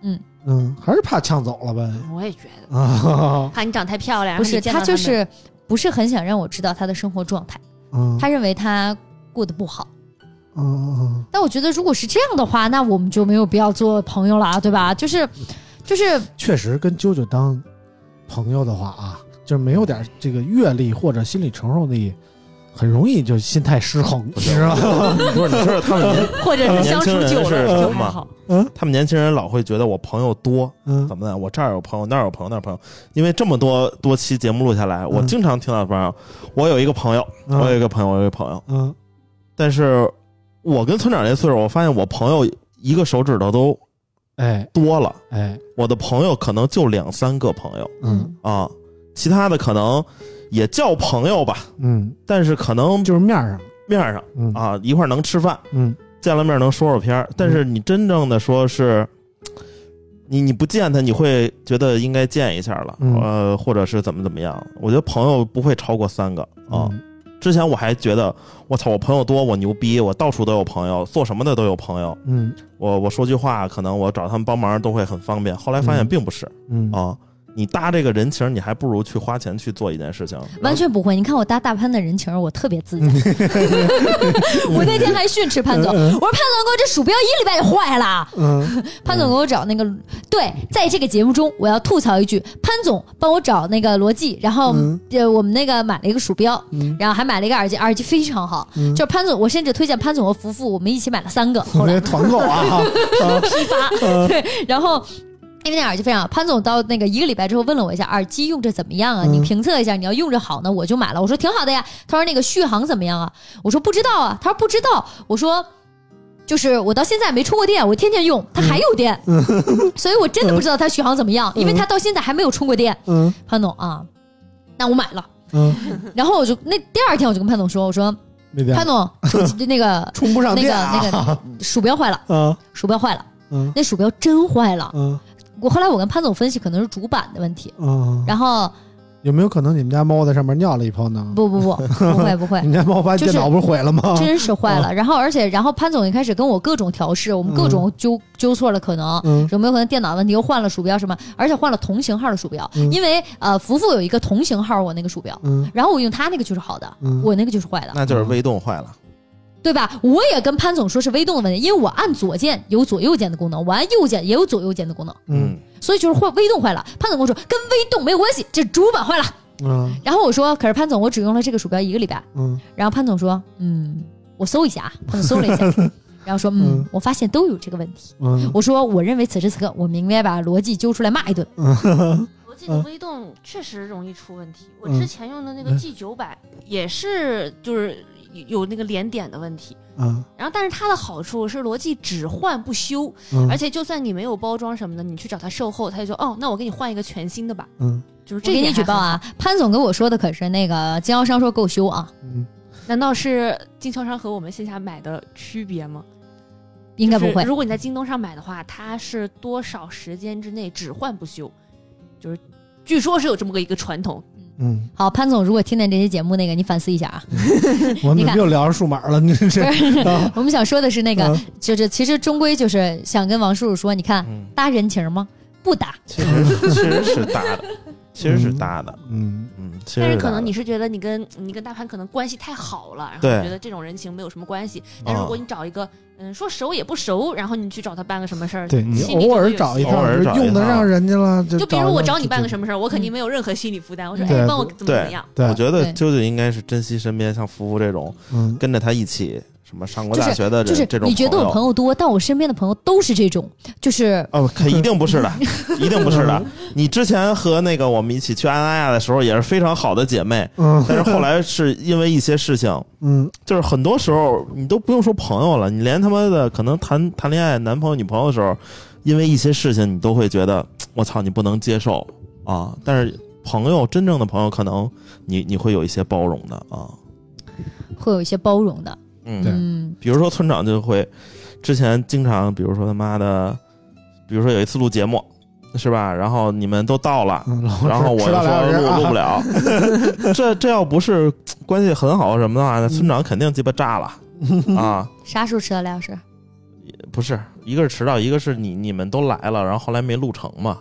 [SPEAKER 2] 嗯，还是怕呛走了呗。
[SPEAKER 5] 我也觉得，
[SPEAKER 2] 啊，
[SPEAKER 5] 怕你长太漂亮，
[SPEAKER 1] 不是，
[SPEAKER 5] 然
[SPEAKER 1] 他
[SPEAKER 5] 后嗯你见到
[SPEAKER 1] 就
[SPEAKER 5] 们
[SPEAKER 1] 是不是很想让我知道他的生活状态，
[SPEAKER 2] 嗯
[SPEAKER 1] 他认为他过得不好。
[SPEAKER 2] 嗯嗯
[SPEAKER 1] 但我觉得如果是这样的话，那我们就没有必要做朋友了啊，对吧？就是，就是
[SPEAKER 2] 嗯，确实跟啾啾当朋友的话啊，就是没有点这个阅历或者心理承受力，很容易就心态失衡，你知道吗？
[SPEAKER 7] 不是，你知道他们年
[SPEAKER 1] 或者
[SPEAKER 7] 年
[SPEAKER 1] 是相
[SPEAKER 7] 轻
[SPEAKER 1] 处
[SPEAKER 7] 人
[SPEAKER 1] 久
[SPEAKER 7] 是
[SPEAKER 1] 了就
[SPEAKER 7] 什
[SPEAKER 1] 还
[SPEAKER 7] 么
[SPEAKER 1] 好。
[SPEAKER 7] 他们年轻人老会觉得我朋友多，
[SPEAKER 2] 嗯
[SPEAKER 7] 怎么的？我这儿有朋友，那儿有朋友，那儿有朋友。因为这么多多期节目录下来，我经常听到朋友，我有一个朋友，
[SPEAKER 2] 嗯
[SPEAKER 7] 我有一个朋友，我有一个朋友。
[SPEAKER 2] 嗯
[SPEAKER 7] 但是我跟村长这岁数，我发现我朋友一个手指头都
[SPEAKER 1] 嗯
[SPEAKER 2] 哎
[SPEAKER 7] 多了，
[SPEAKER 2] 哎
[SPEAKER 7] 我的朋友可能就两三个朋友
[SPEAKER 2] 嗯
[SPEAKER 7] 啊，其他的可能也叫朋友吧，
[SPEAKER 2] 嗯，
[SPEAKER 7] 但是可能
[SPEAKER 2] 就是面儿上，
[SPEAKER 7] 面上
[SPEAKER 2] 嗯
[SPEAKER 7] 啊一块儿能吃饭，
[SPEAKER 2] 嗯
[SPEAKER 7] 见了面能说说天儿，但是你真正的说是，你你不见他，你会觉得应该见一下了，
[SPEAKER 2] 嗯
[SPEAKER 7] 呃，或者是怎么怎么样？我觉得朋友不会超过三个啊。
[SPEAKER 2] 嗯
[SPEAKER 7] 之前我还觉得我操，我朋友多，我牛逼，我到处都有朋友，做什么的都有朋友。
[SPEAKER 2] 嗯
[SPEAKER 7] 我我说句话，可能我找他们帮忙都会很方便。后来发现
[SPEAKER 2] 嗯
[SPEAKER 7] 并不是
[SPEAKER 2] 嗯
[SPEAKER 7] 啊，你搭这个人情，你还不如去花钱去做一件事情。
[SPEAKER 1] 完全不会，你看我搭大潘的人情儿，我特别 自在。我那天还训斥潘总，我说潘总给我这鼠标一礼拜就坏了。
[SPEAKER 2] 嗯
[SPEAKER 1] 潘总给我找那个，对，在这个节目中，我要吐槽一句，潘总帮我找那个逻辑，然后、
[SPEAKER 2] 嗯
[SPEAKER 1] 呃，我们那个买了一个鼠标，
[SPEAKER 2] 嗯
[SPEAKER 1] 然后还买了一个耳机，耳机非常好，
[SPEAKER 2] 嗯
[SPEAKER 1] 就是潘总，我甚至推荐潘总和福福，我们一起买了三个，后
[SPEAKER 2] 我
[SPEAKER 1] 来
[SPEAKER 2] 这团购 啊，啊
[SPEAKER 1] 批发，对，然后。因为那耳机非常好，潘总到那个一个礼拜之后问了我一下，耳机用着怎么样啊？
[SPEAKER 2] 嗯
[SPEAKER 1] 你评测一下，你要用着好呢，我就买了。我说挺好的呀。他说那个续航怎么样啊？我说不知道啊。他说不知道。我说就是我到现在没充过电，我天天用，它
[SPEAKER 2] 嗯
[SPEAKER 1] 还有 电，所以我真的不知道它续航怎么样，因为它到现在还没有充过电。
[SPEAKER 2] 嗯
[SPEAKER 1] 潘总啊，那我买了。
[SPEAKER 2] 嗯，
[SPEAKER 1] 然后我就那第二天我就跟潘总说，我说
[SPEAKER 2] 那边
[SPEAKER 1] 潘 总，手机那个
[SPEAKER 2] 充不上
[SPEAKER 1] 那
[SPEAKER 2] 电
[SPEAKER 1] 个
[SPEAKER 2] 啊，
[SPEAKER 1] 那 个鼠标坏了，
[SPEAKER 2] 啊
[SPEAKER 1] 鼠标坏了，
[SPEAKER 2] 嗯
[SPEAKER 1] 那鼠标真坏了。
[SPEAKER 2] 嗯
[SPEAKER 1] 我后来我跟潘总分析，可能是主板的问题。
[SPEAKER 2] 嗯，
[SPEAKER 1] 然后
[SPEAKER 2] 有没有可能你们家猫在上面尿了一泡呢？
[SPEAKER 1] 不不不， 不会不会
[SPEAKER 2] 你，们家猫把
[SPEAKER 1] 就是
[SPEAKER 2] 电脑不是毁了吗？
[SPEAKER 1] 真是坏
[SPEAKER 2] 哦
[SPEAKER 1] 了。然后而且然后潘总也开始跟我各种调试，我们各种纠纠错了可能。
[SPEAKER 2] 嗯
[SPEAKER 1] 有没有可能电脑问题又换了鼠标什么？而且换了同型号的鼠标，
[SPEAKER 2] 嗯
[SPEAKER 1] 因为呃，福福有一个同型号我那个鼠标，
[SPEAKER 2] 嗯
[SPEAKER 1] 然后我用他那个就是好的，
[SPEAKER 2] 嗯
[SPEAKER 1] 我那个就是坏的，
[SPEAKER 7] 那就是微动坏了。
[SPEAKER 1] 对吧？我也跟潘总说是微动的问题，因为我按左键有左右键的功能，我按右键也有左右键的功能，
[SPEAKER 2] 嗯
[SPEAKER 1] 所以就是坏微动坏了。潘总跟我说跟微动没有关系，这是主板坏了。
[SPEAKER 2] 嗯
[SPEAKER 1] 然后我说，可是潘总，我只用了这个鼠标一个礼拜。
[SPEAKER 2] 嗯
[SPEAKER 1] 然后潘总说，嗯，我搜一下啊。潘总搜了一下，然后说，嗯
[SPEAKER 2] 嗯，
[SPEAKER 1] 我发现都有这个问题。
[SPEAKER 2] 嗯
[SPEAKER 1] 我说，我认为此时此刻，我明白把逻辑揪出来骂一顿。
[SPEAKER 5] 我记得微动确实容易出问题。我之前用的那个
[SPEAKER 2] 嗯
[SPEAKER 5] G 九百也是，就是有那个连点的问题。
[SPEAKER 2] 嗯
[SPEAKER 5] 然后，但是它的好处是逻辑只换不修，
[SPEAKER 2] 嗯，
[SPEAKER 5] 而且就算你没有包装什么的，你去找他售后，他就说哦，那我给你换一个全新的吧。
[SPEAKER 2] 嗯
[SPEAKER 5] 就是
[SPEAKER 1] 这
[SPEAKER 5] 这一
[SPEAKER 1] 给你
[SPEAKER 5] 点
[SPEAKER 1] 举报
[SPEAKER 5] 还
[SPEAKER 1] 啊
[SPEAKER 5] 好！！
[SPEAKER 1] 潘总跟我说的可是那个经销商说给我修啊，
[SPEAKER 2] 嗯
[SPEAKER 5] 难道是经销商和我们线下买的区别吗？
[SPEAKER 1] 应该不
[SPEAKER 5] 就是
[SPEAKER 1] 会。
[SPEAKER 5] 如果你在京东上买的话，它是多少时间之内只换不修？就是据说是有这么个一个传统。
[SPEAKER 2] 嗯，
[SPEAKER 1] 好，潘总，如果听见这期节目，那个你反思一下啊。
[SPEAKER 2] 我们
[SPEAKER 1] 你
[SPEAKER 2] 怎么
[SPEAKER 1] 看
[SPEAKER 2] 又聊上数码了？你这
[SPEAKER 1] 不是
[SPEAKER 2] 啊
[SPEAKER 1] 我们想说的是那个
[SPEAKER 2] 嗯，
[SPEAKER 1] 就是其实终归就是想跟王叔叔说，你看
[SPEAKER 7] 嗯，
[SPEAKER 1] 搭人情吗？不搭，
[SPEAKER 7] 其实其实是大的。其实是搭的，
[SPEAKER 2] 嗯，
[SPEAKER 7] 嗯，其实
[SPEAKER 4] 但是
[SPEAKER 7] 搭
[SPEAKER 4] 可能
[SPEAKER 7] 的
[SPEAKER 4] 你是觉得你跟你跟大潘可能关系太好了，然后
[SPEAKER 7] 对
[SPEAKER 4] 你觉得这种人情没有什么关系。但如果
[SPEAKER 7] 嗯
[SPEAKER 4] 你找一个嗯说熟也不熟，然后你去找他办个什么事儿，
[SPEAKER 2] 对你
[SPEAKER 4] 心里
[SPEAKER 2] 偶尔
[SPEAKER 4] 肯定有
[SPEAKER 2] 找一
[SPEAKER 4] 些
[SPEAKER 2] 趟，
[SPEAKER 7] 偶尔
[SPEAKER 2] 就
[SPEAKER 7] 找一
[SPEAKER 2] 用得
[SPEAKER 7] 趟
[SPEAKER 2] 上人家了，就
[SPEAKER 4] 就比如我找你办个
[SPEAKER 2] 么，
[SPEAKER 4] 什么事儿，我
[SPEAKER 1] 嗯
[SPEAKER 4] 肯定没有任何心理负担。我说
[SPEAKER 2] 嗯对
[SPEAKER 4] 哎，帮我怎么怎么样？
[SPEAKER 2] 对，
[SPEAKER 7] 我觉得
[SPEAKER 1] 对
[SPEAKER 7] 舅舅应该是珍惜身边像福福这种
[SPEAKER 2] 嗯，
[SPEAKER 7] 跟着他一起什么上过
[SPEAKER 1] 就是
[SPEAKER 7] 大学的人、
[SPEAKER 1] 就是
[SPEAKER 7] 这种
[SPEAKER 1] 你觉得我朋
[SPEAKER 7] 友。
[SPEAKER 1] 友多，但我身边的朋友都是这种，就是
[SPEAKER 7] 哦，可一定不 是的，一定不是的。嗯你之前和那个我们一起去安那亚的时候，也是非常好的姐 妹，
[SPEAKER 2] 嗯
[SPEAKER 7] 但是后来是因为一些事情，
[SPEAKER 2] 嗯，
[SPEAKER 7] 就是很多时候你都不用说朋友了，你连他妈的可能谈谈恋爱、男朋友、女朋友的时候，因为一些事情你都会觉得我操你不能接受啊。但是朋友真正的朋友，可能你你会有一些包容的啊。
[SPEAKER 1] 会有一些包容的，
[SPEAKER 2] 对
[SPEAKER 7] 嗯，
[SPEAKER 1] 嗯，
[SPEAKER 7] 比如说村长就会之前经常，比如说他妈的，比如说有一次录节目是吧，然后你们都到了，
[SPEAKER 2] 嗯老
[SPEAKER 7] 然后我
[SPEAKER 2] 迟
[SPEAKER 7] 就
[SPEAKER 2] 到俩小时
[SPEAKER 7] 说录录不
[SPEAKER 2] 了，
[SPEAKER 7] 了，这这要不是关系很好什么的话，那村长肯定鸡巴炸了啊！
[SPEAKER 1] 啥时候迟到俩小时？
[SPEAKER 7] 不是，一个是迟到，一个是你你们都来了，然后后来没录成嘛。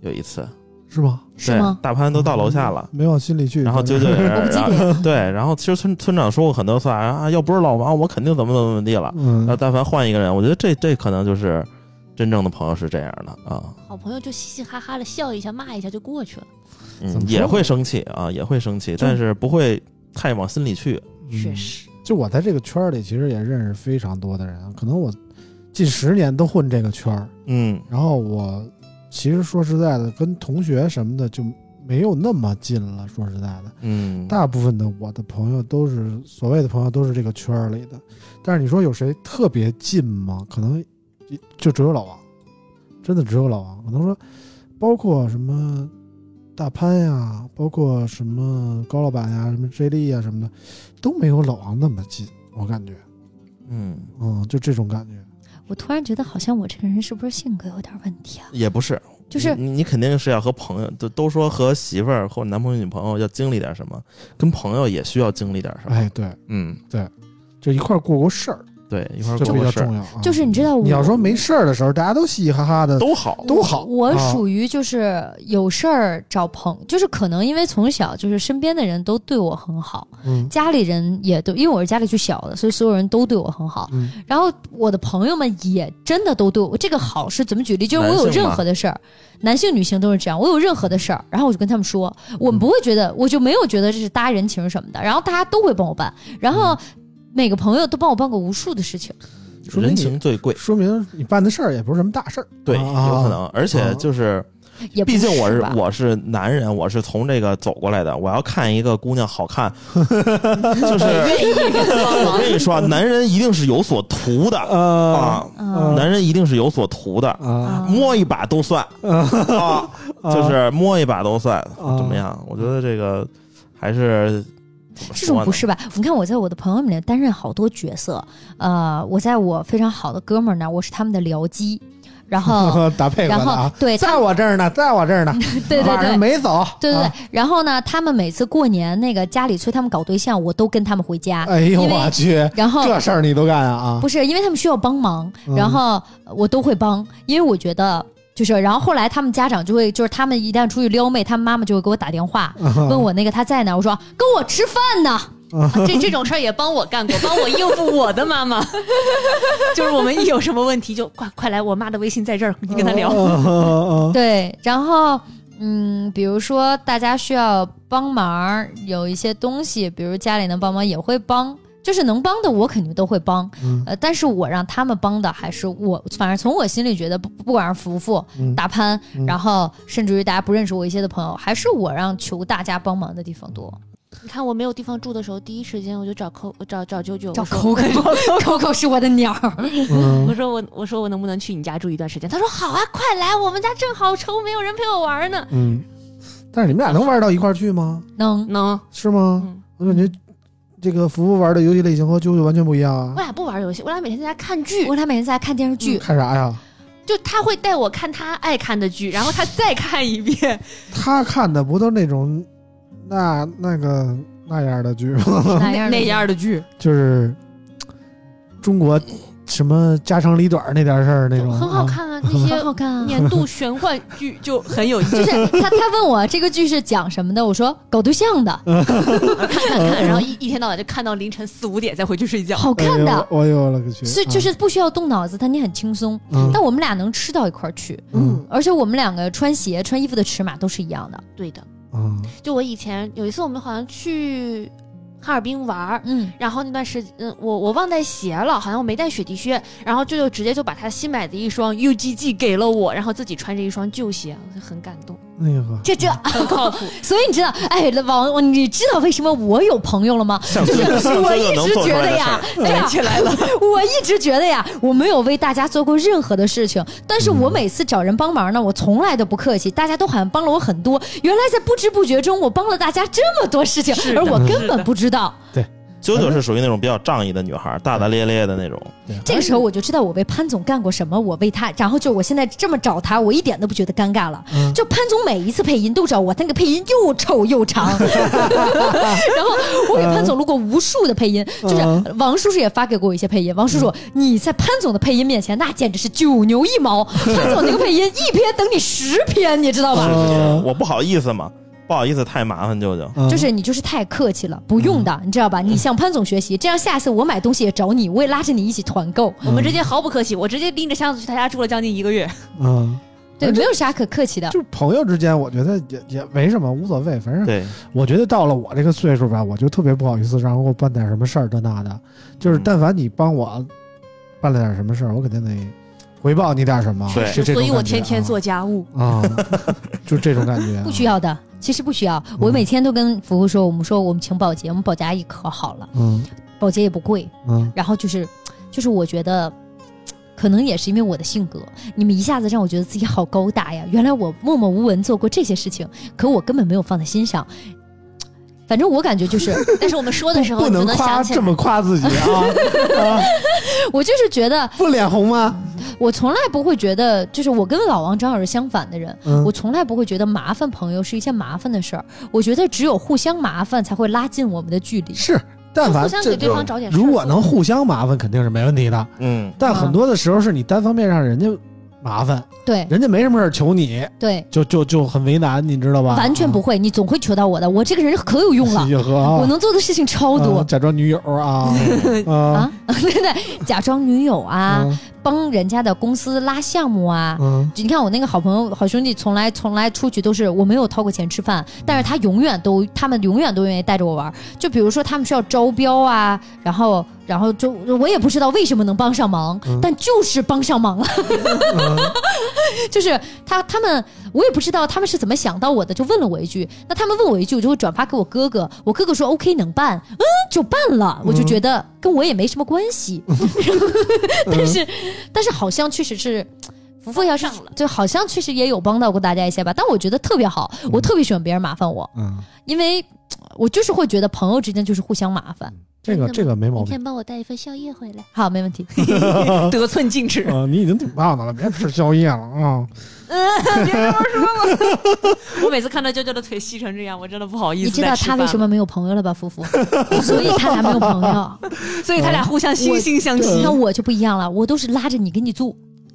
[SPEAKER 7] 有一次，
[SPEAKER 2] 是吗？嗯
[SPEAKER 1] 是吗
[SPEAKER 7] 对大潘都到楼下了，
[SPEAKER 2] 没往心里去。
[SPEAKER 7] 然后
[SPEAKER 2] 反正
[SPEAKER 7] 啾啾也是，
[SPEAKER 1] 我不记
[SPEAKER 7] 然后
[SPEAKER 1] 得，
[SPEAKER 7] 对，然后其实村村长说过很多次啊，啊要不是老王，我肯定怎么怎么怎么地了。
[SPEAKER 2] 嗯
[SPEAKER 7] 那，但凡换一个人，我觉得这这可能就是真正的朋友是这样的啊，
[SPEAKER 4] 好朋友就嘻嘻哈哈的笑一下骂一下就过去了。
[SPEAKER 2] 怎么
[SPEAKER 7] 嗯，
[SPEAKER 2] 说
[SPEAKER 7] 也会生气啊，也会生气，但是不会太往心里去。
[SPEAKER 4] 确
[SPEAKER 2] 嗯
[SPEAKER 4] 实，
[SPEAKER 2] 就我在这个圈儿里，其实也认识非常多的人，可能我近十年都混这个圈儿。
[SPEAKER 7] 嗯
[SPEAKER 2] 然后我其实说实在的，跟同学什么的就没有那么近了。说实在的，
[SPEAKER 7] 嗯，
[SPEAKER 2] 大部分的我的朋友都是所谓的朋友，都是这个圈儿里的。但是你说有谁特别近吗？可能就就只有老王，真的只有老王。可能说，包括什么大潘呀、包括什么高老板呀、什么 J 莉呀什么的，都没有老王那么近。我感觉，
[SPEAKER 7] 嗯，
[SPEAKER 2] 嗯，就这种感觉。
[SPEAKER 1] 我突然觉得好像我这个人是不是性格有点问题啊？
[SPEAKER 7] 也不是，
[SPEAKER 1] 就是
[SPEAKER 7] 你你肯定是要和朋友都都说和媳妇儿或男朋友女朋友要经历点什么，跟朋友也需要经历点什么。
[SPEAKER 2] 哎，对，
[SPEAKER 7] 嗯，
[SPEAKER 2] 就一块儿过过事儿，
[SPEAKER 7] 对，一块儿
[SPEAKER 2] 这
[SPEAKER 7] 过
[SPEAKER 2] 比
[SPEAKER 7] 过
[SPEAKER 2] 较
[SPEAKER 7] 事儿
[SPEAKER 2] 重要啊。
[SPEAKER 1] 就是你知道我，
[SPEAKER 2] 你要说没事儿的时候，大家都嘻嘻哈哈的，
[SPEAKER 7] 都好。
[SPEAKER 2] 都好
[SPEAKER 1] 我
[SPEAKER 2] 啊
[SPEAKER 1] 属于就是有事儿找朋，就是可能因为从小就是身边的人都对我很好，
[SPEAKER 2] 嗯
[SPEAKER 1] 家里人也都因为我是家里最小的，所以所有人都对我很好。
[SPEAKER 2] 嗯
[SPEAKER 1] 然后我的朋友们也真的都对我这个好是怎么举例？就是我有
[SPEAKER 7] 男性
[SPEAKER 1] 任
[SPEAKER 7] 吗
[SPEAKER 1] 何的事儿，男性女性都是这样。我有任何的事儿，然后我就跟他们说，
[SPEAKER 7] 嗯
[SPEAKER 1] 我们不会觉得，我就没有觉得这是搭人情什么的。然后大家都会帮我办，然
[SPEAKER 7] 嗯
[SPEAKER 1] 后每个朋友都帮我办过无数的事情。
[SPEAKER 2] 说明
[SPEAKER 7] 人
[SPEAKER 2] 你
[SPEAKER 7] 情最贵，
[SPEAKER 2] 说明你办的事儿也不是什么大事儿，
[SPEAKER 7] 对，
[SPEAKER 2] 啊
[SPEAKER 7] 有可能，而且就是，
[SPEAKER 1] 也不
[SPEAKER 7] 毕竟我是
[SPEAKER 1] 吧
[SPEAKER 7] 我是男人，我是从这个走过来的。我要看一个姑娘 好看，就是 我跟你说啊，男人一定是有所图的
[SPEAKER 2] 呃
[SPEAKER 7] 啊，
[SPEAKER 1] 嗯
[SPEAKER 7] 男人一定是有所图的，
[SPEAKER 2] 啊
[SPEAKER 1] 啊
[SPEAKER 7] 嗯摸一把都算
[SPEAKER 1] 嗯
[SPEAKER 7] 啊，就是摸一把都算，
[SPEAKER 2] 啊
[SPEAKER 7] 怎么样？我觉得这个还是怎么
[SPEAKER 1] 这
[SPEAKER 7] 说
[SPEAKER 1] 种
[SPEAKER 7] 呢
[SPEAKER 1] 不是吧？你看我在我的朋友里面担任好多角色，呃，我在我非常好的哥们儿那儿，我是他们的僚机，然后
[SPEAKER 2] 打配合
[SPEAKER 1] 然
[SPEAKER 2] 的
[SPEAKER 1] 后
[SPEAKER 2] 啊，
[SPEAKER 1] 对
[SPEAKER 2] 在
[SPEAKER 1] 他，
[SPEAKER 2] 我这儿呢，在我这儿呢，
[SPEAKER 1] 对对
[SPEAKER 2] 晚上
[SPEAKER 1] 对。
[SPEAKER 2] 没走，
[SPEAKER 1] 对对对
[SPEAKER 2] 啊，，
[SPEAKER 1] 然后呢，他们每次过年那个家里催他们搞对象，我都跟他们回家，
[SPEAKER 2] 哎呦
[SPEAKER 1] 因为
[SPEAKER 2] 我去，
[SPEAKER 1] 然后
[SPEAKER 2] 这事儿你都干啊？
[SPEAKER 1] 不是因为他们需要帮忙，
[SPEAKER 2] 嗯
[SPEAKER 1] 然后我都会帮，因为我觉得就是，然后后来他们家长就会，就是他们一旦出去撩妹，他们妈妈就会给我打电话，
[SPEAKER 2] 嗯
[SPEAKER 1] 问我那个他在哪儿，我说跟我吃饭呢，
[SPEAKER 4] 这这种事儿也帮我干过，帮我应付我的妈妈。就是我们一有什么问题就快快来，我妈的微信在这儿，你跟她聊。
[SPEAKER 2] 嗯，
[SPEAKER 1] 对，然后嗯，比如说大家需要帮忙，有一些东西，比如家里能帮忙也会帮，就是能帮的我肯定都会帮。
[SPEAKER 2] 嗯
[SPEAKER 1] 呃，但是我让他们帮的还是我，反正从我心里觉得不，不管是福福、
[SPEAKER 2] 嗯
[SPEAKER 1] 大潘，
[SPEAKER 2] 嗯
[SPEAKER 1] 然后甚至于大家不认识我一些的朋友，还是我让求大家帮忙的地方多。
[SPEAKER 4] 你看我没有地方住的时候，第一时间我就找扣找找舅舅，
[SPEAKER 1] 找
[SPEAKER 4] 我说
[SPEAKER 1] Coco，Coco 是我的鸟儿。
[SPEAKER 2] 嗯
[SPEAKER 4] 我说我我说我能不能去你家住一段时间？他说好啊，快来，我们家正好愁，没有人陪我玩呢。
[SPEAKER 2] 嗯，但是你们俩能玩到一块儿去吗？
[SPEAKER 1] 能，
[SPEAKER 4] 能，
[SPEAKER 2] 是吗？
[SPEAKER 4] 嗯，
[SPEAKER 2] 我感觉这个服务玩的游戏类型和啾啾完全不一样
[SPEAKER 4] 我
[SPEAKER 2] 啊。
[SPEAKER 4] 俩不玩游戏，我俩每天在家看剧
[SPEAKER 1] 我，俩每天在家看电视剧，
[SPEAKER 2] 看啥呀？
[SPEAKER 4] 就他会带我看他爱看的剧，然后他再看一遍。
[SPEAKER 2] 他看的不都那种那那个那样的剧吗？
[SPEAKER 1] 哪样的
[SPEAKER 4] 那样的剧，
[SPEAKER 2] 就是中国什么家长里短儿那点事儿那种，
[SPEAKER 4] 很好
[SPEAKER 2] 啊。
[SPEAKER 4] 看啊，那
[SPEAKER 1] 好
[SPEAKER 4] 些
[SPEAKER 1] 好看啊！
[SPEAKER 4] 年度玄幻剧就很有意
[SPEAKER 1] 就
[SPEAKER 4] 思。
[SPEAKER 1] 是他他问我这个剧是讲什么的，我说搞对象的，
[SPEAKER 2] 嗯
[SPEAKER 4] 看看，然后一一天到晚就看到凌晨四五点再回去睡觉。
[SPEAKER 1] 好看的。
[SPEAKER 2] 哎呦，我有了个去，啊
[SPEAKER 1] 是就是不需要动脑子，但你很轻松。
[SPEAKER 2] 嗯
[SPEAKER 1] 但我们俩能吃到一块儿去，
[SPEAKER 2] 嗯
[SPEAKER 1] 而且我们两个穿鞋、穿衣服的尺码都是一样的。
[SPEAKER 4] 对的，
[SPEAKER 2] 啊，
[SPEAKER 4] 就我以前有一次我们好像去哈尔滨玩儿。
[SPEAKER 1] 嗯，
[SPEAKER 4] 然后那段时间，嗯，我我忘带鞋了，好像我没带雪地靴，然后舅舅直接就把他新买的一双 UGG 给了我，然后自己穿着一双旧鞋，我就很感动，
[SPEAKER 2] 那个
[SPEAKER 1] 这这，
[SPEAKER 4] 很靠谱。
[SPEAKER 1] 所以你知道，哎，王，你知道为什么我有朋友了吗？
[SPEAKER 7] 像孙
[SPEAKER 1] 我
[SPEAKER 7] 孙子
[SPEAKER 1] 一
[SPEAKER 7] 能
[SPEAKER 1] 直
[SPEAKER 7] 做出
[SPEAKER 1] 觉
[SPEAKER 7] 来
[SPEAKER 1] 得
[SPEAKER 7] 的事
[SPEAKER 1] 呀
[SPEAKER 7] 儿，，
[SPEAKER 1] 对呀，起来了。 我一直觉得呀，我没有为大家做过任何的事情，但是我每次找人帮忙呢，我从来都不客气，大家都好像帮了我很多。原来在不知不觉中，我帮了大家这么多事情，
[SPEAKER 4] 是的
[SPEAKER 1] 而我根
[SPEAKER 4] 是
[SPEAKER 1] 本
[SPEAKER 4] 的
[SPEAKER 1] 不知道。
[SPEAKER 7] 九九是属于那种比较仗义的女孩，大大咧咧的那种。
[SPEAKER 1] 这个时候我就知道我为潘总干过什么，我为他，然后就我现在这么找他，我一点都不觉得尴尬了。
[SPEAKER 2] 嗯
[SPEAKER 1] 就潘总每一次配音都找我，那个配音又臭又长，然后我给潘总录过无数的配音，就是王叔叔也发给过我一些配音。王叔叔，你在潘总的配音面前，那简直是九牛一毛。潘总那个配音一篇等你十篇，你知道啊吧？
[SPEAKER 2] 嗯
[SPEAKER 7] 我不好意思嘛，不好意思，太麻烦舅舅。
[SPEAKER 2] 嗯
[SPEAKER 1] 就是你就是太客气了，不用的，你知道吧？你向潘总学习，这样下次我买东西也找你，我也拉着你一起团购。
[SPEAKER 4] 我们之间毫不客气，我直接拎着箱子去他家住了将近一个月。
[SPEAKER 2] 嗯，
[SPEAKER 1] 对，
[SPEAKER 2] 而且
[SPEAKER 1] 没有啥可客气的。
[SPEAKER 2] 就是朋友之间，我觉得也也没什么，无所谓。反正
[SPEAKER 7] 对，
[SPEAKER 2] 我觉得到了我这个岁数吧，我就特别不好意思让人给我办点什么事儿这那的。就是
[SPEAKER 7] 嗯
[SPEAKER 2] 但凡你帮我办了点什么事儿，我肯定得回报你点什么。
[SPEAKER 7] 对
[SPEAKER 2] 是这
[SPEAKER 4] 所
[SPEAKER 2] 种
[SPEAKER 4] 以我
[SPEAKER 2] 感觉
[SPEAKER 4] 天天
[SPEAKER 2] 啊
[SPEAKER 4] 做家务。
[SPEAKER 2] 啊，就这种感觉啊。
[SPEAKER 1] 不需要的，其实不需要。我每天都跟服务说，我们说我们请保洁，我们保洁阿姨可好了，
[SPEAKER 2] 嗯
[SPEAKER 1] 保洁也不贵。
[SPEAKER 2] 嗯
[SPEAKER 1] 然后就是，就是我觉得，可能也是因为我的性格，你们一下子让我觉得自己好高大呀。原来我默默无闻做过这些事情，可我根本没有放在心上。反正我感觉 就是，
[SPEAKER 5] 但是我们说的时候，
[SPEAKER 2] 不
[SPEAKER 5] 你就
[SPEAKER 2] 能
[SPEAKER 5] 能
[SPEAKER 2] 夸
[SPEAKER 5] 想起 来
[SPEAKER 2] 这。么夸自己啊， 啊
[SPEAKER 1] 我就是觉得，
[SPEAKER 2] 不脸红吗？
[SPEAKER 1] 我从来不会觉得，就是我跟老王正好是相反的人，
[SPEAKER 2] 嗯
[SPEAKER 1] 我从来不会觉得麻烦朋友是一件麻烦的事儿。我觉得只有互相麻烦，才会拉近我们的距离。
[SPEAKER 2] 是，但凡
[SPEAKER 4] 互相
[SPEAKER 2] 这
[SPEAKER 4] 给对方找点事儿
[SPEAKER 2] 如果能互相麻烦，肯定是没问题的。
[SPEAKER 7] 嗯，
[SPEAKER 2] 但很多的时候是你单方面让人家麻烦，
[SPEAKER 1] 对
[SPEAKER 2] 人家没什么事儿求你，
[SPEAKER 1] 对，
[SPEAKER 2] 就就就很为难，你知道吧？
[SPEAKER 1] 完全不会，你总会求到我的。我这个人可有 用了
[SPEAKER 2] 啊，，也和啊，
[SPEAKER 1] 我能做的事情超
[SPEAKER 2] 啊
[SPEAKER 1] 多
[SPEAKER 6] 嗯
[SPEAKER 2] 假装女友 啊啊
[SPEAKER 1] 啊！对对，假装女友啊，帮人家的公司拉项目啊。
[SPEAKER 2] 嗯
[SPEAKER 1] 你看我那个好朋友、好兄弟，从来从来出去都是我没有掏过钱吃饭，但是他永远都，他们永远都愿意带着我玩儿。就比如说他们需要招标啊，然后然后就我也不知道为什么能帮上忙，
[SPEAKER 2] 嗯
[SPEAKER 1] 但就是帮上忙了。啊
[SPEAKER 2] 嗯
[SPEAKER 1] 就是他他们，我也不知道他们是怎么想到我的，就问了我一句。那他们问我一句，我就会转发给我哥哥。我哥哥说 OK 能办，嗯，就办了。
[SPEAKER 2] 嗯
[SPEAKER 1] 我就觉得跟我也没什么关 系，但
[SPEAKER 2] 嗯
[SPEAKER 1] 是但是好像确实是。服务要上了，就好像确实也有帮到过大家一些吧，但我觉得特别好，我特别喜欢别人麻烦我，
[SPEAKER 2] 嗯，
[SPEAKER 1] 因为呃我就是会觉得朋友之间就是互相麻烦。
[SPEAKER 2] 这个
[SPEAKER 5] 真的吗
[SPEAKER 2] 这个没毛
[SPEAKER 5] 明
[SPEAKER 2] 病
[SPEAKER 5] 天帮我带一份宵夜回来。
[SPEAKER 1] 好，没问题。
[SPEAKER 4] 得寸进尺。
[SPEAKER 2] 啊，你已经挺胖的了，别吃宵夜了啊！
[SPEAKER 4] 我每次看到舅舅的腿细成这样，我真的 不好意思。
[SPEAKER 1] 你知道他为什？么没有朋友了吧，夫妇？ 所以他俩没有朋友。
[SPEAKER 4] 所以他俩互相惺惺相
[SPEAKER 1] 你
[SPEAKER 4] 惜。
[SPEAKER 1] 看我就不一样了，我都是拉着你跟你做。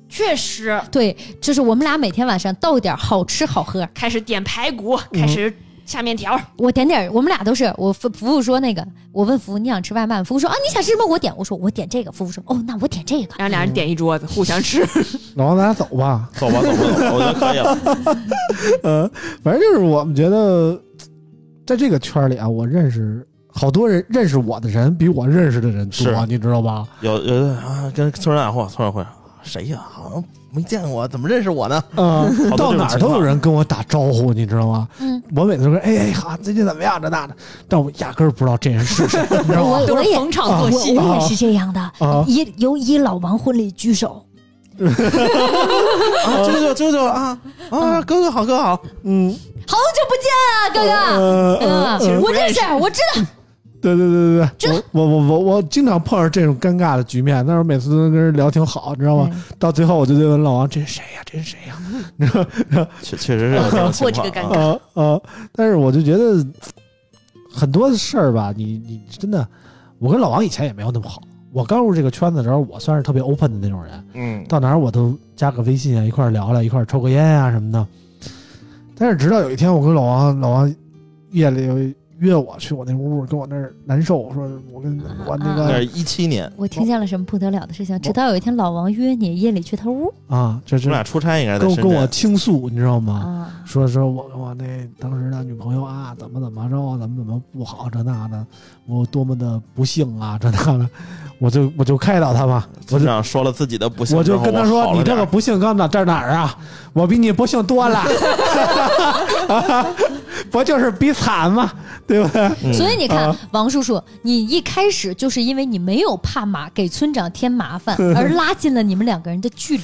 [SPEAKER 4] 确实，
[SPEAKER 1] 对，就是我们俩每天晚上到点儿好吃好喝，
[SPEAKER 4] 开始点排骨，开始下面条。
[SPEAKER 1] 我点点儿，我们俩都是我服服务说那个，我问服务你想吃外卖吗，服务说啊你想吃什么我点，我说我点这个，服务说哦那我点这个，
[SPEAKER 4] 然后俩人点一桌子，互相吃。
[SPEAKER 2] 老王，咱俩走吧。
[SPEAKER 7] 走吧，走吧，走吧，我觉得可以了。
[SPEAKER 2] 嗯，反正就是我们觉得，在这个圈儿里啊，我认识好多人，认识我的人比我认识的人多，
[SPEAKER 7] 是
[SPEAKER 2] 你知道吧？
[SPEAKER 7] 有有的啊，跟村上货，村上会谁呀？好像没见过，怎么认识我呢？
[SPEAKER 2] 嗯、
[SPEAKER 7] 好多
[SPEAKER 2] 到
[SPEAKER 7] 这种
[SPEAKER 2] 哪儿
[SPEAKER 7] 情
[SPEAKER 2] 都
[SPEAKER 7] 况
[SPEAKER 2] 有人跟我打招呼，你知道吗？
[SPEAKER 1] 嗯，
[SPEAKER 2] 我每次都说，哎哎，好，最近怎么样？这那的，但我压根儿不知道这人是谁，你知道吗？
[SPEAKER 1] 我
[SPEAKER 4] 都
[SPEAKER 1] 我
[SPEAKER 4] 是
[SPEAKER 1] 也
[SPEAKER 4] 逢场作戏
[SPEAKER 1] 我我也是这样的
[SPEAKER 2] 啊，
[SPEAKER 1] 以由以老王婚礼举手，
[SPEAKER 7] 啊，舅舅，舅舅啊啊，哥哥好，哥哥好，
[SPEAKER 2] 嗯，
[SPEAKER 1] 好久不见 啊哥哥，
[SPEAKER 2] 呃呃，
[SPEAKER 1] 嗯，我认识，我知道，
[SPEAKER 2] 对对对对
[SPEAKER 1] 这
[SPEAKER 2] 对，我我我我我经常碰上这种尴尬的局面，但是我每次都能跟人聊挺好，你知道吗？到最后我就得问老王，这是谁呀、这是谁呀、
[SPEAKER 7] 确确实是有这种情况啊。
[SPEAKER 2] 啊啊！但是我就觉得很多事儿吧，你你真的，我跟老王以前也没有那么好，我刚入这个圈子的时候，我算是特别 open 的那种人，
[SPEAKER 7] 嗯
[SPEAKER 2] 到哪儿我都加个微信啊，一块儿聊聊，一块儿抽个烟啊什么的。但是直到有一天，我跟老王，老王夜里有约我去我那屋，跟我那儿难受，我说我跟我那
[SPEAKER 7] 那是
[SPEAKER 2] 个
[SPEAKER 7] 一七年，
[SPEAKER 1] 我听见了什么不得了的事情？直到有一天，老王约你夜里去他屋
[SPEAKER 2] 啊，这
[SPEAKER 7] 我
[SPEAKER 2] 这
[SPEAKER 7] 们俩出差应该在
[SPEAKER 2] 跟我
[SPEAKER 7] 深
[SPEAKER 2] 跟我
[SPEAKER 7] 圳。
[SPEAKER 2] 倾诉，你知道吗？
[SPEAKER 1] 啊，
[SPEAKER 2] 说说我我那当时的女朋友啊，怎么怎么着，怎么怎么不好，这那的，我多么的不幸啊，这那的，我就我就开导他嘛，我
[SPEAKER 7] 村
[SPEAKER 2] 就
[SPEAKER 7] 长说了自己的不幸，
[SPEAKER 2] 我就跟他
[SPEAKER 7] 他
[SPEAKER 2] 说：“你这个不幸刚哪这儿哪儿啊？我比你不幸多了， 不就是比惨吗？对不对？
[SPEAKER 1] 所以你看
[SPEAKER 2] 啊，
[SPEAKER 1] 王叔叔，你一开始就是因为你没有怕麻给村长添麻 烦，而拉近了你们两个人的距离。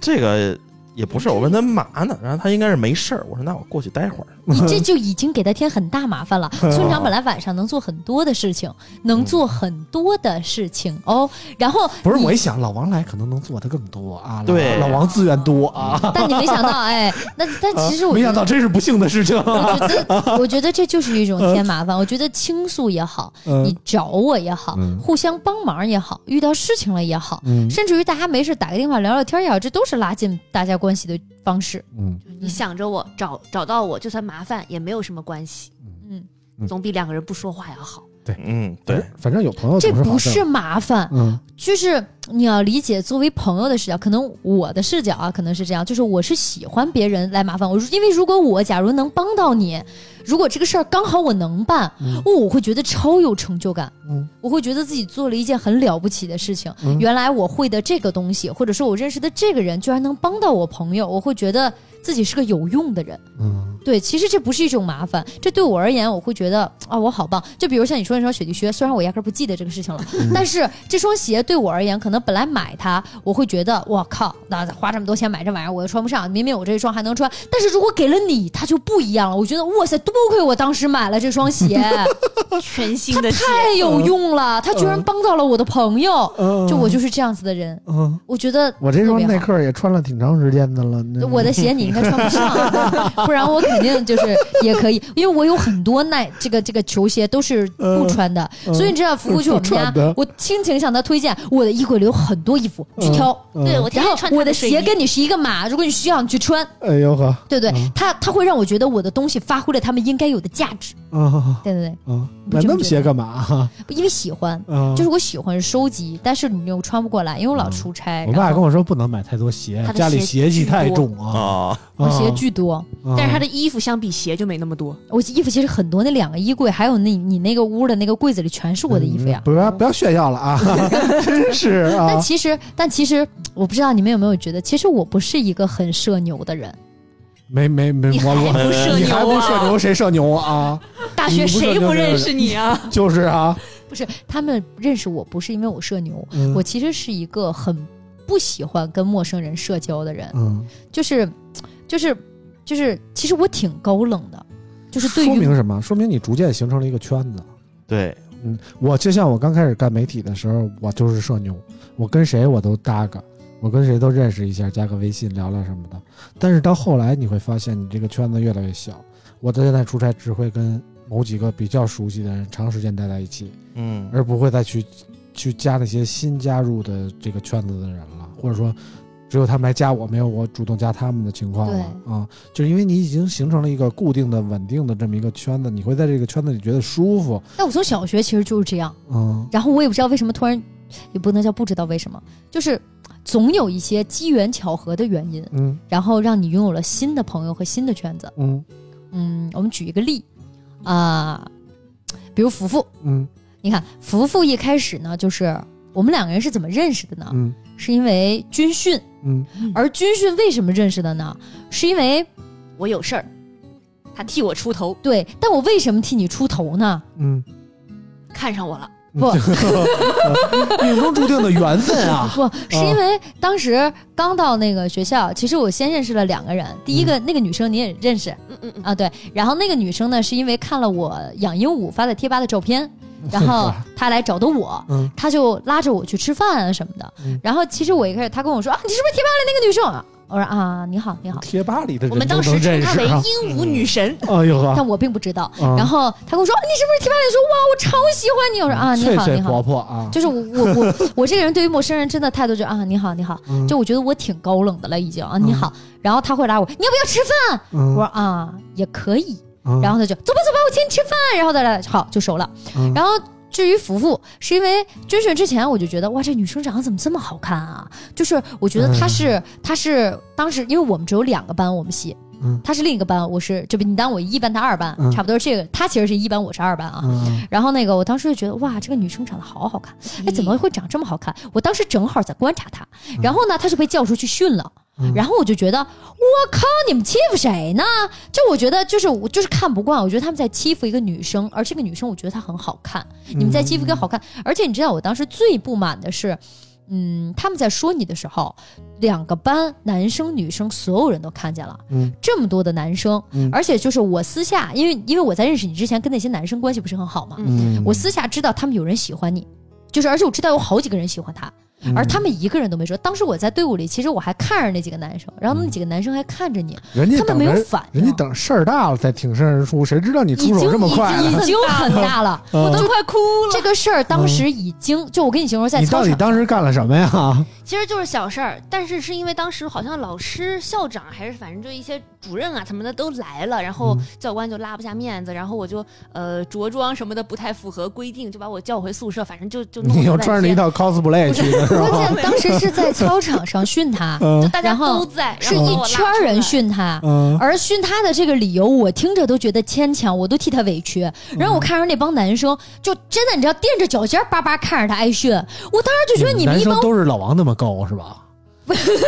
[SPEAKER 7] 这个也不是，我问他嘛呢，然后他应该是没事儿，我说那我过去待会儿。
[SPEAKER 1] 你这就已经给他添很大麻烦 了。村长本来晚上能做很多的事情，能做很多的事情哦。然后
[SPEAKER 2] 不是
[SPEAKER 1] 你
[SPEAKER 2] 我一想，老王来可能能做的更多啊，老
[SPEAKER 7] 对
[SPEAKER 2] 老王资源多啊，
[SPEAKER 1] 但你没想到，哎，那但其实我
[SPEAKER 2] 没
[SPEAKER 1] 觉
[SPEAKER 2] 想
[SPEAKER 1] 得。
[SPEAKER 2] 到真是不幸的事情。
[SPEAKER 1] 我觉得，我觉得这就是 一种添麻烦。我觉得倾诉也好，你
[SPEAKER 2] 嗯
[SPEAKER 1] 找我也好，
[SPEAKER 2] 嗯
[SPEAKER 1] 互相帮忙也好，遇到事情了也好，
[SPEAKER 2] 嗯
[SPEAKER 1] 甚至于大家没事打个电话聊聊天也好，这都是拉近大家关系的方式。
[SPEAKER 2] 嗯，
[SPEAKER 4] 你想着我找找到我，就算麻烦也没有什么关系，
[SPEAKER 1] 嗯，
[SPEAKER 2] 嗯
[SPEAKER 4] 总比两个人不说话要好。
[SPEAKER 7] 嗯，对，，
[SPEAKER 2] 反正有朋友
[SPEAKER 1] 这
[SPEAKER 2] 总
[SPEAKER 1] 不
[SPEAKER 2] 好事
[SPEAKER 1] 是麻烦，
[SPEAKER 2] 嗯
[SPEAKER 1] 就是你要理解作为朋友的视角，可能我的视角啊，可能是这样，就是我是喜欢别人来麻烦我，因为如果我假如能帮到你，如果这个事儿刚好我能办，
[SPEAKER 2] 嗯
[SPEAKER 1] 哦，我会觉得超有成就感，
[SPEAKER 2] 嗯
[SPEAKER 1] 我会觉得自己做了一件很了不起的事情。
[SPEAKER 2] 嗯
[SPEAKER 1] 原来我会的这个东西，或者说我认识的这个人，居然能帮到我朋友，我会觉得自己是个有用的人。
[SPEAKER 2] 嗯
[SPEAKER 1] 对，其实这不是一种麻烦，这对我而言，我会觉得啊，我好棒。就比如像你说那双雪地靴，虽然我压根儿不记得这个事情了，但是这双鞋对我而言，可能本来买它，我会觉得我靠，那花这么多钱买这玩意儿，我又穿不上。明明我这一双还能穿，但是如果给了你，它就不一样了。我觉得哇塞，多亏我当时买了这双鞋，
[SPEAKER 4] 全新的鞋，
[SPEAKER 1] 太有用了，它居然帮到了我的朋友。
[SPEAKER 2] 嗯
[SPEAKER 1] 就我就是这样子的人，
[SPEAKER 2] 嗯，
[SPEAKER 1] 我觉得
[SPEAKER 2] 我这
[SPEAKER 1] 特
[SPEAKER 2] 双
[SPEAKER 1] 别好
[SPEAKER 2] 耐克也穿了挺长时间的了，那
[SPEAKER 1] 我的鞋你应该穿不 上，不然我肯定就是也可以，因为我有很多耐这个这个球鞋都是不穿的，
[SPEAKER 2] 嗯
[SPEAKER 1] 所以你知道服务去我们
[SPEAKER 2] 不
[SPEAKER 1] 家
[SPEAKER 2] 穿的，
[SPEAKER 1] 我亲情向他推荐，我的衣柜里有很多衣服，去挑。
[SPEAKER 2] 嗯
[SPEAKER 5] 对我天
[SPEAKER 1] 然
[SPEAKER 5] 天
[SPEAKER 1] 后
[SPEAKER 5] 穿他
[SPEAKER 1] 我的
[SPEAKER 5] 睡
[SPEAKER 1] 鞋
[SPEAKER 5] 衣
[SPEAKER 1] 跟你是一个码，如果你需要你去穿，
[SPEAKER 2] 哎呦呵，
[SPEAKER 1] 对不对？
[SPEAKER 2] 嗯
[SPEAKER 1] 它它会让我觉得我的东西发挥了他们应该有的价值，
[SPEAKER 2] 啊
[SPEAKER 1] 对对
[SPEAKER 2] 啊，
[SPEAKER 1] 不
[SPEAKER 2] 买
[SPEAKER 1] 这么
[SPEAKER 2] 那么些干嘛？
[SPEAKER 1] 对，因为喜欢，
[SPEAKER 2] 啊，
[SPEAKER 1] 就是我喜欢收集，但是你又穿不过来，因为我老出差，
[SPEAKER 2] 嗯我
[SPEAKER 1] 然
[SPEAKER 2] 爸跟
[SPEAKER 1] 后
[SPEAKER 2] 我说不能买太多鞋
[SPEAKER 4] 他，的
[SPEAKER 2] 家里
[SPEAKER 4] 鞋
[SPEAKER 2] 鞋气太重啊。
[SPEAKER 7] 啊，
[SPEAKER 1] 我
[SPEAKER 2] 啊
[SPEAKER 1] 鞋，巨多。
[SPEAKER 2] 啊
[SPEAKER 4] 但是他的衣服相比鞋就没那么多。
[SPEAKER 1] 我衣服其实很多，那两个衣柜，还有那你那个屋的那个柜子里全是我的衣服呀。
[SPEAKER 2] 嗯不要不要炫耀 了啊！真是
[SPEAKER 1] 但
[SPEAKER 2] 啊，
[SPEAKER 1] 其实，但其实，我不知道你们有没有觉得，其实我不是一个很社牛的人。
[SPEAKER 2] 没没没，
[SPEAKER 4] 你
[SPEAKER 2] 我
[SPEAKER 4] 还
[SPEAKER 2] 我
[SPEAKER 4] 不社
[SPEAKER 2] 你
[SPEAKER 4] 牛
[SPEAKER 2] 还不社
[SPEAKER 4] 啊？
[SPEAKER 2] 牛谁社牛啊？
[SPEAKER 4] 大学谁不认识你啊？
[SPEAKER 2] 就 是啊，
[SPEAKER 1] 不是，他们认识我不是因为我社牛，
[SPEAKER 2] 嗯
[SPEAKER 1] 我其实是一个很不喜欢跟陌生人社交的人，
[SPEAKER 2] 嗯，
[SPEAKER 1] 就是，就是，就是，其实我挺高冷的，就是对
[SPEAKER 2] 说
[SPEAKER 1] 于
[SPEAKER 2] 明什么？说明你逐渐形成了一个圈子。
[SPEAKER 7] 对，
[SPEAKER 2] 嗯，我就像我刚开始干媒体的时候，我就是社牛，我跟谁我都搭个，我跟谁都认识一下，加个微信聊聊什么的。但是到后来你会发现，你这个圈子越来越小。我到现在出差只会跟某几个比较熟悉的人长时间待在一起，
[SPEAKER 7] 嗯，
[SPEAKER 2] 而不会再去去加那些新加入的这个圈子的人了，或者说只有他们来加我，没有我主动加他们的情况了啊。就是因为你已经形成了一个固定的、稳定的这么一个圈子，你会在这个圈子里觉得舒服，
[SPEAKER 1] 但我从小学其实就是这样，
[SPEAKER 2] 嗯
[SPEAKER 1] 然后我也不知道为什么突然，也不能叫不知道为什么，就是总有一些机缘巧合的原因，
[SPEAKER 2] 嗯
[SPEAKER 1] 然后让你拥有了新的朋友和新的圈子。
[SPEAKER 2] 嗯
[SPEAKER 1] 嗯，我们举一个例啊、比如福福，
[SPEAKER 2] 嗯
[SPEAKER 1] 你看福福一开始呢，就是我们两个人是怎么认识的呢？
[SPEAKER 2] 嗯
[SPEAKER 1] 是因为军训，
[SPEAKER 2] 嗯
[SPEAKER 1] 而军训为什么认识的呢？是因为
[SPEAKER 4] 我有事儿，他替我出头，
[SPEAKER 1] 对，但我为什么替你出头呢？
[SPEAKER 2] 嗯，
[SPEAKER 4] 看上我了。
[SPEAKER 1] 不
[SPEAKER 2] 命中注定的缘分啊，
[SPEAKER 1] 不是因为当时刚到那个学校，其实我先认识了两个人，第一个、
[SPEAKER 2] 嗯
[SPEAKER 1] 那个女生你也认识
[SPEAKER 4] 嗯嗯嗯，
[SPEAKER 1] 啊，对，然后那个女生呢是因为看了我养鹦鹉发在贴吧的照片， 然后她来找的我，
[SPEAKER 2] 嗯
[SPEAKER 1] 他就拉着我去吃饭啊什么的。
[SPEAKER 2] 嗯
[SPEAKER 1] 然后其实我一开始他跟我说啊，你是不是贴吧里那个女生啊？我说啊，你好，你好。
[SPEAKER 2] 贴吧里的人
[SPEAKER 5] 我们当
[SPEAKER 2] 都
[SPEAKER 5] 时
[SPEAKER 2] 能
[SPEAKER 5] 称
[SPEAKER 2] 认
[SPEAKER 5] 她
[SPEAKER 2] 识
[SPEAKER 5] 为
[SPEAKER 2] 啊，
[SPEAKER 5] 鹦鹉女神，
[SPEAKER 2] 哎呦 呵，
[SPEAKER 1] 但我并不知道。
[SPEAKER 2] 啊
[SPEAKER 1] 然后他跟我说：“你是不是贴吧里说哇，我超喜欢你？”我说：“啊，你
[SPEAKER 2] 脆
[SPEAKER 1] 好，
[SPEAKER 2] 脆
[SPEAKER 1] 你好
[SPEAKER 2] 婆。婆啊”，
[SPEAKER 1] 就是我我我 我这个人对于陌生人真的态度就是啊，你好，你好。
[SPEAKER 2] 嗯
[SPEAKER 1] 就我觉得我挺高冷的了，已经啊，你好。然后他会拉我，你要不要吃饭？我说
[SPEAKER 2] 嗯，
[SPEAKER 1] 啊，也可以。
[SPEAKER 2] 嗯
[SPEAKER 1] 然后他就走吧走吧，我请你吃饭。然后他俩好就熟了。
[SPEAKER 2] 嗯
[SPEAKER 1] 然后至于福福，是因为军训之前我就觉得哇，这女生长得怎么这么好看啊？就是我觉得
[SPEAKER 2] 嗯
[SPEAKER 1] 她是、她是当时因为我们只有两个班，我们系。
[SPEAKER 2] 嗯
[SPEAKER 1] 她是另一个班，我是就比你当我一班，她二班，
[SPEAKER 2] 嗯
[SPEAKER 1] 差不多是这个。她其实是一班，我是二班啊。
[SPEAKER 2] 嗯
[SPEAKER 1] 然后那个，我当时就觉得哇，这个女生长得好好看，哎，怎么会长这么好看？我当时正好在观察她，然后呢，她就被叫出去训了。
[SPEAKER 2] 嗯
[SPEAKER 1] 然后我就觉得，我靠，你们欺负谁呢？就我觉得，就是我就是看不惯，我觉得他们在欺负一个女生，而这个女生我觉得她很好看，你们在欺负一
[SPEAKER 2] 嗯
[SPEAKER 1] 个好看。而且你知道，我当时最不满的是，嗯，他们在说你的时候，两个班男生女生所有人都看见了，
[SPEAKER 2] 嗯
[SPEAKER 1] 这么多的男生，
[SPEAKER 2] 嗯
[SPEAKER 1] 而且就是我私下，因为因为我在认识你之前跟那些男生关系不是很好嘛，
[SPEAKER 2] 嗯，
[SPEAKER 1] 我私下知道他们有人喜欢你，就是而且我知道有好几个人喜欢他，
[SPEAKER 2] 嗯
[SPEAKER 1] 而他们一个人都没说。当时我在队伍里，其实我还看着那几个男生，然后那几个男生还看着你，
[SPEAKER 2] 人家
[SPEAKER 1] 他们
[SPEAKER 2] 等
[SPEAKER 1] 没有
[SPEAKER 2] 人
[SPEAKER 1] 反应，
[SPEAKER 2] 人家等事儿大了再挺身而出，谁知道 你
[SPEAKER 1] 已
[SPEAKER 2] 出
[SPEAKER 1] 经
[SPEAKER 2] 手这么快啊嗯
[SPEAKER 1] 已
[SPEAKER 2] 呢？
[SPEAKER 1] 经已经很大 了。
[SPEAKER 2] 我
[SPEAKER 4] 都快哭了
[SPEAKER 1] 这。个事儿当时已经就我跟你形容在
[SPEAKER 2] 嗯你
[SPEAKER 1] 操
[SPEAKER 2] 到底
[SPEAKER 1] 场，
[SPEAKER 2] 当时干了什么呀？
[SPEAKER 5] 其实就是小事儿，但是是因为当时好像老师、校长还是反正就一些主任啊，他们的都来了，然后
[SPEAKER 2] 嗯
[SPEAKER 5] 教官就拉不下面子，然后我就呃着装什么的不太符合规定，就把我叫回宿舍，反正就就弄
[SPEAKER 2] 你
[SPEAKER 5] 了
[SPEAKER 2] 又
[SPEAKER 5] 半
[SPEAKER 2] 穿着一套
[SPEAKER 5] 天
[SPEAKER 2] cosplay 去的是吧？，
[SPEAKER 1] 关键当时是在操场上训他
[SPEAKER 2] 嗯
[SPEAKER 5] 大家
[SPEAKER 1] 然后
[SPEAKER 5] 都在，
[SPEAKER 1] 是
[SPEAKER 5] 然后
[SPEAKER 1] 一
[SPEAKER 5] 把我拉
[SPEAKER 1] 圈
[SPEAKER 5] 出来
[SPEAKER 1] 人训他。
[SPEAKER 2] 嗯
[SPEAKER 1] 而训他的这个理由，我听着都觉得牵强，我都替他委屈。
[SPEAKER 2] 嗯
[SPEAKER 1] 然后我看着那帮男生，就真的你知道垫着脚尖儿巴巴看着他挨训，我当时就觉得你们
[SPEAKER 2] 嗯男
[SPEAKER 1] 一帮
[SPEAKER 2] 生都是老王那么高是吧？，
[SPEAKER 1] 不是，因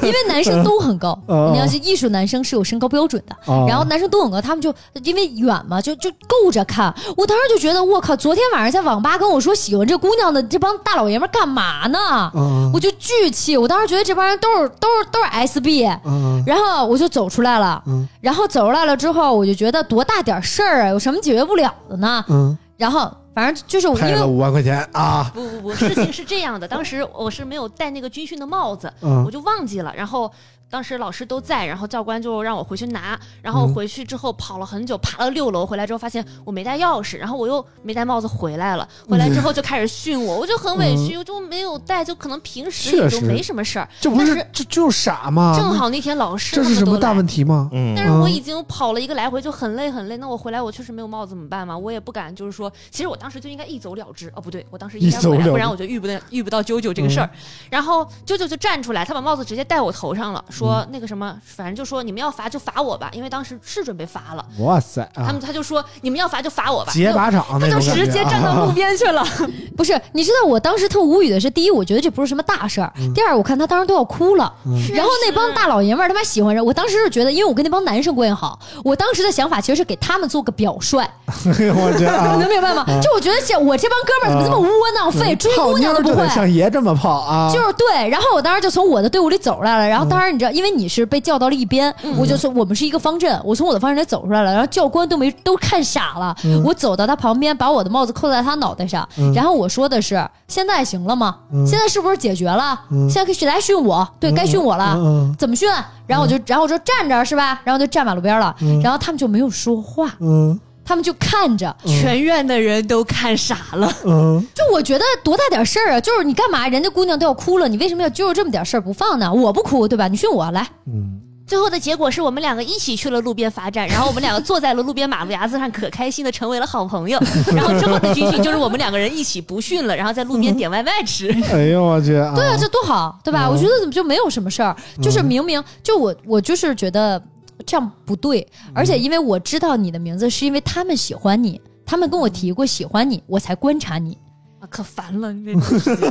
[SPEAKER 1] 为男生都很高
[SPEAKER 2] 哦
[SPEAKER 1] 你要是艺术男生是有身高标准的，
[SPEAKER 2] 啊，
[SPEAKER 1] 然后男生都很高，他们就因为远嘛，就就够着看。我当时就觉得，我靠，昨天晚上在网吧跟我说喜欢这姑娘的这帮大老爷们儿干嘛呢？
[SPEAKER 2] 嗯
[SPEAKER 1] 我就巨气，我当时觉得这帮人都是都是都是 SB。
[SPEAKER 2] 嗯
[SPEAKER 1] 然后我就走出来了，
[SPEAKER 2] 嗯
[SPEAKER 1] 然后走出来了之后，我就觉得多大点事儿啊，有什么解决不了的呢？
[SPEAKER 2] 嗯，
[SPEAKER 1] 然后反正就是我因
[SPEAKER 2] 拍
[SPEAKER 1] 为
[SPEAKER 2] 了五万块钱啊，
[SPEAKER 5] 不不不，事情是这样的，当时我是没有戴那个军训的帽子，
[SPEAKER 2] 嗯
[SPEAKER 5] 我就忘记了，然后。当时老师都在，然后教官就让我回去拿，然后
[SPEAKER 2] 嗯
[SPEAKER 5] 回去之后跑了很久，爬了六楼，回来之后发现我没带钥匙，然后我又没戴帽子回来了，回来之后就开始训我，我就很委屈，我就没有带，就可能平
[SPEAKER 2] 嗯
[SPEAKER 5] 时
[SPEAKER 2] 确
[SPEAKER 5] 也
[SPEAKER 2] 实
[SPEAKER 5] 就没什么事儿，
[SPEAKER 2] 这不
[SPEAKER 5] 但
[SPEAKER 2] 是
[SPEAKER 5] 是
[SPEAKER 2] 这就傻吗？
[SPEAKER 5] 正好那天老师
[SPEAKER 2] 这
[SPEAKER 5] 他
[SPEAKER 2] 是
[SPEAKER 5] 们
[SPEAKER 2] 什
[SPEAKER 5] 都
[SPEAKER 2] 么大
[SPEAKER 5] 来
[SPEAKER 2] 问题吗？
[SPEAKER 7] 嗯
[SPEAKER 5] 但是我
[SPEAKER 2] 嗯
[SPEAKER 5] 已经跑了一个来回，就很累很累。那我回来我确实没有帽子怎么办嘛？我也不敢，就是说，其实我当时就应该一走了之。哦，不对，我当时应该
[SPEAKER 2] 一走
[SPEAKER 5] 回来，
[SPEAKER 2] 了嗯
[SPEAKER 5] 不然我就遇不到遇不到啾啾这个事儿。 然后啾啾就站出来，他把帽子直接戴我头上了，
[SPEAKER 2] 嗯
[SPEAKER 5] 说那个什么，反正就说你们要罚就罚我吧，因为当时是准备罚了。
[SPEAKER 2] 哇塞
[SPEAKER 5] 他
[SPEAKER 2] 啊
[SPEAKER 5] 们，他就说你们要罚就罚我吧，
[SPEAKER 2] 劫
[SPEAKER 5] 那我
[SPEAKER 2] 靶场
[SPEAKER 5] 他
[SPEAKER 2] 那
[SPEAKER 5] 就
[SPEAKER 2] 种感觉啊，
[SPEAKER 5] 直接站到路边去了。
[SPEAKER 1] 不是，你知道我当时特无语的是，第一，我觉得这不是什么大事儿；
[SPEAKER 2] 嗯
[SPEAKER 1] 第二，我看他当时都要哭了。然后那帮大老爷们儿他妈喜欢人，我当时是觉得，因为我跟那帮男生关系好，我当时的想法其实是给他们做个表率，
[SPEAKER 2] 我觉得 啊
[SPEAKER 1] 能，明白吗？就我觉得这我这帮哥们儿怎么这么窝囊废，追
[SPEAKER 2] 泡
[SPEAKER 1] 姑
[SPEAKER 2] 妞
[SPEAKER 1] 娘
[SPEAKER 2] 儿
[SPEAKER 1] 都不
[SPEAKER 2] 就
[SPEAKER 1] 会
[SPEAKER 2] 得。像爷这么泡啊，
[SPEAKER 1] 就是对，然后我当时就从我的队伍里走出来了，然后当然你知道，因为你是被叫到了一边，
[SPEAKER 2] 嗯
[SPEAKER 1] 我就从我们是一个方阵，我从我的方阵里走出来了，然后教官都没都看傻了，我走到他旁边，把我的帽子扣在他脑袋上，
[SPEAKER 2] 嗯
[SPEAKER 1] 然后我说的是现在行了吗？现在是不是解决了？现在可以来训我，对该训我了，
[SPEAKER 2] 嗯
[SPEAKER 1] 怎么训？然后我就、然后我说站着是吧？然后就站马路边了，然后他们就没有说话，
[SPEAKER 2] 嗯
[SPEAKER 1] 他们就看着，
[SPEAKER 4] 全院的人都看傻了，
[SPEAKER 2] 嗯
[SPEAKER 1] 就我觉得多大点事儿啊！就是你干嘛？人家姑娘都要哭了，你为什么要揪着这么点事儿不放呢？我不哭，对吧？你训我来，
[SPEAKER 2] 嗯，
[SPEAKER 5] 最后的结果是我们两个一起去了路边罚站，然后我们两个坐在了路边马路牙子上，可开心的成为了好 朋友。然后之后的军训就是我们两个人一起不训了，然后在路边点外卖吃。
[SPEAKER 2] 哎呦我去啊，
[SPEAKER 1] 对啊，这多好，对吧？
[SPEAKER 2] 嗯
[SPEAKER 1] 我觉得怎么就没有什么事儿？就是明明就我，我就是觉得这样不对，而且因为我知道你的名字，是因为他们喜欢你，他们跟我提过喜欢你，我才观察你。
[SPEAKER 4] 啊，可烦了！你这
[SPEAKER 1] 对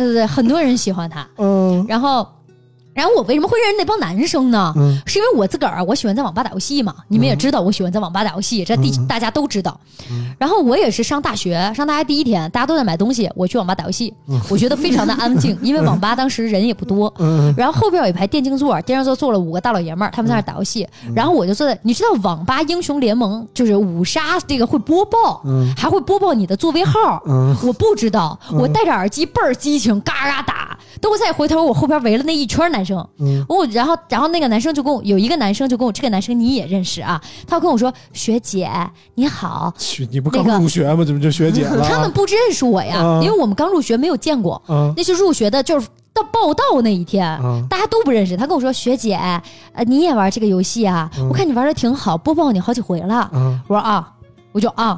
[SPEAKER 1] 对对，很多人喜欢他，
[SPEAKER 2] 嗯
[SPEAKER 1] 然后。然后我为什么会认识那帮男生呢？
[SPEAKER 2] 嗯
[SPEAKER 1] 是因为我自个儿啊我喜欢在网吧打游戏嘛，你们也知道我喜欢在网吧打游戏，这地
[SPEAKER 2] 嗯
[SPEAKER 1] 大家都知道
[SPEAKER 2] 嗯。
[SPEAKER 1] 然后我也是上大学，上大学第一天，大家都在买东西，我去网吧打游戏，我觉得非常的安静， 因为网吧当时人也不多。
[SPEAKER 2] 嗯
[SPEAKER 1] 然后后边有一排电竞座，电竞座坐了五个大老爷们儿，他们在那儿打游戏。
[SPEAKER 2] 嗯
[SPEAKER 1] 然后我就坐在，你知道网吧英雄联盟就是五杀这个会播报，
[SPEAKER 2] 嗯
[SPEAKER 1] 还会播报你的座位号。
[SPEAKER 2] 嗯
[SPEAKER 1] 我不知道，我戴着耳机倍儿激情，嘎嘎打。等我再回头，我后边围了那一圈男生，
[SPEAKER 2] 嗯
[SPEAKER 1] 我哦然后然后那个男生就跟我有一个男生就跟我这个男生你也认识啊，他跟我说学姐你好，
[SPEAKER 2] 学你不刚
[SPEAKER 1] 那个
[SPEAKER 2] 入学吗？怎么就学姐了？
[SPEAKER 1] 他们不认识我呀，
[SPEAKER 2] 啊
[SPEAKER 1] 因为我们刚入学没有见过，
[SPEAKER 2] 啊
[SPEAKER 1] 那是入学的，就是到报道那一天，
[SPEAKER 2] 啊
[SPEAKER 1] 大家都不认识。他跟我说：“学姐，呃，你也玩这个游戏啊？
[SPEAKER 2] 嗯
[SPEAKER 1] 我看你玩的挺好，播报你好几回了。
[SPEAKER 2] 啊
[SPEAKER 1] 我说：“啊。”我就啊，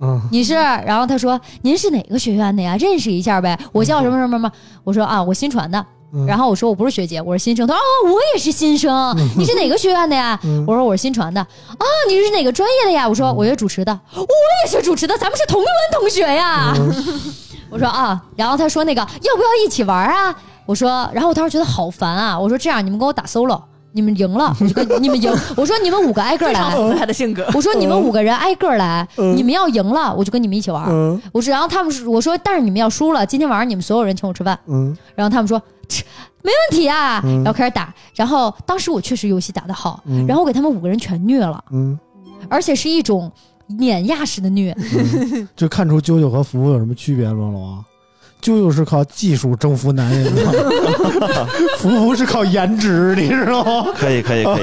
[SPEAKER 2] 啊！
[SPEAKER 1] 你是？然后他说您是哪个学院的呀？认识一下呗。我叫什么什么什么？我说啊，我新传的。
[SPEAKER 2] 嗯
[SPEAKER 1] 然后我说我不是学姐，我是新生。他说啊，我也是新生。你是哪个学院的呀？
[SPEAKER 2] 嗯
[SPEAKER 1] 我说我是新传的。啊，你是哪个专业的呀？我说我学主持的。我也学主持的，咱们是同个班同学呀。
[SPEAKER 2] 嗯
[SPEAKER 1] 我说啊，然后他说那个要不要一起玩啊？我说，然后我当时觉得好烦啊。我说这样，你们给我打 solo，你们赢了，我就 跟你们赢。我说你们五个挨个
[SPEAKER 4] 非常
[SPEAKER 1] 来
[SPEAKER 4] 符。合他的性格。
[SPEAKER 1] 我说你们五个人挨个来，
[SPEAKER 2] 嗯
[SPEAKER 1] 你们要赢了，我就跟你们一起玩。
[SPEAKER 2] 嗯
[SPEAKER 1] 我说，然后他们说，我说，但是你们要输了，今天晚上你们所有人请我吃饭。
[SPEAKER 2] 嗯
[SPEAKER 1] 然后他们说，切没问题啊，
[SPEAKER 2] 嗯
[SPEAKER 1] 然后开始打。然后当时我确实游戏打得好，
[SPEAKER 2] 嗯
[SPEAKER 1] 然后我给他们五个人全虐了，
[SPEAKER 2] 嗯，
[SPEAKER 1] 而且是一种碾压式的虐。
[SPEAKER 2] 就看出啾啾和服务有什么区别吗？老王，啾啾是靠技术征服男人的，服务是靠颜值，你知道吗？
[SPEAKER 7] 可以可以可以，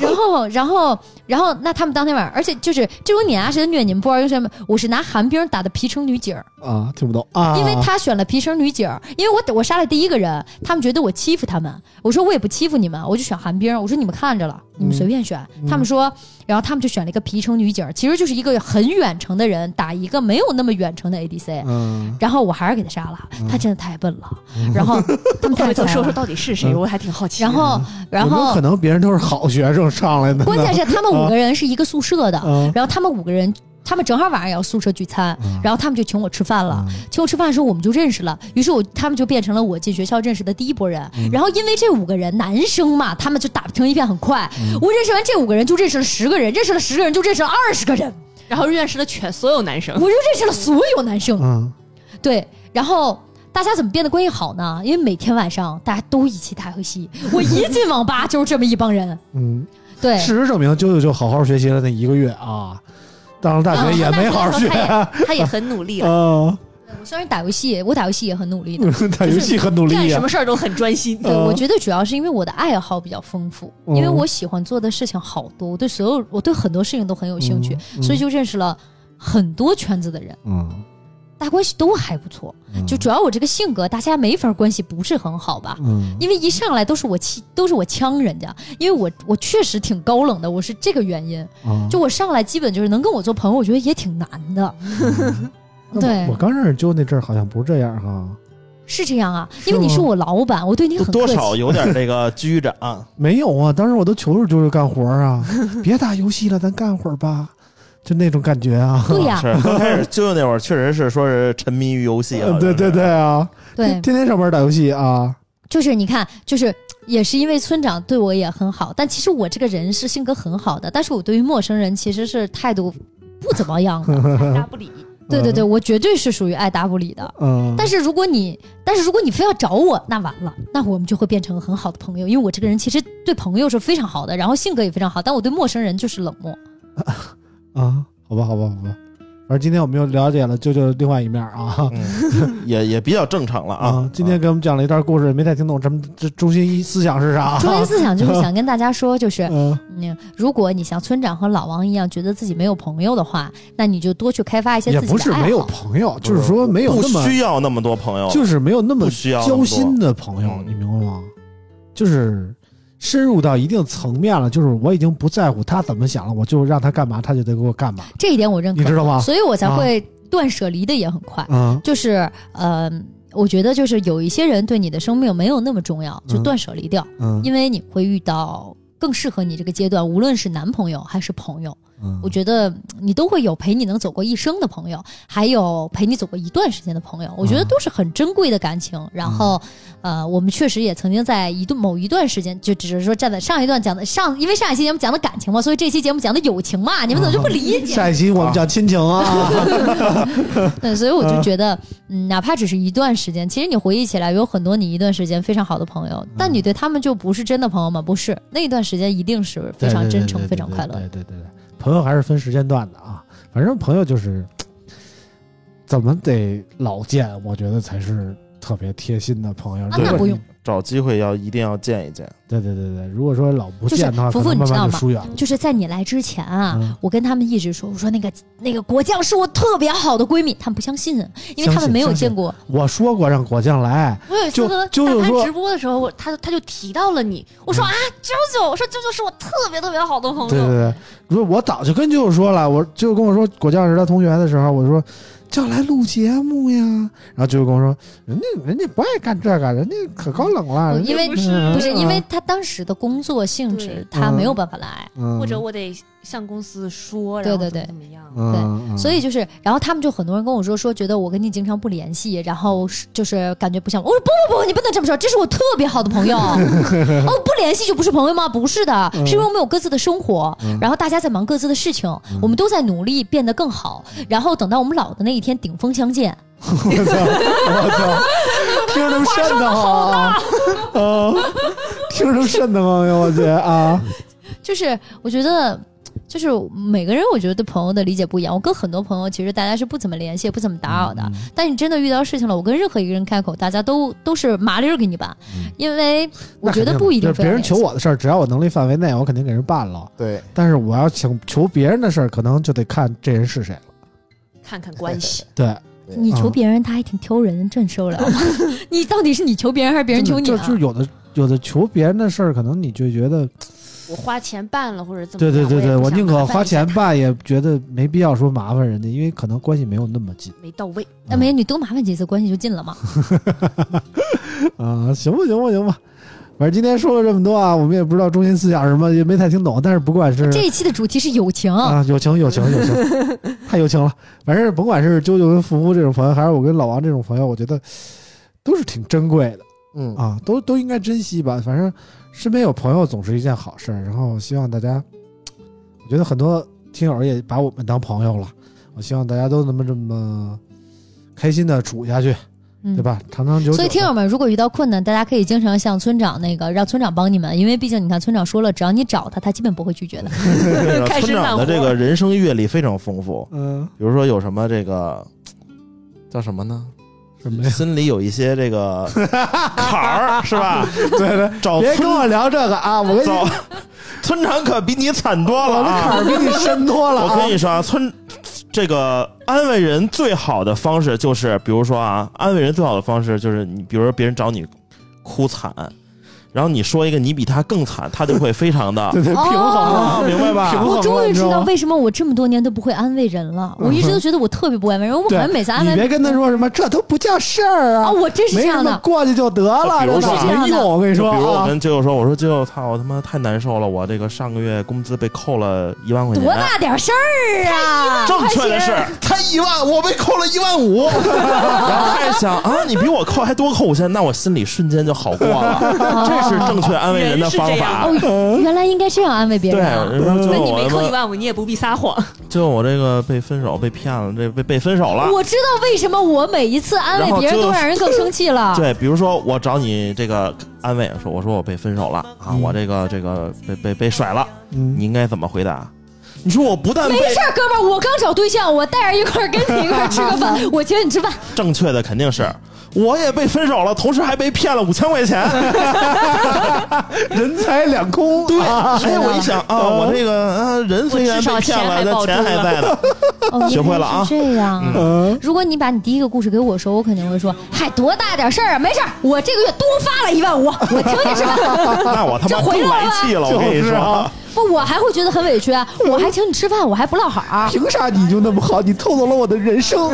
[SPEAKER 1] 然后，然后，然后，那他们当天晚上，而且就是这种碾压式的虐，你们不玩英雄联盟，我是拿寒冰打的皮城女警儿，
[SPEAKER 2] 啊，听不懂啊，
[SPEAKER 1] 因为他选了皮城女警儿，因为我我杀了第一个人，他们觉得我欺负他们，我说我也不欺负你们，我就选寒冰，我说你们看着了，
[SPEAKER 2] 嗯
[SPEAKER 1] 你们随便选。他们说，然后他们就选了一个皮城女警儿，其实就是一个很远程的人打一个没有那么远程的 ADC，、
[SPEAKER 2] 嗯
[SPEAKER 1] 然后我还是给他杀了，他真的太笨了。然 后他
[SPEAKER 4] 后
[SPEAKER 1] 们太
[SPEAKER 4] 面
[SPEAKER 1] 菜
[SPEAKER 4] 就
[SPEAKER 1] 了
[SPEAKER 4] 说说到底是谁，
[SPEAKER 2] 嗯
[SPEAKER 4] 我还挺好奇。
[SPEAKER 1] 然后然
[SPEAKER 2] 有没有
[SPEAKER 1] 后
[SPEAKER 2] 可能别人都是好学生上来的呢，
[SPEAKER 1] 关 键是他们五个人是一个宿舍的，
[SPEAKER 2] 啊
[SPEAKER 1] 然后他们五个人，他们正好晚上也要宿舍聚餐，
[SPEAKER 2] 嗯
[SPEAKER 1] 然后他们就请我吃饭了。
[SPEAKER 2] 嗯
[SPEAKER 1] 请我吃饭的时候，我们就认识了。于是我他们就变成了我进学校认识的第一波人。
[SPEAKER 2] 嗯
[SPEAKER 1] 然后因为这五个人男生嘛，他们就打成一片很快。
[SPEAKER 2] 嗯
[SPEAKER 1] 我认识完这五个人，就认识了十个人，认识了十个人，就认识了二十个 人，
[SPEAKER 4] 然后认识了全所有男生
[SPEAKER 1] 我，就认识了所有男生。
[SPEAKER 2] 嗯
[SPEAKER 1] 对，然后。大家怎么变得关系好呢？因为每天晚上大家都一起打游戏，我一进网吧就是这么一帮人。
[SPEAKER 2] 嗯，
[SPEAKER 1] 对，
[SPEAKER 2] 事实证明，啾啾就好好学习了那一个月啊，到了大学
[SPEAKER 1] 嗯
[SPEAKER 2] 也没好好学啊，
[SPEAKER 4] 他也很努力了，
[SPEAKER 2] 嗯
[SPEAKER 1] 我虽然打游戏，我打游戏也很努力的，
[SPEAKER 2] 打游戏很努
[SPEAKER 4] 干
[SPEAKER 2] 力
[SPEAKER 4] 什
[SPEAKER 2] 啊
[SPEAKER 4] 么，事儿都很专心。
[SPEAKER 1] 对，
[SPEAKER 2] 嗯
[SPEAKER 1] 我觉得主要是因为我的爱好比较丰富，
[SPEAKER 2] 嗯
[SPEAKER 1] 因为我喜欢做的事情好多，我对所有我对很多事情都很有兴趣，
[SPEAKER 2] 嗯嗯
[SPEAKER 1] 所以就认识了很多圈子的人，
[SPEAKER 2] 嗯，
[SPEAKER 1] 大家关系都还不错。就主要我这个性格，大家没法关系不是很好吧？
[SPEAKER 2] 嗯
[SPEAKER 1] 因为一上来都是我气，都是我呛人家，因为我我确实挺高冷的，我是这个原因。
[SPEAKER 2] 嗯，
[SPEAKER 1] 就我上来基本就是能跟我做朋友，我觉得也挺难的，
[SPEAKER 2] 那我
[SPEAKER 1] 对
[SPEAKER 2] 我刚认识啾那阵儿好像不是这样哈，
[SPEAKER 1] 是这样啊？
[SPEAKER 2] 是
[SPEAKER 1] 因为你
[SPEAKER 2] 吗
[SPEAKER 1] 是我老板，我对你
[SPEAKER 7] 多
[SPEAKER 1] 很
[SPEAKER 7] 多
[SPEAKER 1] 客气。
[SPEAKER 7] 少有点这个拘着啊。
[SPEAKER 2] 没有啊，当时我都求着啾啾干活儿啊，别打游戏了，咱干会儿吧，就那种感觉啊，
[SPEAKER 1] 对呀、
[SPEAKER 7] 是刚开始舅舅那会儿确实是说是沉迷于游戏了，
[SPEAKER 2] 嗯对
[SPEAKER 7] 就
[SPEAKER 2] 对
[SPEAKER 7] 是
[SPEAKER 2] 对，啊，
[SPEAKER 1] 对，
[SPEAKER 2] 天天上班打游戏啊，
[SPEAKER 1] 就是你看，就是也是因为村长对我也很好，但其实我这个人是性格很好的，但是我对于陌生人其实是态度不怎么样
[SPEAKER 2] 嗯
[SPEAKER 1] 的。
[SPEAKER 4] 爱答不理，
[SPEAKER 1] 对对对，我绝对是属于爱答不理的。
[SPEAKER 2] 嗯，
[SPEAKER 1] 但是如果你，但是如果你非要找我，那完了，那我们就会变成很好的朋友，因为我这个人其实对朋友是非常好的，然后性格也非常好，但我对陌生人就是冷漠。
[SPEAKER 2] 啊，好吧好吧好吧，反正今天我们又了解了啾啾另外一面啊。
[SPEAKER 7] 嗯也也比较正常了啊
[SPEAKER 2] 啊。，今天给我们讲了一段故事，没太听懂咱们这中心一思想是啥。
[SPEAKER 1] 中心思想 就是想跟大家说，就是
[SPEAKER 2] 嗯
[SPEAKER 1] 嗯，如果你像村长和老王一样，觉得自己没有朋友的话，那你就多去开发一些
[SPEAKER 2] 也
[SPEAKER 1] 自己的
[SPEAKER 2] 不是
[SPEAKER 1] 爱好。
[SPEAKER 2] 没有朋友，
[SPEAKER 7] 不
[SPEAKER 2] 就是是说没有
[SPEAKER 7] 不
[SPEAKER 2] 那么，
[SPEAKER 7] 需要那么多朋友，
[SPEAKER 2] 就是没有那么
[SPEAKER 7] 不需要那么
[SPEAKER 2] 交
[SPEAKER 7] 多
[SPEAKER 2] 心的朋友，
[SPEAKER 7] 嗯
[SPEAKER 2] 你明白吗？就是深入到一定层面了，就是我已经不在乎他怎么想了，我就让他干嘛，他就得给我干嘛，
[SPEAKER 1] 这一点我认可
[SPEAKER 2] 你。知道吗？
[SPEAKER 1] 所以我才会
[SPEAKER 2] 啊
[SPEAKER 1] 断舍离的也很快。
[SPEAKER 2] 嗯
[SPEAKER 1] 就是呃，我觉得就是有一些人对你的生命没有那么重要，就
[SPEAKER 2] 嗯
[SPEAKER 1] 断舍离掉，
[SPEAKER 2] 嗯
[SPEAKER 1] 因为你会遇到更适合你这个阶段，无论是男朋友还是朋友。
[SPEAKER 2] 嗯
[SPEAKER 1] 我觉得嗯你都会有陪你能走过一生的朋友，还有陪你走过一段时间的
[SPEAKER 2] 嗯
[SPEAKER 1] 朋友，我觉得都是很珍贵的感情。然后，呃，我们确实也曾经在一段某一段时间，就只是说站在上一段讲的上，因为上一期节目讲的感情嘛，所以这期节目讲的友情嘛，你们怎么就不理解？
[SPEAKER 2] 下一期我们叫亲情啊，
[SPEAKER 1] 对，所以我就觉得，嗯，哪怕只是一段时间，其实你回忆起来，有很多你一段时间非常好的朋
[SPEAKER 2] 嗯
[SPEAKER 1] 友，但你对他们就不是真的朋友吗？不是，那一段时间一定是非常真诚、非常快乐的
[SPEAKER 2] 对。对对对，朋友还是分时间段的啊，反正朋友就是怎么得老见，我觉得才是特别贴心的朋友。
[SPEAKER 1] 啊
[SPEAKER 2] 如果
[SPEAKER 1] 那不
[SPEAKER 2] 你
[SPEAKER 1] 用
[SPEAKER 7] 找机会要一定要见一见。
[SPEAKER 2] 对对对对，如果说老不
[SPEAKER 1] 就是
[SPEAKER 2] 见的话，
[SPEAKER 1] 福
[SPEAKER 2] 可
[SPEAKER 1] 福
[SPEAKER 2] 能慢
[SPEAKER 1] 你知
[SPEAKER 2] 慢
[SPEAKER 1] 道
[SPEAKER 2] 就
[SPEAKER 1] 吗
[SPEAKER 2] 疏远了。
[SPEAKER 1] 就是在你来之前啊，
[SPEAKER 2] 嗯
[SPEAKER 1] 我跟他们一直说，我说那个那个果酱是我特别好的闺蜜，他们不相信，啊因为他们
[SPEAKER 2] 相信
[SPEAKER 1] 没有
[SPEAKER 2] 相信
[SPEAKER 1] 见过。
[SPEAKER 2] 我说过让果酱来，
[SPEAKER 4] 我有一次
[SPEAKER 2] 就
[SPEAKER 4] 和
[SPEAKER 2] 就
[SPEAKER 4] 大
[SPEAKER 2] 是
[SPEAKER 4] 潘
[SPEAKER 2] 说
[SPEAKER 4] 直播的时候，我他他就提到了你，我说啊，啾啾，我说啾啾是我特别特别好的朋友，
[SPEAKER 1] 哦
[SPEAKER 2] 对对对，如果我早就跟舅舅说了，我舅舅跟我说果酱是他同学的时候，我说叫来录节目呀，然后舅舅跟我说，人家人家不爱干这个，人家可高冷了，
[SPEAKER 1] 因为
[SPEAKER 4] 啊不是
[SPEAKER 1] 不是因为他当时的工作性质
[SPEAKER 4] 对，
[SPEAKER 1] 他没有
[SPEAKER 2] 嗯
[SPEAKER 1] 办法来，
[SPEAKER 2] 或
[SPEAKER 4] 或者我得向公司说，
[SPEAKER 1] 对
[SPEAKER 4] 然后
[SPEAKER 1] 对
[SPEAKER 4] 怎
[SPEAKER 1] 对
[SPEAKER 4] 么怎么样。
[SPEAKER 2] 嗯，
[SPEAKER 1] 所以就是，然后他们就很多人跟我说，说觉得我跟你经常不联系，然后是就是感觉不像。我说不不不，你不能这么说，这是我特别好的朋友。哦，不联系就不是朋友吗？不是的，是因为我们有各自的生活，然后大家在忙各自的事情，我们都在努力变得更好。然后等到我们老的那一天，顶峰相见。
[SPEAKER 2] 我操，我操，听着都 瘆得慌啊！啊，听着都瘆得慌呀，我去 啊！
[SPEAKER 1] 就是我觉得，就是每个人，我觉得对朋友的理解不一样。我跟很多朋友其实大家是不怎么联系，也不怎么打扰的。但你真的遇到事情了，我跟任何一个人开口，大家都都是麻利儿给你办，因为我觉得不一定
[SPEAKER 2] 那
[SPEAKER 1] 非
[SPEAKER 2] 肯定就是别
[SPEAKER 1] 要
[SPEAKER 2] 人求
[SPEAKER 1] 联系
[SPEAKER 2] 我的事儿，只要我能力范围内，我肯定给人办了。
[SPEAKER 7] 对，
[SPEAKER 2] 但是我要请求别人的事儿，可能就得看这人是谁了。
[SPEAKER 4] 看看关系，
[SPEAKER 2] 对，
[SPEAKER 1] 你求别人，他还挺挑人，真受不了。你到底是你求别人还是别人求你、
[SPEAKER 2] 就
[SPEAKER 1] 啊？
[SPEAKER 2] 就是有的有的求别人的事儿，可能你就觉得，
[SPEAKER 4] 我花钱办了或者怎么
[SPEAKER 2] 对
[SPEAKER 4] 样，
[SPEAKER 2] 对对
[SPEAKER 4] 也
[SPEAKER 2] 对，
[SPEAKER 4] 不
[SPEAKER 2] 哎我
[SPEAKER 4] 想
[SPEAKER 2] 宁
[SPEAKER 4] 麻
[SPEAKER 2] 可
[SPEAKER 4] 烦
[SPEAKER 2] 花
[SPEAKER 4] 一下
[SPEAKER 2] 钱
[SPEAKER 4] 他，
[SPEAKER 2] 办，也觉得没必要说麻烦人家，因为可能关系没有那么 近。
[SPEAKER 4] 没到位。
[SPEAKER 2] 哎
[SPEAKER 1] 那哎没你多麻烦几次，关系就近了嘛。
[SPEAKER 2] 啊，行吧，行吧，行吧。反正今天说了这么多啊，我们也不知道中心思想是什么，也没太听懂。但是不管是
[SPEAKER 1] 这一期的主题是友情，
[SPEAKER 2] 啊，友情，友情，友情，太友情了。反正甭管是啾啾跟福福这种朋友，还是我跟老王这种朋友，我觉得都是挺珍贵的
[SPEAKER 7] 嗯，
[SPEAKER 2] 啊，都都应该珍惜吧。反正身边有朋友总是一件好事儿。然后希望大家，我觉得很多听友也把我们当朋友了。我希望大家都能这么开心的处下去，
[SPEAKER 1] 嗯
[SPEAKER 2] 对？吧？长长久久的。
[SPEAKER 1] 所以，听友们，如果遇到困难，大家可以经常向村长那个，让村长帮你们，因为毕竟你看，村长说了，只要你找他，他基本不会拒绝的。
[SPEAKER 7] 这个
[SPEAKER 4] 开始
[SPEAKER 7] 村
[SPEAKER 4] 暖
[SPEAKER 7] 长的
[SPEAKER 4] 和
[SPEAKER 7] 这个人生阅历非常丰富，
[SPEAKER 2] 嗯，
[SPEAKER 7] 比如说有什么这个叫什么呢？
[SPEAKER 2] 什么呀？
[SPEAKER 7] 心里有一些这个坎儿是吧？
[SPEAKER 2] 对对，
[SPEAKER 7] 找
[SPEAKER 2] 别
[SPEAKER 7] 村
[SPEAKER 2] 跟我聊这个 啊！我跟你，
[SPEAKER 7] 找村长可比你惨多了
[SPEAKER 2] 我的坎
[SPEAKER 7] 啊！
[SPEAKER 2] 儿比你深多 了、啊。
[SPEAKER 7] 我跟你说啊，村这个安慰人最好的方式就是，比如说啊，安慰人最好的方式就是你，比如说别人找你哭惨，然后你说一个你比他更惨，他就会非常 的
[SPEAKER 2] 对对，平衡了，
[SPEAKER 7] 啊，明白吧？
[SPEAKER 2] 平衡
[SPEAKER 1] 哦我
[SPEAKER 2] 了
[SPEAKER 1] 终于
[SPEAKER 2] 你
[SPEAKER 1] 知道
[SPEAKER 7] 哦
[SPEAKER 2] 吗
[SPEAKER 1] 为什么我这么多年都不会安慰人了。
[SPEAKER 7] 嗯
[SPEAKER 1] 我一直都觉得我特别不安慰人，我好像每次安
[SPEAKER 2] 你
[SPEAKER 1] 慰
[SPEAKER 2] 别跟他说什么，这都不叫事儿啊
[SPEAKER 1] 啊，，我真是
[SPEAKER 2] 没
[SPEAKER 1] 这
[SPEAKER 2] 什
[SPEAKER 1] 样
[SPEAKER 2] 么
[SPEAKER 1] 的。
[SPEAKER 2] 过去就得了，
[SPEAKER 7] 比如说
[SPEAKER 2] 这哪儿没用。我跟你啊说
[SPEAKER 7] 就比如我
[SPEAKER 2] 啊，
[SPEAKER 7] 跟舅舅说，我说舅舅，操，我他妈太难受了，我这个上个月工资被扣了一万块钱，
[SPEAKER 1] 多大点事儿啊！
[SPEAKER 7] 正确的是，才一万，我被扣了一万五， 然后他一想啊，你比我扣还多扣五千，那我心里瞬间就好 过了，这是正确安慰人的方法。
[SPEAKER 1] 哦，原来应该这样安慰别
[SPEAKER 7] 对，
[SPEAKER 1] 人啊！
[SPEAKER 7] 然后就
[SPEAKER 4] 那你
[SPEAKER 7] 我
[SPEAKER 4] 没
[SPEAKER 7] 他
[SPEAKER 4] 扣一
[SPEAKER 7] 妈，
[SPEAKER 4] 万五，你也不必撒 谎。
[SPEAKER 7] 就我这个被分手被骗了，这被被分手了。
[SPEAKER 1] 我知道为什么我每一次安慰别人都让人更生气了。
[SPEAKER 7] 对，比如说我找你这个安慰，说我说我被分手了啊，
[SPEAKER 2] 嗯
[SPEAKER 7] 我这个这个被被被甩了，你
[SPEAKER 2] 嗯，
[SPEAKER 7] 应该怎么回答？你说我不但被
[SPEAKER 1] 没事儿，哥们儿，我刚找对象，我带着一块儿跟你一块儿吃个 饭，我请你吃饭。
[SPEAKER 7] 正确的肯定是，我也被分手了，同时还被骗了五千块钱。
[SPEAKER 2] 人财两空，
[SPEAKER 7] 对，所以
[SPEAKER 2] 哎
[SPEAKER 7] 我一想啊，我这个啊人虽然被骗了，但钱还在呢。
[SPEAKER 1] 哦，原
[SPEAKER 7] 学会了啊
[SPEAKER 1] 来是这样啊。
[SPEAKER 2] 嗯，
[SPEAKER 1] 如果你把你第一个故事给我说，我肯定会说：“嗨，多大点事儿啊，没事儿，我这个月多发了一万五，我请你吃饭。
[SPEAKER 7] 那我他妈更来气了，我跟你
[SPEAKER 2] 就是
[SPEAKER 7] 说
[SPEAKER 2] 啊，”
[SPEAKER 1] 不，我还会觉得很委屈啊！我还请你吃饭，我还不落好啊儿，
[SPEAKER 2] 凭啥你就那么好？你偷走了我的人 生。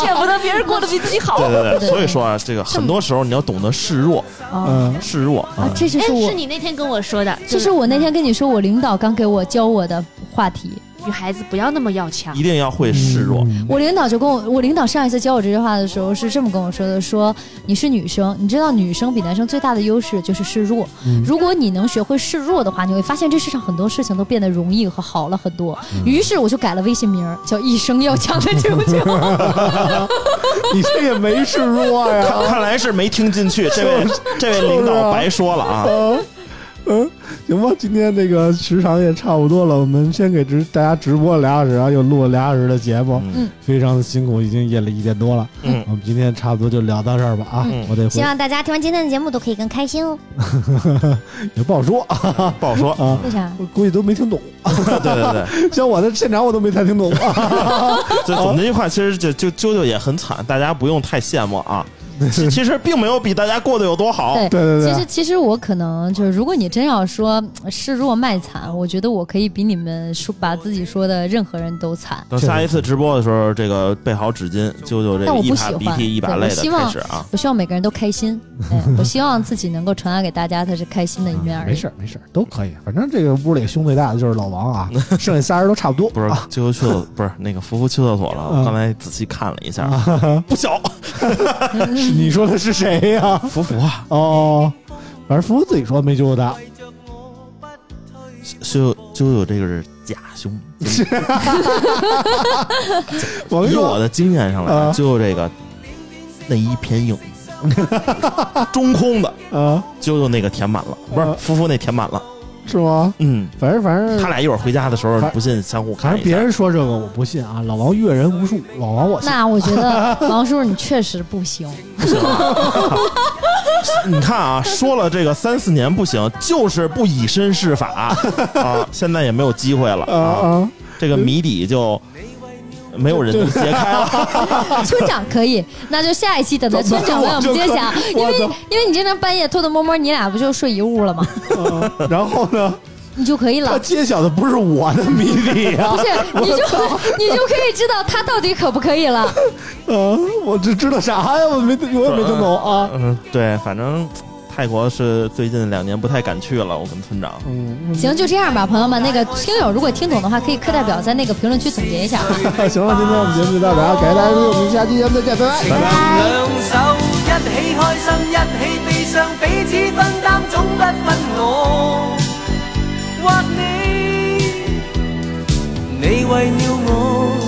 [SPEAKER 4] 见不得别人过得比自己好。
[SPEAKER 7] 对对
[SPEAKER 1] 对
[SPEAKER 7] 对，所以说啊，这个很多时候你要懂得示弱，
[SPEAKER 1] 啊
[SPEAKER 2] 嗯，
[SPEAKER 7] 示弱
[SPEAKER 1] 啊
[SPEAKER 7] 啊！，
[SPEAKER 1] 这就
[SPEAKER 5] 哎，
[SPEAKER 1] 是我
[SPEAKER 5] 是，你那天跟我说的，
[SPEAKER 1] 这
[SPEAKER 5] 就是
[SPEAKER 1] 我那天跟你说，我领导刚给我教我的话题。
[SPEAKER 4] 女孩子不要那么要强
[SPEAKER 7] 一，定要会 示弱。
[SPEAKER 2] 嗯
[SPEAKER 1] 我领导就跟我，我领导上一次教我这句话的时候是这么跟我说的：说你是女生，你知道女生比男生最大的优势就是示弱。如果你能学会示弱的话，你会发现这世上很多事情都变得容易和好了很多。于是我就改了微信名儿，叫“一生要强的啾啾
[SPEAKER 2] 你这也没示弱呀。
[SPEAKER 7] 看看来是没听 进去，这位这位领
[SPEAKER 2] 就是啊
[SPEAKER 7] 导白说了啊。
[SPEAKER 2] 嗯嗯，行吧，今天这个时长也差不多了，我们先给直大家直播俩小时，然后又录了俩小时的节目，
[SPEAKER 7] 嗯
[SPEAKER 2] 非常的辛苦，已经夜里一点多了。
[SPEAKER 7] 嗯
[SPEAKER 2] 我们今天差不多就聊到这儿吧啊，
[SPEAKER 7] 嗯
[SPEAKER 2] 我得
[SPEAKER 5] 希
[SPEAKER 2] 回
[SPEAKER 5] 望大家听完今天的节目都可以更开心哦。
[SPEAKER 2] 也不好说啊，
[SPEAKER 7] 不好说
[SPEAKER 2] 啊”，
[SPEAKER 1] 为啥？
[SPEAKER 2] 我估计都没 听懂，
[SPEAKER 7] 对对对，
[SPEAKER 2] 像我在现场我都没太听懂啊。
[SPEAKER 7] 这总的一句话，其实就就啾啾也很惨，大家不用太羡慕 啊。其其实并没有比大家过得有多好，
[SPEAKER 1] 对
[SPEAKER 2] 对对对
[SPEAKER 1] 其实，其实我可能就是，如果你真要说呃示弱卖惨，我觉得我可以比你们说把自己说的任何人都惨。
[SPEAKER 7] 等下一次直播的时候，这个备好纸巾，啾啾这
[SPEAKER 1] 但
[SPEAKER 7] 个
[SPEAKER 1] 我
[SPEAKER 7] 一
[SPEAKER 1] 不
[SPEAKER 7] 把
[SPEAKER 1] 喜欢
[SPEAKER 7] 鼻涕一把泪
[SPEAKER 1] 对
[SPEAKER 7] 的
[SPEAKER 1] 我希望
[SPEAKER 7] 开始啊，
[SPEAKER 1] 我希望每个人都开 心，哎，我希望自己能够传达给大家他是开心的一面而
[SPEAKER 2] 没
[SPEAKER 1] 已。
[SPEAKER 2] 事儿没事儿，都可以，反正这个屋里兄弟大的就是老王 啊，剩下仨人都差不多。
[SPEAKER 7] 不是
[SPEAKER 2] 啊
[SPEAKER 7] 啾啾去 厕不是那个福福去厕所了，
[SPEAKER 2] 嗯
[SPEAKER 1] 啊
[SPEAKER 7] 我刚才仔细看了一下，不小，
[SPEAKER 2] 是你说的是谁呀、
[SPEAKER 7] 福福啊，
[SPEAKER 2] 哦，反正福福自己说没救他，
[SPEAKER 7] 啾啾啾这个是假胸，
[SPEAKER 2] 我跟你
[SPEAKER 7] 以
[SPEAKER 2] 说
[SPEAKER 7] 我，的经验上来
[SPEAKER 2] 哎啊
[SPEAKER 7] 讲，啾啾这个内衣偏硬， 中空的，
[SPEAKER 2] 啊，
[SPEAKER 7] 啾啾那个填满了，不
[SPEAKER 2] 啊
[SPEAKER 7] 是福福那填满了，
[SPEAKER 2] 是吗？
[SPEAKER 7] 嗯。
[SPEAKER 2] 反正反正
[SPEAKER 7] 他俩一会儿回家的时候
[SPEAKER 2] 反，
[SPEAKER 7] 不信相互
[SPEAKER 2] 反
[SPEAKER 7] 看
[SPEAKER 2] 正
[SPEAKER 7] 一
[SPEAKER 2] 别
[SPEAKER 7] 下。
[SPEAKER 2] 人说这个我不信啊，老王阅人无数，老王我信。
[SPEAKER 1] 那我觉得王叔叔你确实不 行，
[SPEAKER 7] 不行啊， 你看啊，说了这个三四年不行，就是不以身试法 啊，现在也没有机会了
[SPEAKER 2] 啊
[SPEAKER 7] 啊，
[SPEAKER 2] 啊，
[SPEAKER 7] 这个谜底就没有人能揭开了。
[SPEAKER 1] 村长可以，那就下一期等到村长为我们揭晓，因
[SPEAKER 2] 我
[SPEAKER 1] 为
[SPEAKER 2] 操
[SPEAKER 1] 因为你经常半夜偷偷摸摸，你俩不就睡一屋了吗？
[SPEAKER 2] 啊然后呢？
[SPEAKER 1] 你就可以
[SPEAKER 2] 他
[SPEAKER 1] 了。
[SPEAKER 2] 揭晓的不是我的谜底呀、
[SPEAKER 1] 不是，你就你就可以知道他到底可不可以了。
[SPEAKER 2] 啊，我这知道啥呀？我没，我也没听懂啊。
[SPEAKER 7] 嗯，对，反正泰国是最近两年不太敢去了，我跟村长。
[SPEAKER 2] 嗯，
[SPEAKER 1] 行，就这样吧，朋友们。那个听友如果听懂的话，可以课代表在那个评论区总结一下。啊
[SPEAKER 2] 行了，今天我们节目就到这儿啊，感谢大家收听，我们下期节目再见，拜拜。
[SPEAKER 9] 两手一起开心，一起悲伤，彼此分担，总不分我或你。你为了我。